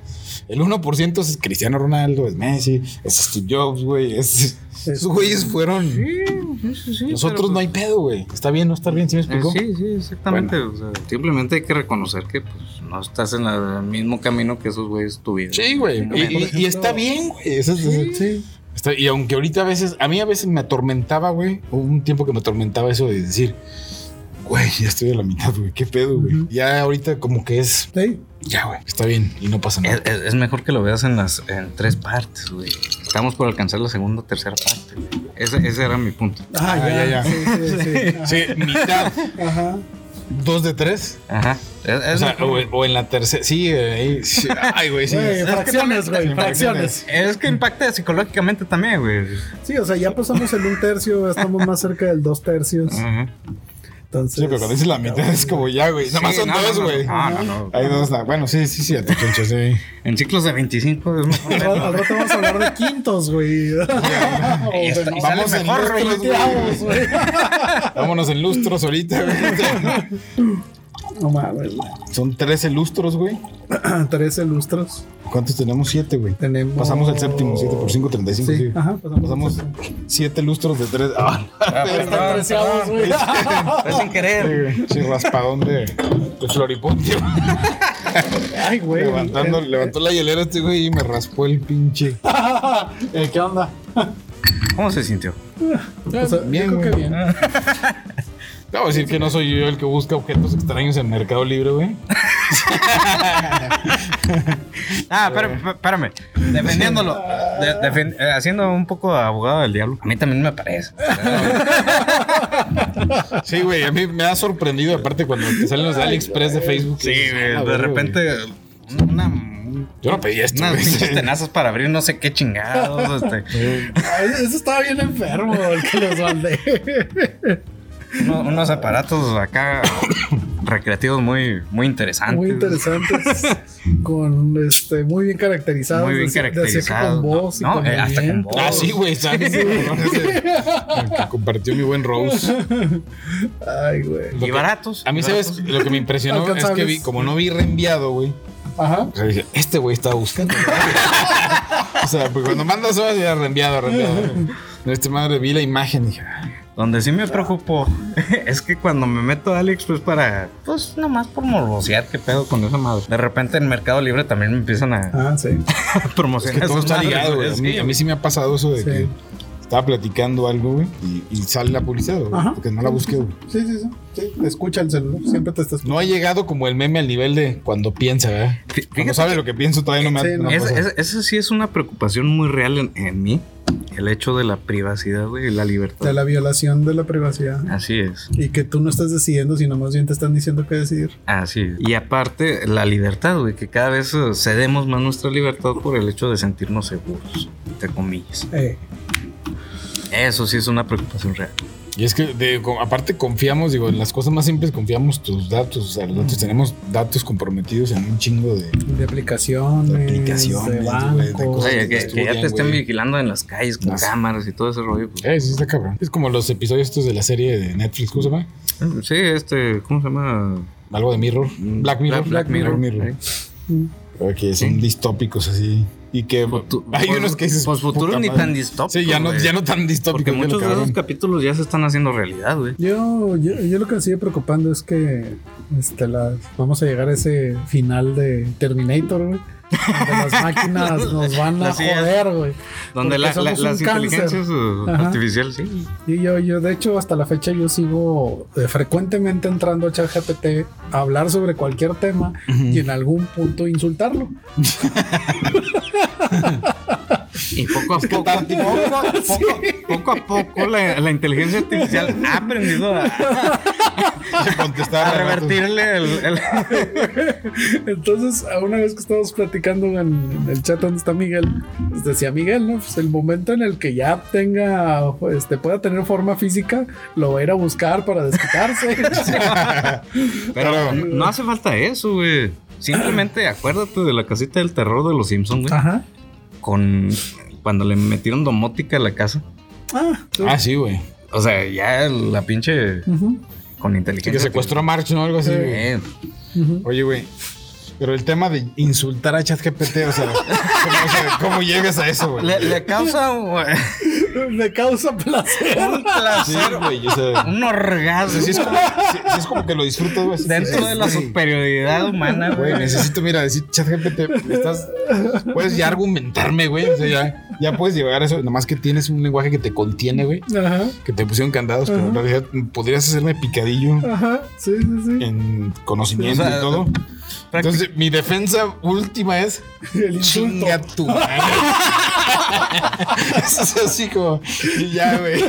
[SPEAKER 1] El 1% es Cristiano Ronaldo, es Messi, es Steve Jobs, güey. Es, esos güeyes fueron.
[SPEAKER 2] Sí, sí, sí,
[SPEAKER 1] Pues Nosotros
[SPEAKER 2] pero,
[SPEAKER 1] no hay pedo, güey. Está bien no estar bien, ¿sí me
[SPEAKER 2] pues,
[SPEAKER 1] explicó?
[SPEAKER 2] eh, sí, sí, exactamente. o sea, simplemente hay que reconocer que pues, no estás en la- el mismo camino que esos güeyes tuvieron.
[SPEAKER 1] Sí, güey. Y, y- y está bien, güey. Eso es- eso es-
[SPEAKER 3] Sí.
[SPEAKER 1] está- y aunque ahorita a veces, a mí a veces me atormentaba, güey. Hubo un tiempo que me atormentaba eso de decir, güey, ya estoy a la mitad, güey. ¿Qué pedo, güey?
[SPEAKER 3] Ujú.
[SPEAKER 1] Ya ahorita como que es.
[SPEAKER 3] Sí.
[SPEAKER 1] Ya, güey. Está bien y no pasa
[SPEAKER 2] Es,
[SPEAKER 1] nada.
[SPEAKER 2] es- es mejor que lo veas en las en tres partes, güey. Estamos por alcanzar la segunda tercera parte. güey. Ese, ese era mi punto.
[SPEAKER 3] Ah,
[SPEAKER 1] Ah,
[SPEAKER 3] ya,
[SPEAKER 1] ya, ya.
[SPEAKER 3] ya. Sí, sí, sí.
[SPEAKER 1] Sí, mitad,
[SPEAKER 3] Ajá.
[SPEAKER 1] dos de tres.
[SPEAKER 2] Ajá. Es- es
[SPEAKER 1] O, sea,
[SPEAKER 2] mejor.
[SPEAKER 1] o, o en la tercera. Sí, eh, ahí, sí. ay, güey, sí.
[SPEAKER 3] Güey, fracciones, güey. Fracciones.
[SPEAKER 2] Es que impacta psicológicamente también, güey.
[SPEAKER 3] Sí, o sea, ya pasamos el un tercio, ya estamos más cerca del dos tercios.
[SPEAKER 2] Ajá.
[SPEAKER 3] Entonces.
[SPEAKER 1] Sí, pero cuando dices la mitad es como ya, güey. Nada más
[SPEAKER 2] Sí,
[SPEAKER 1] son
[SPEAKER 2] no,
[SPEAKER 1] dos,
[SPEAKER 2] no, no,
[SPEAKER 1] güey.
[SPEAKER 2] No, no, no.
[SPEAKER 1] Hay dos, na- bueno, sí, sí, sí, a tu pinche, sí.
[SPEAKER 2] En ciclos de 25 es mejor.
[SPEAKER 3] Al rato- al rato vamos a hablar de quintos, güey. O
[SPEAKER 2] Y
[SPEAKER 3] de
[SPEAKER 2] está- y sale
[SPEAKER 3] no-
[SPEAKER 1] Vamos en
[SPEAKER 2] mejor, güey.
[SPEAKER 1] lustros,
[SPEAKER 3] Vamos,
[SPEAKER 1] güey.
[SPEAKER 3] güey.
[SPEAKER 1] Vámonos en lustros ahorita, güey.
[SPEAKER 3] No mames, güey.
[SPEAKER 1] Son 13 lustros, güey.
[SPEAKER 3] 13 lustros.
[SPEAKER 1] ¿Cuántos tenemos? Siete, güey.
[SPEAKER 3] Tenemos.
[SPEAKER 1] Pasamos el séptimo, 7 por 5, 35.
[SPEAKER 3] Sí,
[SPEAKER 1] Sí,
[SPEAKER 3] ajá, pasamos.
[SPEAKER 1] Pasamos
[SPEAKER 3] el
[SPEAKER 1] siete lustros de tres. Ah,
[SPEAKER 3] Están treceavos, Ah, güey.
[SPEAKER 2] Fue sin querer.
[SPEAKER 1] sí, raspadón de, de floripondio.
[SPEAKER 3] Ay, güey.
[SPEAKER 1] Levantando, levantó la hielera este güey y me raspó el pinche.
[SPEAKER 3] Eh, ¿Qué onda?
[SPEAKER 2] ¿Cómo se sintió?
[SPEAKER 3] O sea,
[SPEAKER 1] Bien,
[SPEAKER 3] yo creo que
[SPEAKER 1] güey.
[SPEAKER 3] bien.
[SPEAKER 1] Te voy a decir que no soy yo el que busca objetos extraños en Mercado Libre, güey.
[SPEAKER 2] Ah, pero, pero- espérame. Defendiéndolo. de- defen- eh, haciendo un poco de abogado del diablo. A mí también me parece.
[SPEAKER 1] Sí, güey, a mí me ha sorprendido, aparte, cuando te salen los de AliExpress de Facebook.
[SPEAKER 2] Sí,
[SPEAKER 1] dices,
[SPEAKER 2] güey,
[SPEAKER 1] "Ah,
[SPEAKER 2] de
[SPEAKER 1] güey,
[SPEAKER 2] repente una,
[SPEAKER 1] Yo no pedí esto,
[SPEAKER 2] unas
[SPEAKER 1] güey.
[SPEAKER 2] pinches tenazas para abrir no sé qué chingados. este,
[SPEAKER 3] Ay, Eso Ah, estaba bien enfermo, el que los mandé.
[SPEAKER 2] uno- unos aparatos acá recreativos muy, muy interesantes.
[SPEAKER 3] Muy interesantes. Con este, muy bien caracterizados.
[SPEAKER 2] Muy bien
[SPEAKER 3] decía- decía que
[SPEAKER 2] caracterizados.
[SPEAKER 3] Con voz y
[SPEAKER 2] No,
[SPEAKER 3] con
[SPEAKER 2] eh, hasta con
[SPEAKER 3] movimiento.
[SPEAKER 2] voz.
[SPEAKER 1] Ah, sí, güey, ¿sabes? El que compartió mi buen Rose.
[SPEAKER 3] Ay, güey.
[SPEAKER 1] Lo
[SPEAKER 2] Y
[SPEAKER 1] que-
[SPEAKER 2] baratos.
[SPEAKER 1] A mí,
[SPEAKER 2] y
[SPEAKER 1] ¿sabes?
[SPEAKER 2] baratos.
[SPEAKER 1] Lo que me impresionó es que
[SPEAKER 3] Alcanzables.
[SPEAKER 1] vi, como no vi reenviado, güey.
[SPEAKER 3] Ajá.
[SPEAKER 1] O sea, dije, este güey estaba buscando. o sea, porque cuando mandas horas ya reenviado, reenviado. No, este madre vi la imagen y dije, "Ah,
[SPEAKER 2] Donde sí me preocupó es que cuando me meto a AliExpress para, pues nomás por morbosear, qué pedo con esa madre. De repente en Mercado Libre también me empiezan a
[SPEAKER 3] Ah, sí.
[SPEAKER 1] es
[SPEAKER 2] promocionar.
[SPEAKER 1] que todo
[SPEAKER 2] esas
[SPEAKER 1] está
[SPEAKER 2] madres,
[SPEAKER 1] ligado, güey. A
[SPEAKER 2] sí,
[SPEAKER 1] mí, a mí sí me ha pasado eso de
[SPEAKER 3] Sí.
[SPEAKER 1] que estaba platicando algo, güey, y, y sale la publicidad, güey,
[SPEAKER 3] Ajá.
[SPEAKER 1] porque no la busqué, güey.
[SPEAKER 3] Sí, sí, sí. sí. Te escucha el celular. Siempre te estás.
[SPEAKER 1] No ha llegado como el meme al nivel de cuando piensa, ¿verdad?
[SPEAKER 2] Fí-
[SPEAKER 1] Cuando
[SPEAKER 2] fíjate
[SPEAKER 1] sabe lo que pienso, todavía no me ha
[SPEAKER 3] Sí, no.
[SPEAKER 1] no
[SPEAKER 2] Es-
[SPEAKER 1] pasa.
[SPEAKER 2] es- Esa sí es una preocupación muy real en, en mí. El hecho de la privacidad, güey, y la libertad.
[SPEAKER 3] De la violación de la privacidad.
[SPEAKER 2] Así es,
[SPEAKER 3] Y que tú no estás decidiendo, sino más bien te están diciendo qué decidir.
[SPEAKER 2] así es. Y aparte, la libertad, güey, que cada vez eh, cedemos más nuestra libertad por el hecho de sentirnos seguros, entre comillas.
[SPEAKER 3] Eh,
[SPEAKER 2] Eso sí es una preocupación real.
[SPEAKER 1] Y es que, de- co- aparte, confiamos, digo, en las cosas más simples confiamos tus datos. O sea, los datos, tenemos datos comprometidos en un chingo de.
[SPEAKER 3] De aplicaciones,
[SPEAKER 1] De
[SPEAKER 3] de,
[SPEAKER 1] aplicaciones, güey, de
[SPEAKER 3] bancos.
[SPEAKER 1] cosas.
[SPEAKER 2] Oye,
[SPEAKER 1] que te
[SPEAKER 2] que, que ya
[SPEAKER 1] estudian,
[SPEAKER 2] te estén
[SPEAKER 1] güey.
[SPEAKER 2] vigilando en las calles con
[SPEAKER 1] Las-
[SPEAKER 2] cámaras y todo ese rollo. pues.
[SPEAKER 1] Eh, sí, está cabrón. Es como los episodios estos de la serie de Netflix, ¿cómo se llama?
[SPEAKER 2] Sí, este, ¿cómo se llama?
[SPEAKER 1] Algo de Mirror. Black Mirror.
[SPEAKER 2] Mm, Black, Black Mirror. eh.
[SPEAKER 1] Pero que son
[SPEAKER 2] Sí.
[SPEAKER 1] distópicos así. Y que
[SPEAKER 2] Futu-
[SPEAKER 1] hay
[SPEAKER 2] pues-
[SPEAKER 1] unos que dices.
[SPEAKER 2] pues futuros
[SPEAKER 1] puta
[SPEAKER 2] ni
[SPEAKER 1] madre.
[SPEAKER 2] tan distópicos,
[SPEAKER 1] Sí, ya no,
[SPEAKER 2] güey.
[SPEAKER 1] ya no tan distópicos.
[SPEAKER 2] Porque
[SPEAKER 1] ya lo
[SPEAKER 2] muchos de
[SPEAKER 1] cabrón.
[SPEAKER 2] esos capítulos ya se están haciendo realidad, güey.
[SPEAKER 3] Yo, yo, yo lo que me sigue preocupando es que este, las- vamos a llegar a ese final de Terminator, güey. Donde las máquinas nos van a
[SPEAKER 2] Las ideas.
[SPEAKER 3] joder, güey.
[SPEAKER 2] Donde
[SPEAKER 3] Porque
[SPEAKER 2] la- la-
[SPEAKER 3] somos un
[SPEAKER 2] las
[SPEAKER 3] cáncer.
[SPEAKER 2] inteligencias eh,
[SPEAKER 3] Ajá.
[SPEAKER 2] artificiales, sí.
[SPEAKER 3] Y yo, yo, de hecho, hasta la fecha yo sigo eh, frecuentemente entrando a ChatGPT a hablar sobre cualquier tema y en algún punto insultarlo.
[SPEAKER 2] Y poco a poco,
[SPEAKER 1] catártico.
[SPEAKER 2] poco, poco- poco a poco la, la inteligencia artificial ha aprendido a,
[SPEAKER 1] Contestar
[SPEAKER 2] a
[SPEAKER 1] a ratos.
[SPEAKER 2] revertirle el, el-
[SPEAKER 3] Entonces, a una vez que estábamos platicando en el chat donde está Miguel, pues decía Miguel, ¿no? Pues el momento en el que ya tenga, este, pueda tener forma física, lo va a ir a buscar para desquitarse.
[SPEAKER 2] Pero no hace falta eso, güey. Simplemente acuérdate de la casita del terror de los Simpsons, güey.
[SPEAKER 3] Ajá.
[SPEAKER 2] Con cuando le metieron domótica a la casa.
[SPEAKER 3] Ah, sí.
[SPEAKER 1] Ah, sí, güey.
[SPEAKER 2] O sea, ya la pinche
[SPEAKER 3] Ujú,
[SPEAKER 2] con
[SPEAKER 1] Sí,
[SPEAKER 2] inteligencia.
[SPEAKER 1] que secuestró a March, ¿no? Algo así, güey.
[SPEAKER 2] Eh,
[SPEAKER 3] ujú.
[SPEAKER 1] Oye, güey. Pero el tema de insultar a ChatGPT, o sea, ¿cómo, o sea, ¿cómo llegas a eso, güey?
[SPEAKER 2] le, le causa güey,
[SPEAKER 3] Me causa placer.
[SPEAKER 2] un
[SPEAKER 1] Sí,
[SPEAKER 2] placer,
[SPEAKER 1] güey. O sea,
[SPEAKER 2] un orgasmo
[SPEAKER 1] sí, sí es como, sí- sí es como que lo disfrutas, güey. así,
[SPEAKER 2] dentro
[SPEAKER 1] sí,
[SPEAKER 2] de la
[SPEAKER 1] güey.
[SPEAKER 2] superioridad humana,
[SPEAKER 1] Güey,
[SPEAKER 2] güey.
[SPEAKER 1] necesito, mira, decir ChatGPT, estás. Puedes ya argumentarme, güey. O sea, ya, ya puedes llegar a eso. Nomás que tienes un lenguaje que te contiene, güey.
[SPEAKER 3] Ajá,
[SPEAKER 1] Que te pusieron candados, pero en realidad podrías hacerme picadillo
[SPEAKER 3] ajá. Sí, sí, sí.
[SPEAKER 1] en conocimiento
[SPEAKER 2] O sea,
[SPEAKER 1] y todo.
[SPEAKER 2] prácti-
[SPEAKER 1] Entonces, mi defensa última es
[SPEAKER 3] El insulto.
[SPEAKER 1] chinga tu madre. Eso es así como, y ya, güey.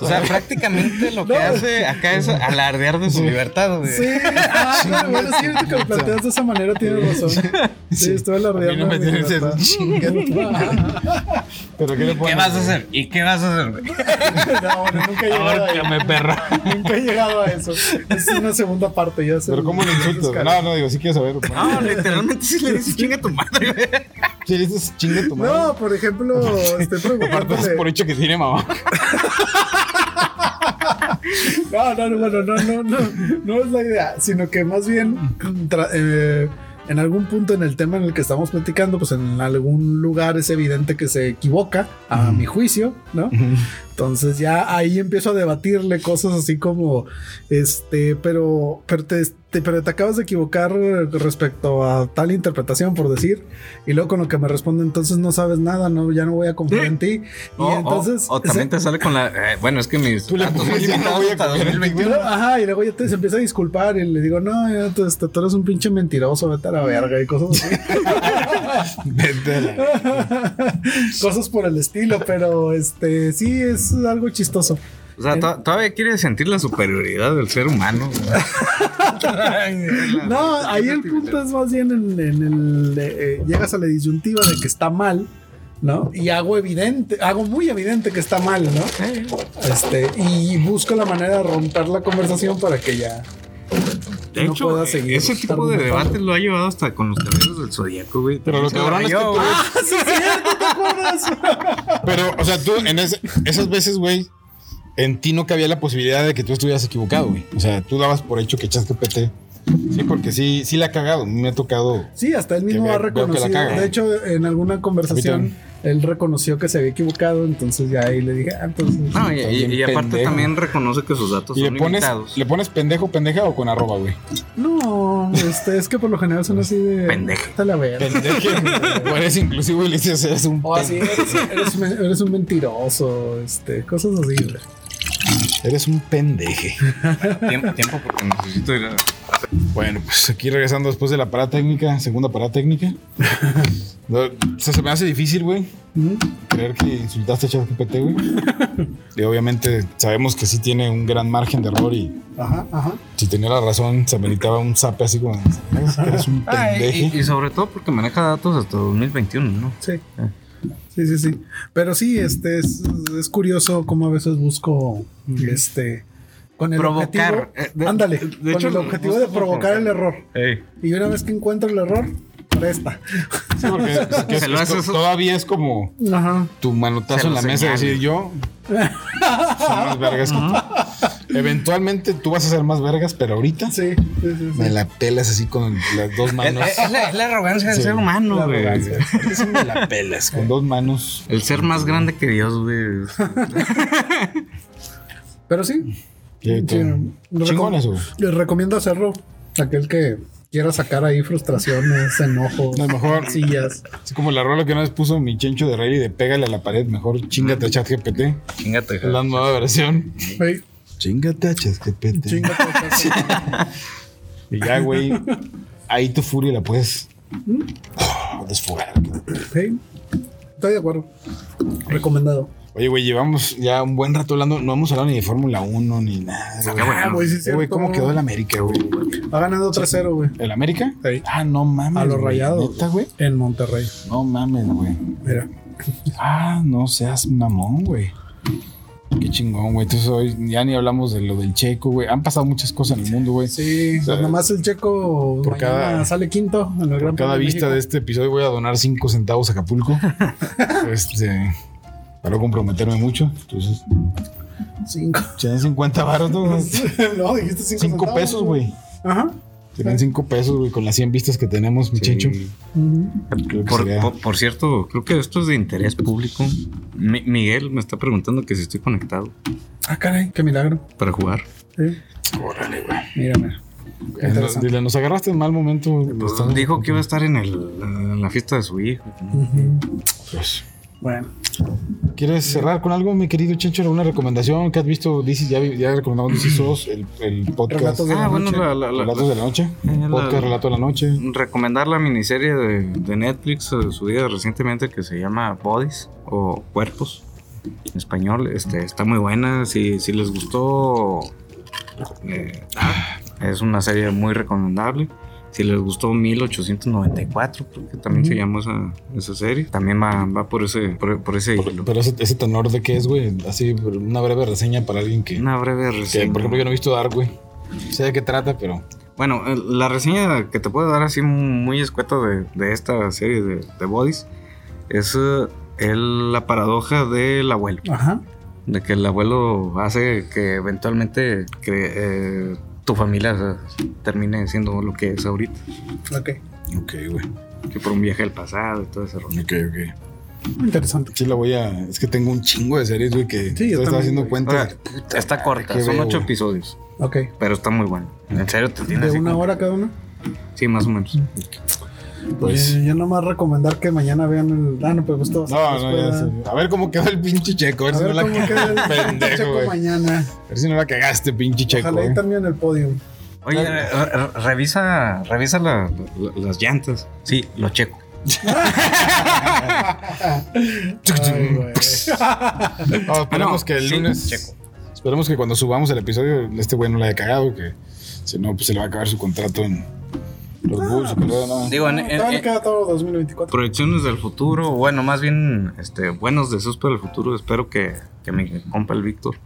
[SPEAKER 2] O sea, prácticamente lo que
[SPEAKER 3] No.
[SPEAKER 2] hace acá es alardear de su libertad, güey.
[SPEAKER 3] Sí, ah, bueno, sí, ahorita que lo planteas de esa manera tienes razón. Sí, estoy alardeando.
[SPEAKER 1] A mí no me
[SPEAKER 3] mi
[SPEAKER 1] tienes el
[SPEAKER 3] libertad.
[SPEAKER 1] chinga tu madre. Pero ¿qué le
[SPEAKER 2] ¿Qué
[SPEAKER 1] pones?
[SPEAKER 2] vas a hacer? ¿Y qué vas a hacer, güey?
[SPEAKER 3] No, bueno, nunca he llegado ahí.
[SPEAKER 1] Ahórcame, perra.
[SPEAKER 3] Nunca he llegado a eso. Es una segunda parte, ya sé.
[SPEAKER 1] Pero ¿cómo le insulto? No, no, digo, sí quiero saber.
[SPEAKER 3] Ah.
[SPEAKER 2] No, literalmente sí le dices chinga tu madre, güey.
[SPEAKER 1] Si dices chinga tu madre.
[SPEAKER 3] No, por ejemplo, este, estoy
[SPEAKER 1] Aparte es
[SPEAKER 3] preocupándole.
[SPEAKER 1] por hecho que tiene mamá.
[SPEAKER 3] No, no, no, bueno, no, no, no, no es la idea, sino que más bien tra- eh, en algún punto en el tema en el que estamos platicando, pues en algún lugar es evidente que se equivoca, a mi juicio, ¿no? Entonces ya ahí empiezo a debatirle cosas así como, este, pero, pero te, te- pero te acabas de equivocar respecto a tal interpretación, por decir, y luego con lo que me responde, entonces no sabes nada, no, ya no voy a confiar en ti. Y
[SPEAKER 2] O, o-
[SPEAKER 3] entonces...
[SPEAKER 2] Oh, o también
[SPEAKER 3] se-
[SPEAKER 2] te sale con la. eh, bueno, es que mis
[SPEAKER 1] Tú le
[SPEAKER 2] datos
[SPEAKER 1] pones, ya
[SPEAKER 2] son
[SPEAKER 1] Ah, no
[SPEAKER 2] limitados
[SPEAKER 1] voy a
[SPEAKER 2] hasta
[SPEAKER 1] coger en ti,
[SPEAKER 2] 2020.
[SPEAKER 3] Y luego, ajá, y luego ya te, se empieza a disculpar y le digo, no, ya, tú, este, tú eres un pinche mentiroso, vete a la verga y cosas así.
[SPEAKER 1] Vete a la-
[SPEAKER 3] cosas por el estilo, pero este sí es algo chistoso.
[SPEAKER 2] O sea, to- todavía quieres sentir la superioridad del ser humano. güey.
[SPEAKER 3] No, ahí el punto es más bien en, en el. eh, eh, llegas a la disyuntiva de que está mal, ¿no? Y hago evidente, hago muy evidente que está mal, ¿no?
[SPEAKER 2] Eh,
[SPEAKER 3] Este, y busco la manera de romper la conversación para que ya.
[SPEAKER 2] De
[SPEAKER 3] No
[SPEAKER 2] hecho,
[SPEAKER 3] puedo
[SPEAKER 2] eh,
[SPEAKER 3] seguir
[SPEAKER 2] ese tipo de
[SPEAKER 3] argumentando.
[SPEAKER 2] debates lo ha llevado hasta con los caballeros del zodiaco, güey.
[SPEAKER 1] Pero lo
[SPEAKER 2] Se
[SPEAKER 1] cabrón es que
[SPEAKER 2] rayó,
[SPEAKER 1] tú-
[SPEAKER 2] güey.
[SPEAKER 3] ¡Ah, sí, es cierto! ¿Te acuerdas?
[SPEAKER 1] Pero, o sea, tú en ese- esas veces, güey, en ti no cabía la posibilidad de que tú estuvieras equivocado, güey. O sea, tú dabas por hecho que ChatGPT. Sí, porque sí, sí la ha cagado. Me ha tocado.
[SPEAKER 3] Sí, hasta él mismo
[SPEAKER 1] Que
[SPEAKER 3] ha
[SPEAKER 1] veo- veo que la
[SPEAKER 3] reconocido.
[SPEAKER 1] caga. ¿eh?
[SPEAKER 3] De hecho, en alguna conversación, él reconoció que se había equivocado, entonces ya ahí le dije, ah, entonces.
[SPEAKER 2] No, eh. y, y- y aparte
[SPEAKER 1] Pendejo.
[SPEAKER 2] también reconoce que sus datos
[SPEAKER 1] ¿Y le
[SPEAKER 2] son
[SPEAKER 1] pones,
[SPEAKER 2] limitados.
[SPEAKER 1] le pones pendejo, pendeja o con arroba, güey?
[SPEAKER 3] No, este, es que por lo general son así de.
[SPEAKER 2] Pendejo.
[SPEAKER 3] "Vete a la verga".
[SPEAKER 1] Pendeje. o eres inclusivo y le dices, eres un
[SPEAKER 3] O así,
[SPEAKER 1] pendejo.
[SPEAKER 3] eres, eres un- eres un mentiroso, este, cosas así. güey.
[SPEAKER 1] Eres un pendeje.
[SPEAKER 2] Tiempo, tiempo porque necesito ir a.
[SPEAKER 1] Bueno, pues aquí regresando después de la parada técnica, segunda parada técnica. No, o sea, se me hace difícil, güey,
[SPEAKER 3] Ujú.
[SPEAKER 1] creer que insultaste a ChatGPT, güey. Y obviamente sabemos que sí tiene un gran margen de error y
[SPEAKER 3] Ajá, ajá.
[SPEAKER 1] si tenía la razón, se meritaba un zape así como, "Eres- eres un
[SPEAKER 2] Ah, y,
[SPEAKER 1] pendeje. Ah.
[SPEAKER 2] y sobre todo porque maneja datos hasta 2021, ¿no?
[SPEAKER 3] Sí. Sí, sí, sí. Pero sí, este es, es curioso cómo a veces busco este con el
[SPEAKER 2] Provocar, eh,
[SPEAKER 3] objetivo.
[SPEAKER 2] de-
[SPEAKER 3] ándale,
[SPEAKER 2] de
[SPEAKER 3] con
[SPEAKER 2] hecho,
[SPEAKER 3] el
[SPEAKER 2] lo
[SPEAKER 3] objetivo
[SPEAKER 2] busco
[SPEAKER 3] de
[SPEAKER 2] por
[SPEAKER 3] provocar el error.
[SPEAKER 2] Ey.
[SPEAKER 3] Y una vez que encuentro el error, presta.
[SPEAKER 1] Sí, porque es- es que
[SPEAKER 2] Se lo
[SPEAKER 1] es-
[SPEAKER 2] haces-
[SPEAKER 1] todavía es como
[SPEAKER 3] Ajá.
[SPEAKER 1] tu
[SPEAKER 2] Se
[SPEAKER 1] manotazo
[SPEAKER 2] lo
[SPEAKER 1] en la mesa y
[SPEAKER 2] señalo.
[SPEAKER 1] decir yo soy más vergas que tú. Eventualmente tú vas a ser más vergas, pero ahorita
[SPEAKER 3] Sí, sí, sí. sí.
[SPEAKER 1] me la pelas así con las dos
[SPEAKER 2] Es,
[SPEAKER 1] manos.
[SPEAKER 2] es- es la, es la arrogancia del
[SPEAKER 1] Sí,
[SPEAKER 2] ser humano,
[SPEAKER 3] Ah, la
[SPEAKER 2] güey.
[SPEAKER 3] arrogancia.
[SPEAKER 1] Sí, me la pelas con dos manos.
[SPEAKER 2] El ser más grande que Dios, güey.
[SPEAKER 3] Pero sí,
[SPEAKER 1] Y
[SPEAKER 3] sí,
[SPEAKER 1] te-
[SPEAKER 3] lo
[SPEAKER 1] Chingón
[SPEAKER 3] recom-
[SPEAKER 1] eso. güey.
[SPEAKER 3] les recomiendo hacerlo. Aquel que quiera sacar ahí frustraciones, enojos,
[SPEAKER 1] A lo mejor-
[SPEAKER 3] sillas.
[SPEAKER 1] Así como la rola que una vez puso mi chencho de Riley de pégale a la pared, mejor chingate a ChatGPT.
[SPEAKER 2] Chingate,
[SPEAKER 1] Es La nueva versión.
[SPEAKER 3] Ey,
[SPEAKER 1] Chingate a ChatGPT.
[SPEAKER 3] chinga todo eso.
[SPEAKER 1] Y ya, güey. Ahí tu furia la puedes desfogar.
[SPEAKER 3] Ey, Estoy de acuerdo. Recomendado.
[SPEAKER 1] Oye, güey, llevamos ya un buen rato hablando. No hemos hablado ni de Fórmula 1 ni nada. güey.
[SPEAKER 2] bueno.
[SPEAKER 3] Ah, güey, sí, es
[SPEAKER 1] Eh, güey,
[SPEAKER 3] cierto.
[SPEAKER 1] ¿cómo quedó el América, güey?
[SPEAKER 3] Ha ganado 3-0, güey.
[SPEAKER 1] ¿El América?
[SPEAKER 3] Sí.
[SPEAKER 1] Ah, no mames.
[SPEAKER 3] A los
[SPEAKER 1] güey.
[SPEAKER 3] rayados.
[SPEAKER 1] ¿Neta, güey?
[SPEAKER 3] En Monterrey.
[SPEAKER 1] No mames, güey.
[SPEAKER 3] Mira.
[SPEAKER 1] Ah, no seas mamón, güey. Qué chingón, güey. Entonces hoy ya ni hablamos de lo del Checo, güey. Han pasado muchas cosas en el mundo, güey.
[SPEAKER 3] Sí,
[SPEAKER 1] O sea,
[SPEAKER 3] pues nomás el checo
[SPEAKER 1] por
[SPEAKER 3] mañana
[SPEAKER 1] cada-
[SPEAKER 3] sale quinto en el Gran
[SPEAKER 1] Por cada
[SPEAKER 3] Premio
[SPEAKER 1] vista de
[SPEAKER 3] México.
[SPEAKER 1] este episodio voy a donar 5 centavos a Acapulco. este, para no comprometerme mucho. Entonces,
[SPEAKER 3] Cinco.
[SPEAKER 1] se dan 50 baros, ¿no? 5
[SPEAKER 3] no, dijiste cinco. centavos,
[SPEAKER 1] pesos, güey.
[SPEAKER 3] Ajá.
[SPEAKER 1] Se dan 5 pesos, güey, con las 100 vistas que tenemos, mi chencho.
[SPEAKER 3] Ujú.
[SPEAKER 1] Creo que
[SPEAKER 2] Por,
[SPEAKER 1] sería-
[SPEAKER 2] por- por cierto, creo que esto es de interés público. Mi- Miguel me está preguntando que si estoy conectado
[SPEAKER 3] Ah, caray, qué milagro.
[SPEAKER 2] para jugar.
[SPEAKER 3] Sí.
[SPEAKER 1] Órale, güey.
[SPEAKER 3] Mírame.
[SPEAKER 1] Eh, no-
[SPEAKER 3] interesante.
[SPEAKER 1] Dile, nos agarraste en mal momento. güey. Estamos-
[SPEAKER 2] Dijo que iba a estar en, el, en la fiesta de su hijo.
[SPEAKER 3] Ujú.
[SPEAKER 1] Pues,
[SPEAKER 3] Bueno.
[SPEAKER 1] ¿Quieres cerrar con algo, mi querido Chencho? ¿Alguna recomendación que has visto? Dices, ya, vi- ya recomendamos DC SOS, el, el podcast
[SPEAKER 3] Relatos de
[SPEAKER 2] Ah,
[SPEAKER 3] la
[SPEAKER 2] bueno,
[SPEAKER 3] noche.
[SPEAKER 2] la, la- la-
[SPEAKER 1] Relatos de Pues, Eh, la Noche.
[SPEAKER 2] la-
[SPEAKER 1] Podcast Relato de la Noche.
[SPEAKER 2] recomendar la miniserie de, de Netflix eh, subida recientemente que se llama Bodies o Cuerpos en español. Este, está muy buena. Si, si les gustó, eh, es una serie muy recomendable. Si les gustó 1894, creo que también se llamó esa, esa serie. También va, va por ese, por, por ese hilo.
[SPEAKER 1] Pero ese, ese tenor de qué es, güey. Así, una breve reseña para alguien que.
[SPEAKER 2] Una breve
[SPEAKER 1] que,
[SPEAKER 2] reseña.
[SPEAKER 1] por ejemplo, yo no he visto Dark, güey. Sé de qué trata, pero.
[SPEAKER 2] Bueno, eh, la reseña que te puedo dar así muy escueta de, de esta serie de, de Bodies es eh, el- la paradoja del abuelo.
[SPEAKER 3] Ajá.
[SPEAKER 2] De que el abuelo hace que eventualmente que, eh, tu familia eh, termine siendo lo que es ahorita.
[SPEAKER 3] Ok.
[SPEAKER 1] Ok, güey.
[SPEAKER 2] Que por un viaje al pasado y todo ese rollo.
[SPEAKER 1] Ok, ok.
[SPEAKER 3] Interesante.
[SPEAKER 1] Sí, la voy a. Es que tengo un chingo de series, güey, que
[SPEAKER 3] Sí, yo
[SPEAKER 1] todavía estaba
[SPEAKER 3] también,
[SPEAKER 1] haciendo
[SPEAKER 3] güey.
[SPEAKER 1] cuenta.
[SPEAKER 2] Ahora, está corta,
[SPEAKER 1] qué
[SPEAKER 2] son
[SPEAKER 1] veo,
[SPEAKER 2] ocho
[SPEAKER 1] güey.
[SPEAKER 2] episodios.
[SPEAKER 3] Ok.
[SPEAKER 2] Pero está muy bueno. En serio, te tiene
[SPEAKER 3] De
[SPEAKER 2] así
[SPEAKER 3] una
[SPEAKER 2] como-
[SPEAKER 3] hora cada uno.
[SPEAKER 2] Sí, más o menos.
[SPEAKER 1] Pues-
[SPEAKER 3] Pues. Yo, yo nomás recomendar que mañana vean el. Ah, no, pero pues todos.
[SPEAKER 1] No, no, ya
[SPEAKER 3] puedan-
[SPEAKER 1] sé. A ver cómo quedó el pinche checo. A ver,
[SPEAKER 3] A
[SPEAKER 1] si
[SPEAKER 3] ver
[SPEAKER 1] no la
[SPEAKER 3] cómo queda el
[SPEAKER 1] cagaste. Pendejo,
[SPEAKER 3] checo
[SPEAKER 1] güey.
[SPEAKER 3] mañana.
[SPEAKER 1] A ver si no la cagaste, pinche checo.
[SPEAKER 3] Ojalá
[SPEAKER 1] güey.
[SPEAKER 3] y termine en el podio.
[SPEAKER 2] Oye, re- re- revisa, revisa la- la- las llantas. Sí, lo checo.
[SPEAKER 1] Ah,
[SPEAKER 3] Ay,
[SPEAKER 1] No,
[SPEAKER 3] güey.
[SPEAKER 1] esperemos
[SPEAKER 2] Ah, no,
[SPEAKER 1] que el
[SPEAKER 2] sí,
[SPEAKER 1] lunes.
[SPEAKER 2] checo.
[SPEAKER 1] Esperemos que cuando subamos el episodio, este güey no la haya cagado, que si no, pues se le va a acabar su contrato en los Bulls. pero no. pues,
[SPEAKER 2] Digo, en,
[SPEAKER 3] No,
[SPEAKER 2] en-
[SPEAKER 3] todavía
[SPEAKER 2] en-
[SPEAKER 3] queda todo 2024.
[SPEAKER 2] proyecciones del futuro, bueno, más bien este, buenos deseos para el futuro. Espero que, que mi compa el Víctor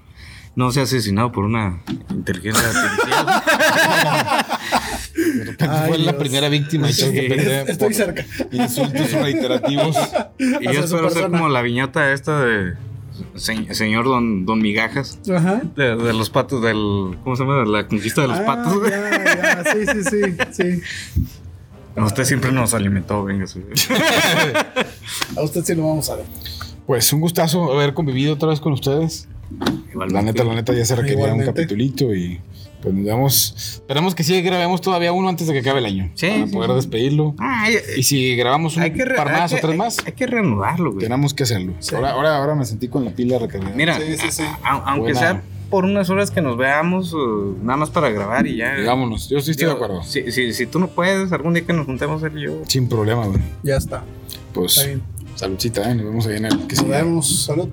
[SPEAKER 2] no sea asesinado por una inteligencia artificial.
[SPEAKER 1] De repente
[SPEAKER 3] Ay,
[SPEAKER 1] fue
[SPEAKER 3] Dios.
[SPEAKER 1] la primera víctima de
[SPEAKER 2] Sí,
[SPEAKER 1] ChatGPT
[SPEAKER 3] Estoy
[SPEAKER 1] por
[SPEAKER 3] cerca.
[SPEAKER 1] Insultos reiterativos.
[SPEAKER 2] y
[SPEAKER 3] O
[SPEAKER 2] yo
[SPEAKER 3] sea,
[SPEAKER 2] espero
[SPEAKER 3] su
[SPEAKER 2] ser
[SPEAKER 3] persona.
[SPEAKER 2] como la viñata esta de se- señor don, don Migajas.
[SPEAKER 3] Ajá.
[SPEAKER 2] De, de los patos del. ¿Cómo se llama? De la conquista de los
[SPEAKER 3] Ah,
[SPEAKER 2] patos.
[SPEAKER 3] Ya, ya. Sí, sí, sí, sí.
[SPEAKER 2] Usted siempre nos alimentó, venga. sí.
[SPEAKER 3] A usted sí lo vamos a ver.
[SPEAKER 1] Pues un gustazo haber convivido otra vez con ustedes. La
[SPEAKER 2] Igualmente.
[SPEAKER 1] neta, la neta, ya se requería un
[SPEAKER 3] Igualmente.
[SPEAKER 1] capitulito y pues nos vamos. Esperamos que sí grabemos todavía uno antes de que acabe el año.
[SPEAKER 2] Sí,
[SPEAKER 1] Para
[SPEAKER 2] sí,
[SPEAKER 1] poder
[SPEAKER 2] sí.
[SPEAKER 1] despedirlo.
[SPEAKER 2] Ay,
[SPEAKER 1] Y si grabamos un
[SPEAKER 2] hay que re-
[SPEAKER 1] par
[SPEAKER 2] hay
[SPEAKER 1] más
[SPEAKER 2] que-
[SPEAKER 1] o tres
[SPEAKER 2] hay-
[SPEAKER 1] más,
[SPEAKER 2] Hay que reanudarlo, güey.
[SPEAKER 1] tenemos que hacerlo. Ahora, ahora, ahora me sentí con la pila recargada.
[SPEAKER 2] Mira, Ah.
[SPEAKER 3] Sí, sí, sí.
[SPEAKER 2] a- a- aunque
[SPEAKER 1] Buena.
[SPEAKER 2] sea por unas horas que nos veamos, o nada más para grabar y ya.
[SPEAKER 1] Digámonos, yo sí estoy de
[SPEAKER 2] Digo,
[SPEAKER 1] acuerdo.
[SPEAKER 2] Si, si, si tú no puedes, algún día que nos juntemos él y yo.
[SPEAKER 1] Sin problema, güey.
[SPEAKER 3] Ya está. Está
[SPEAKER 1] Pues
[SPEAKER 3] bien.
[SPEAKER 1] saludcita, ¿eh? Nos vemos ahí en el que
[SPEAKER 3] Nos
[SPEAKER 1] sigue.
[SPEAKER 3] vemos. Salud.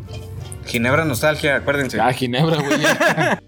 [SPEAKER 2] Ginebra Nostalgia, acuérdense.
[SPEAKER 1] Ah, Ginebra, güey. ya.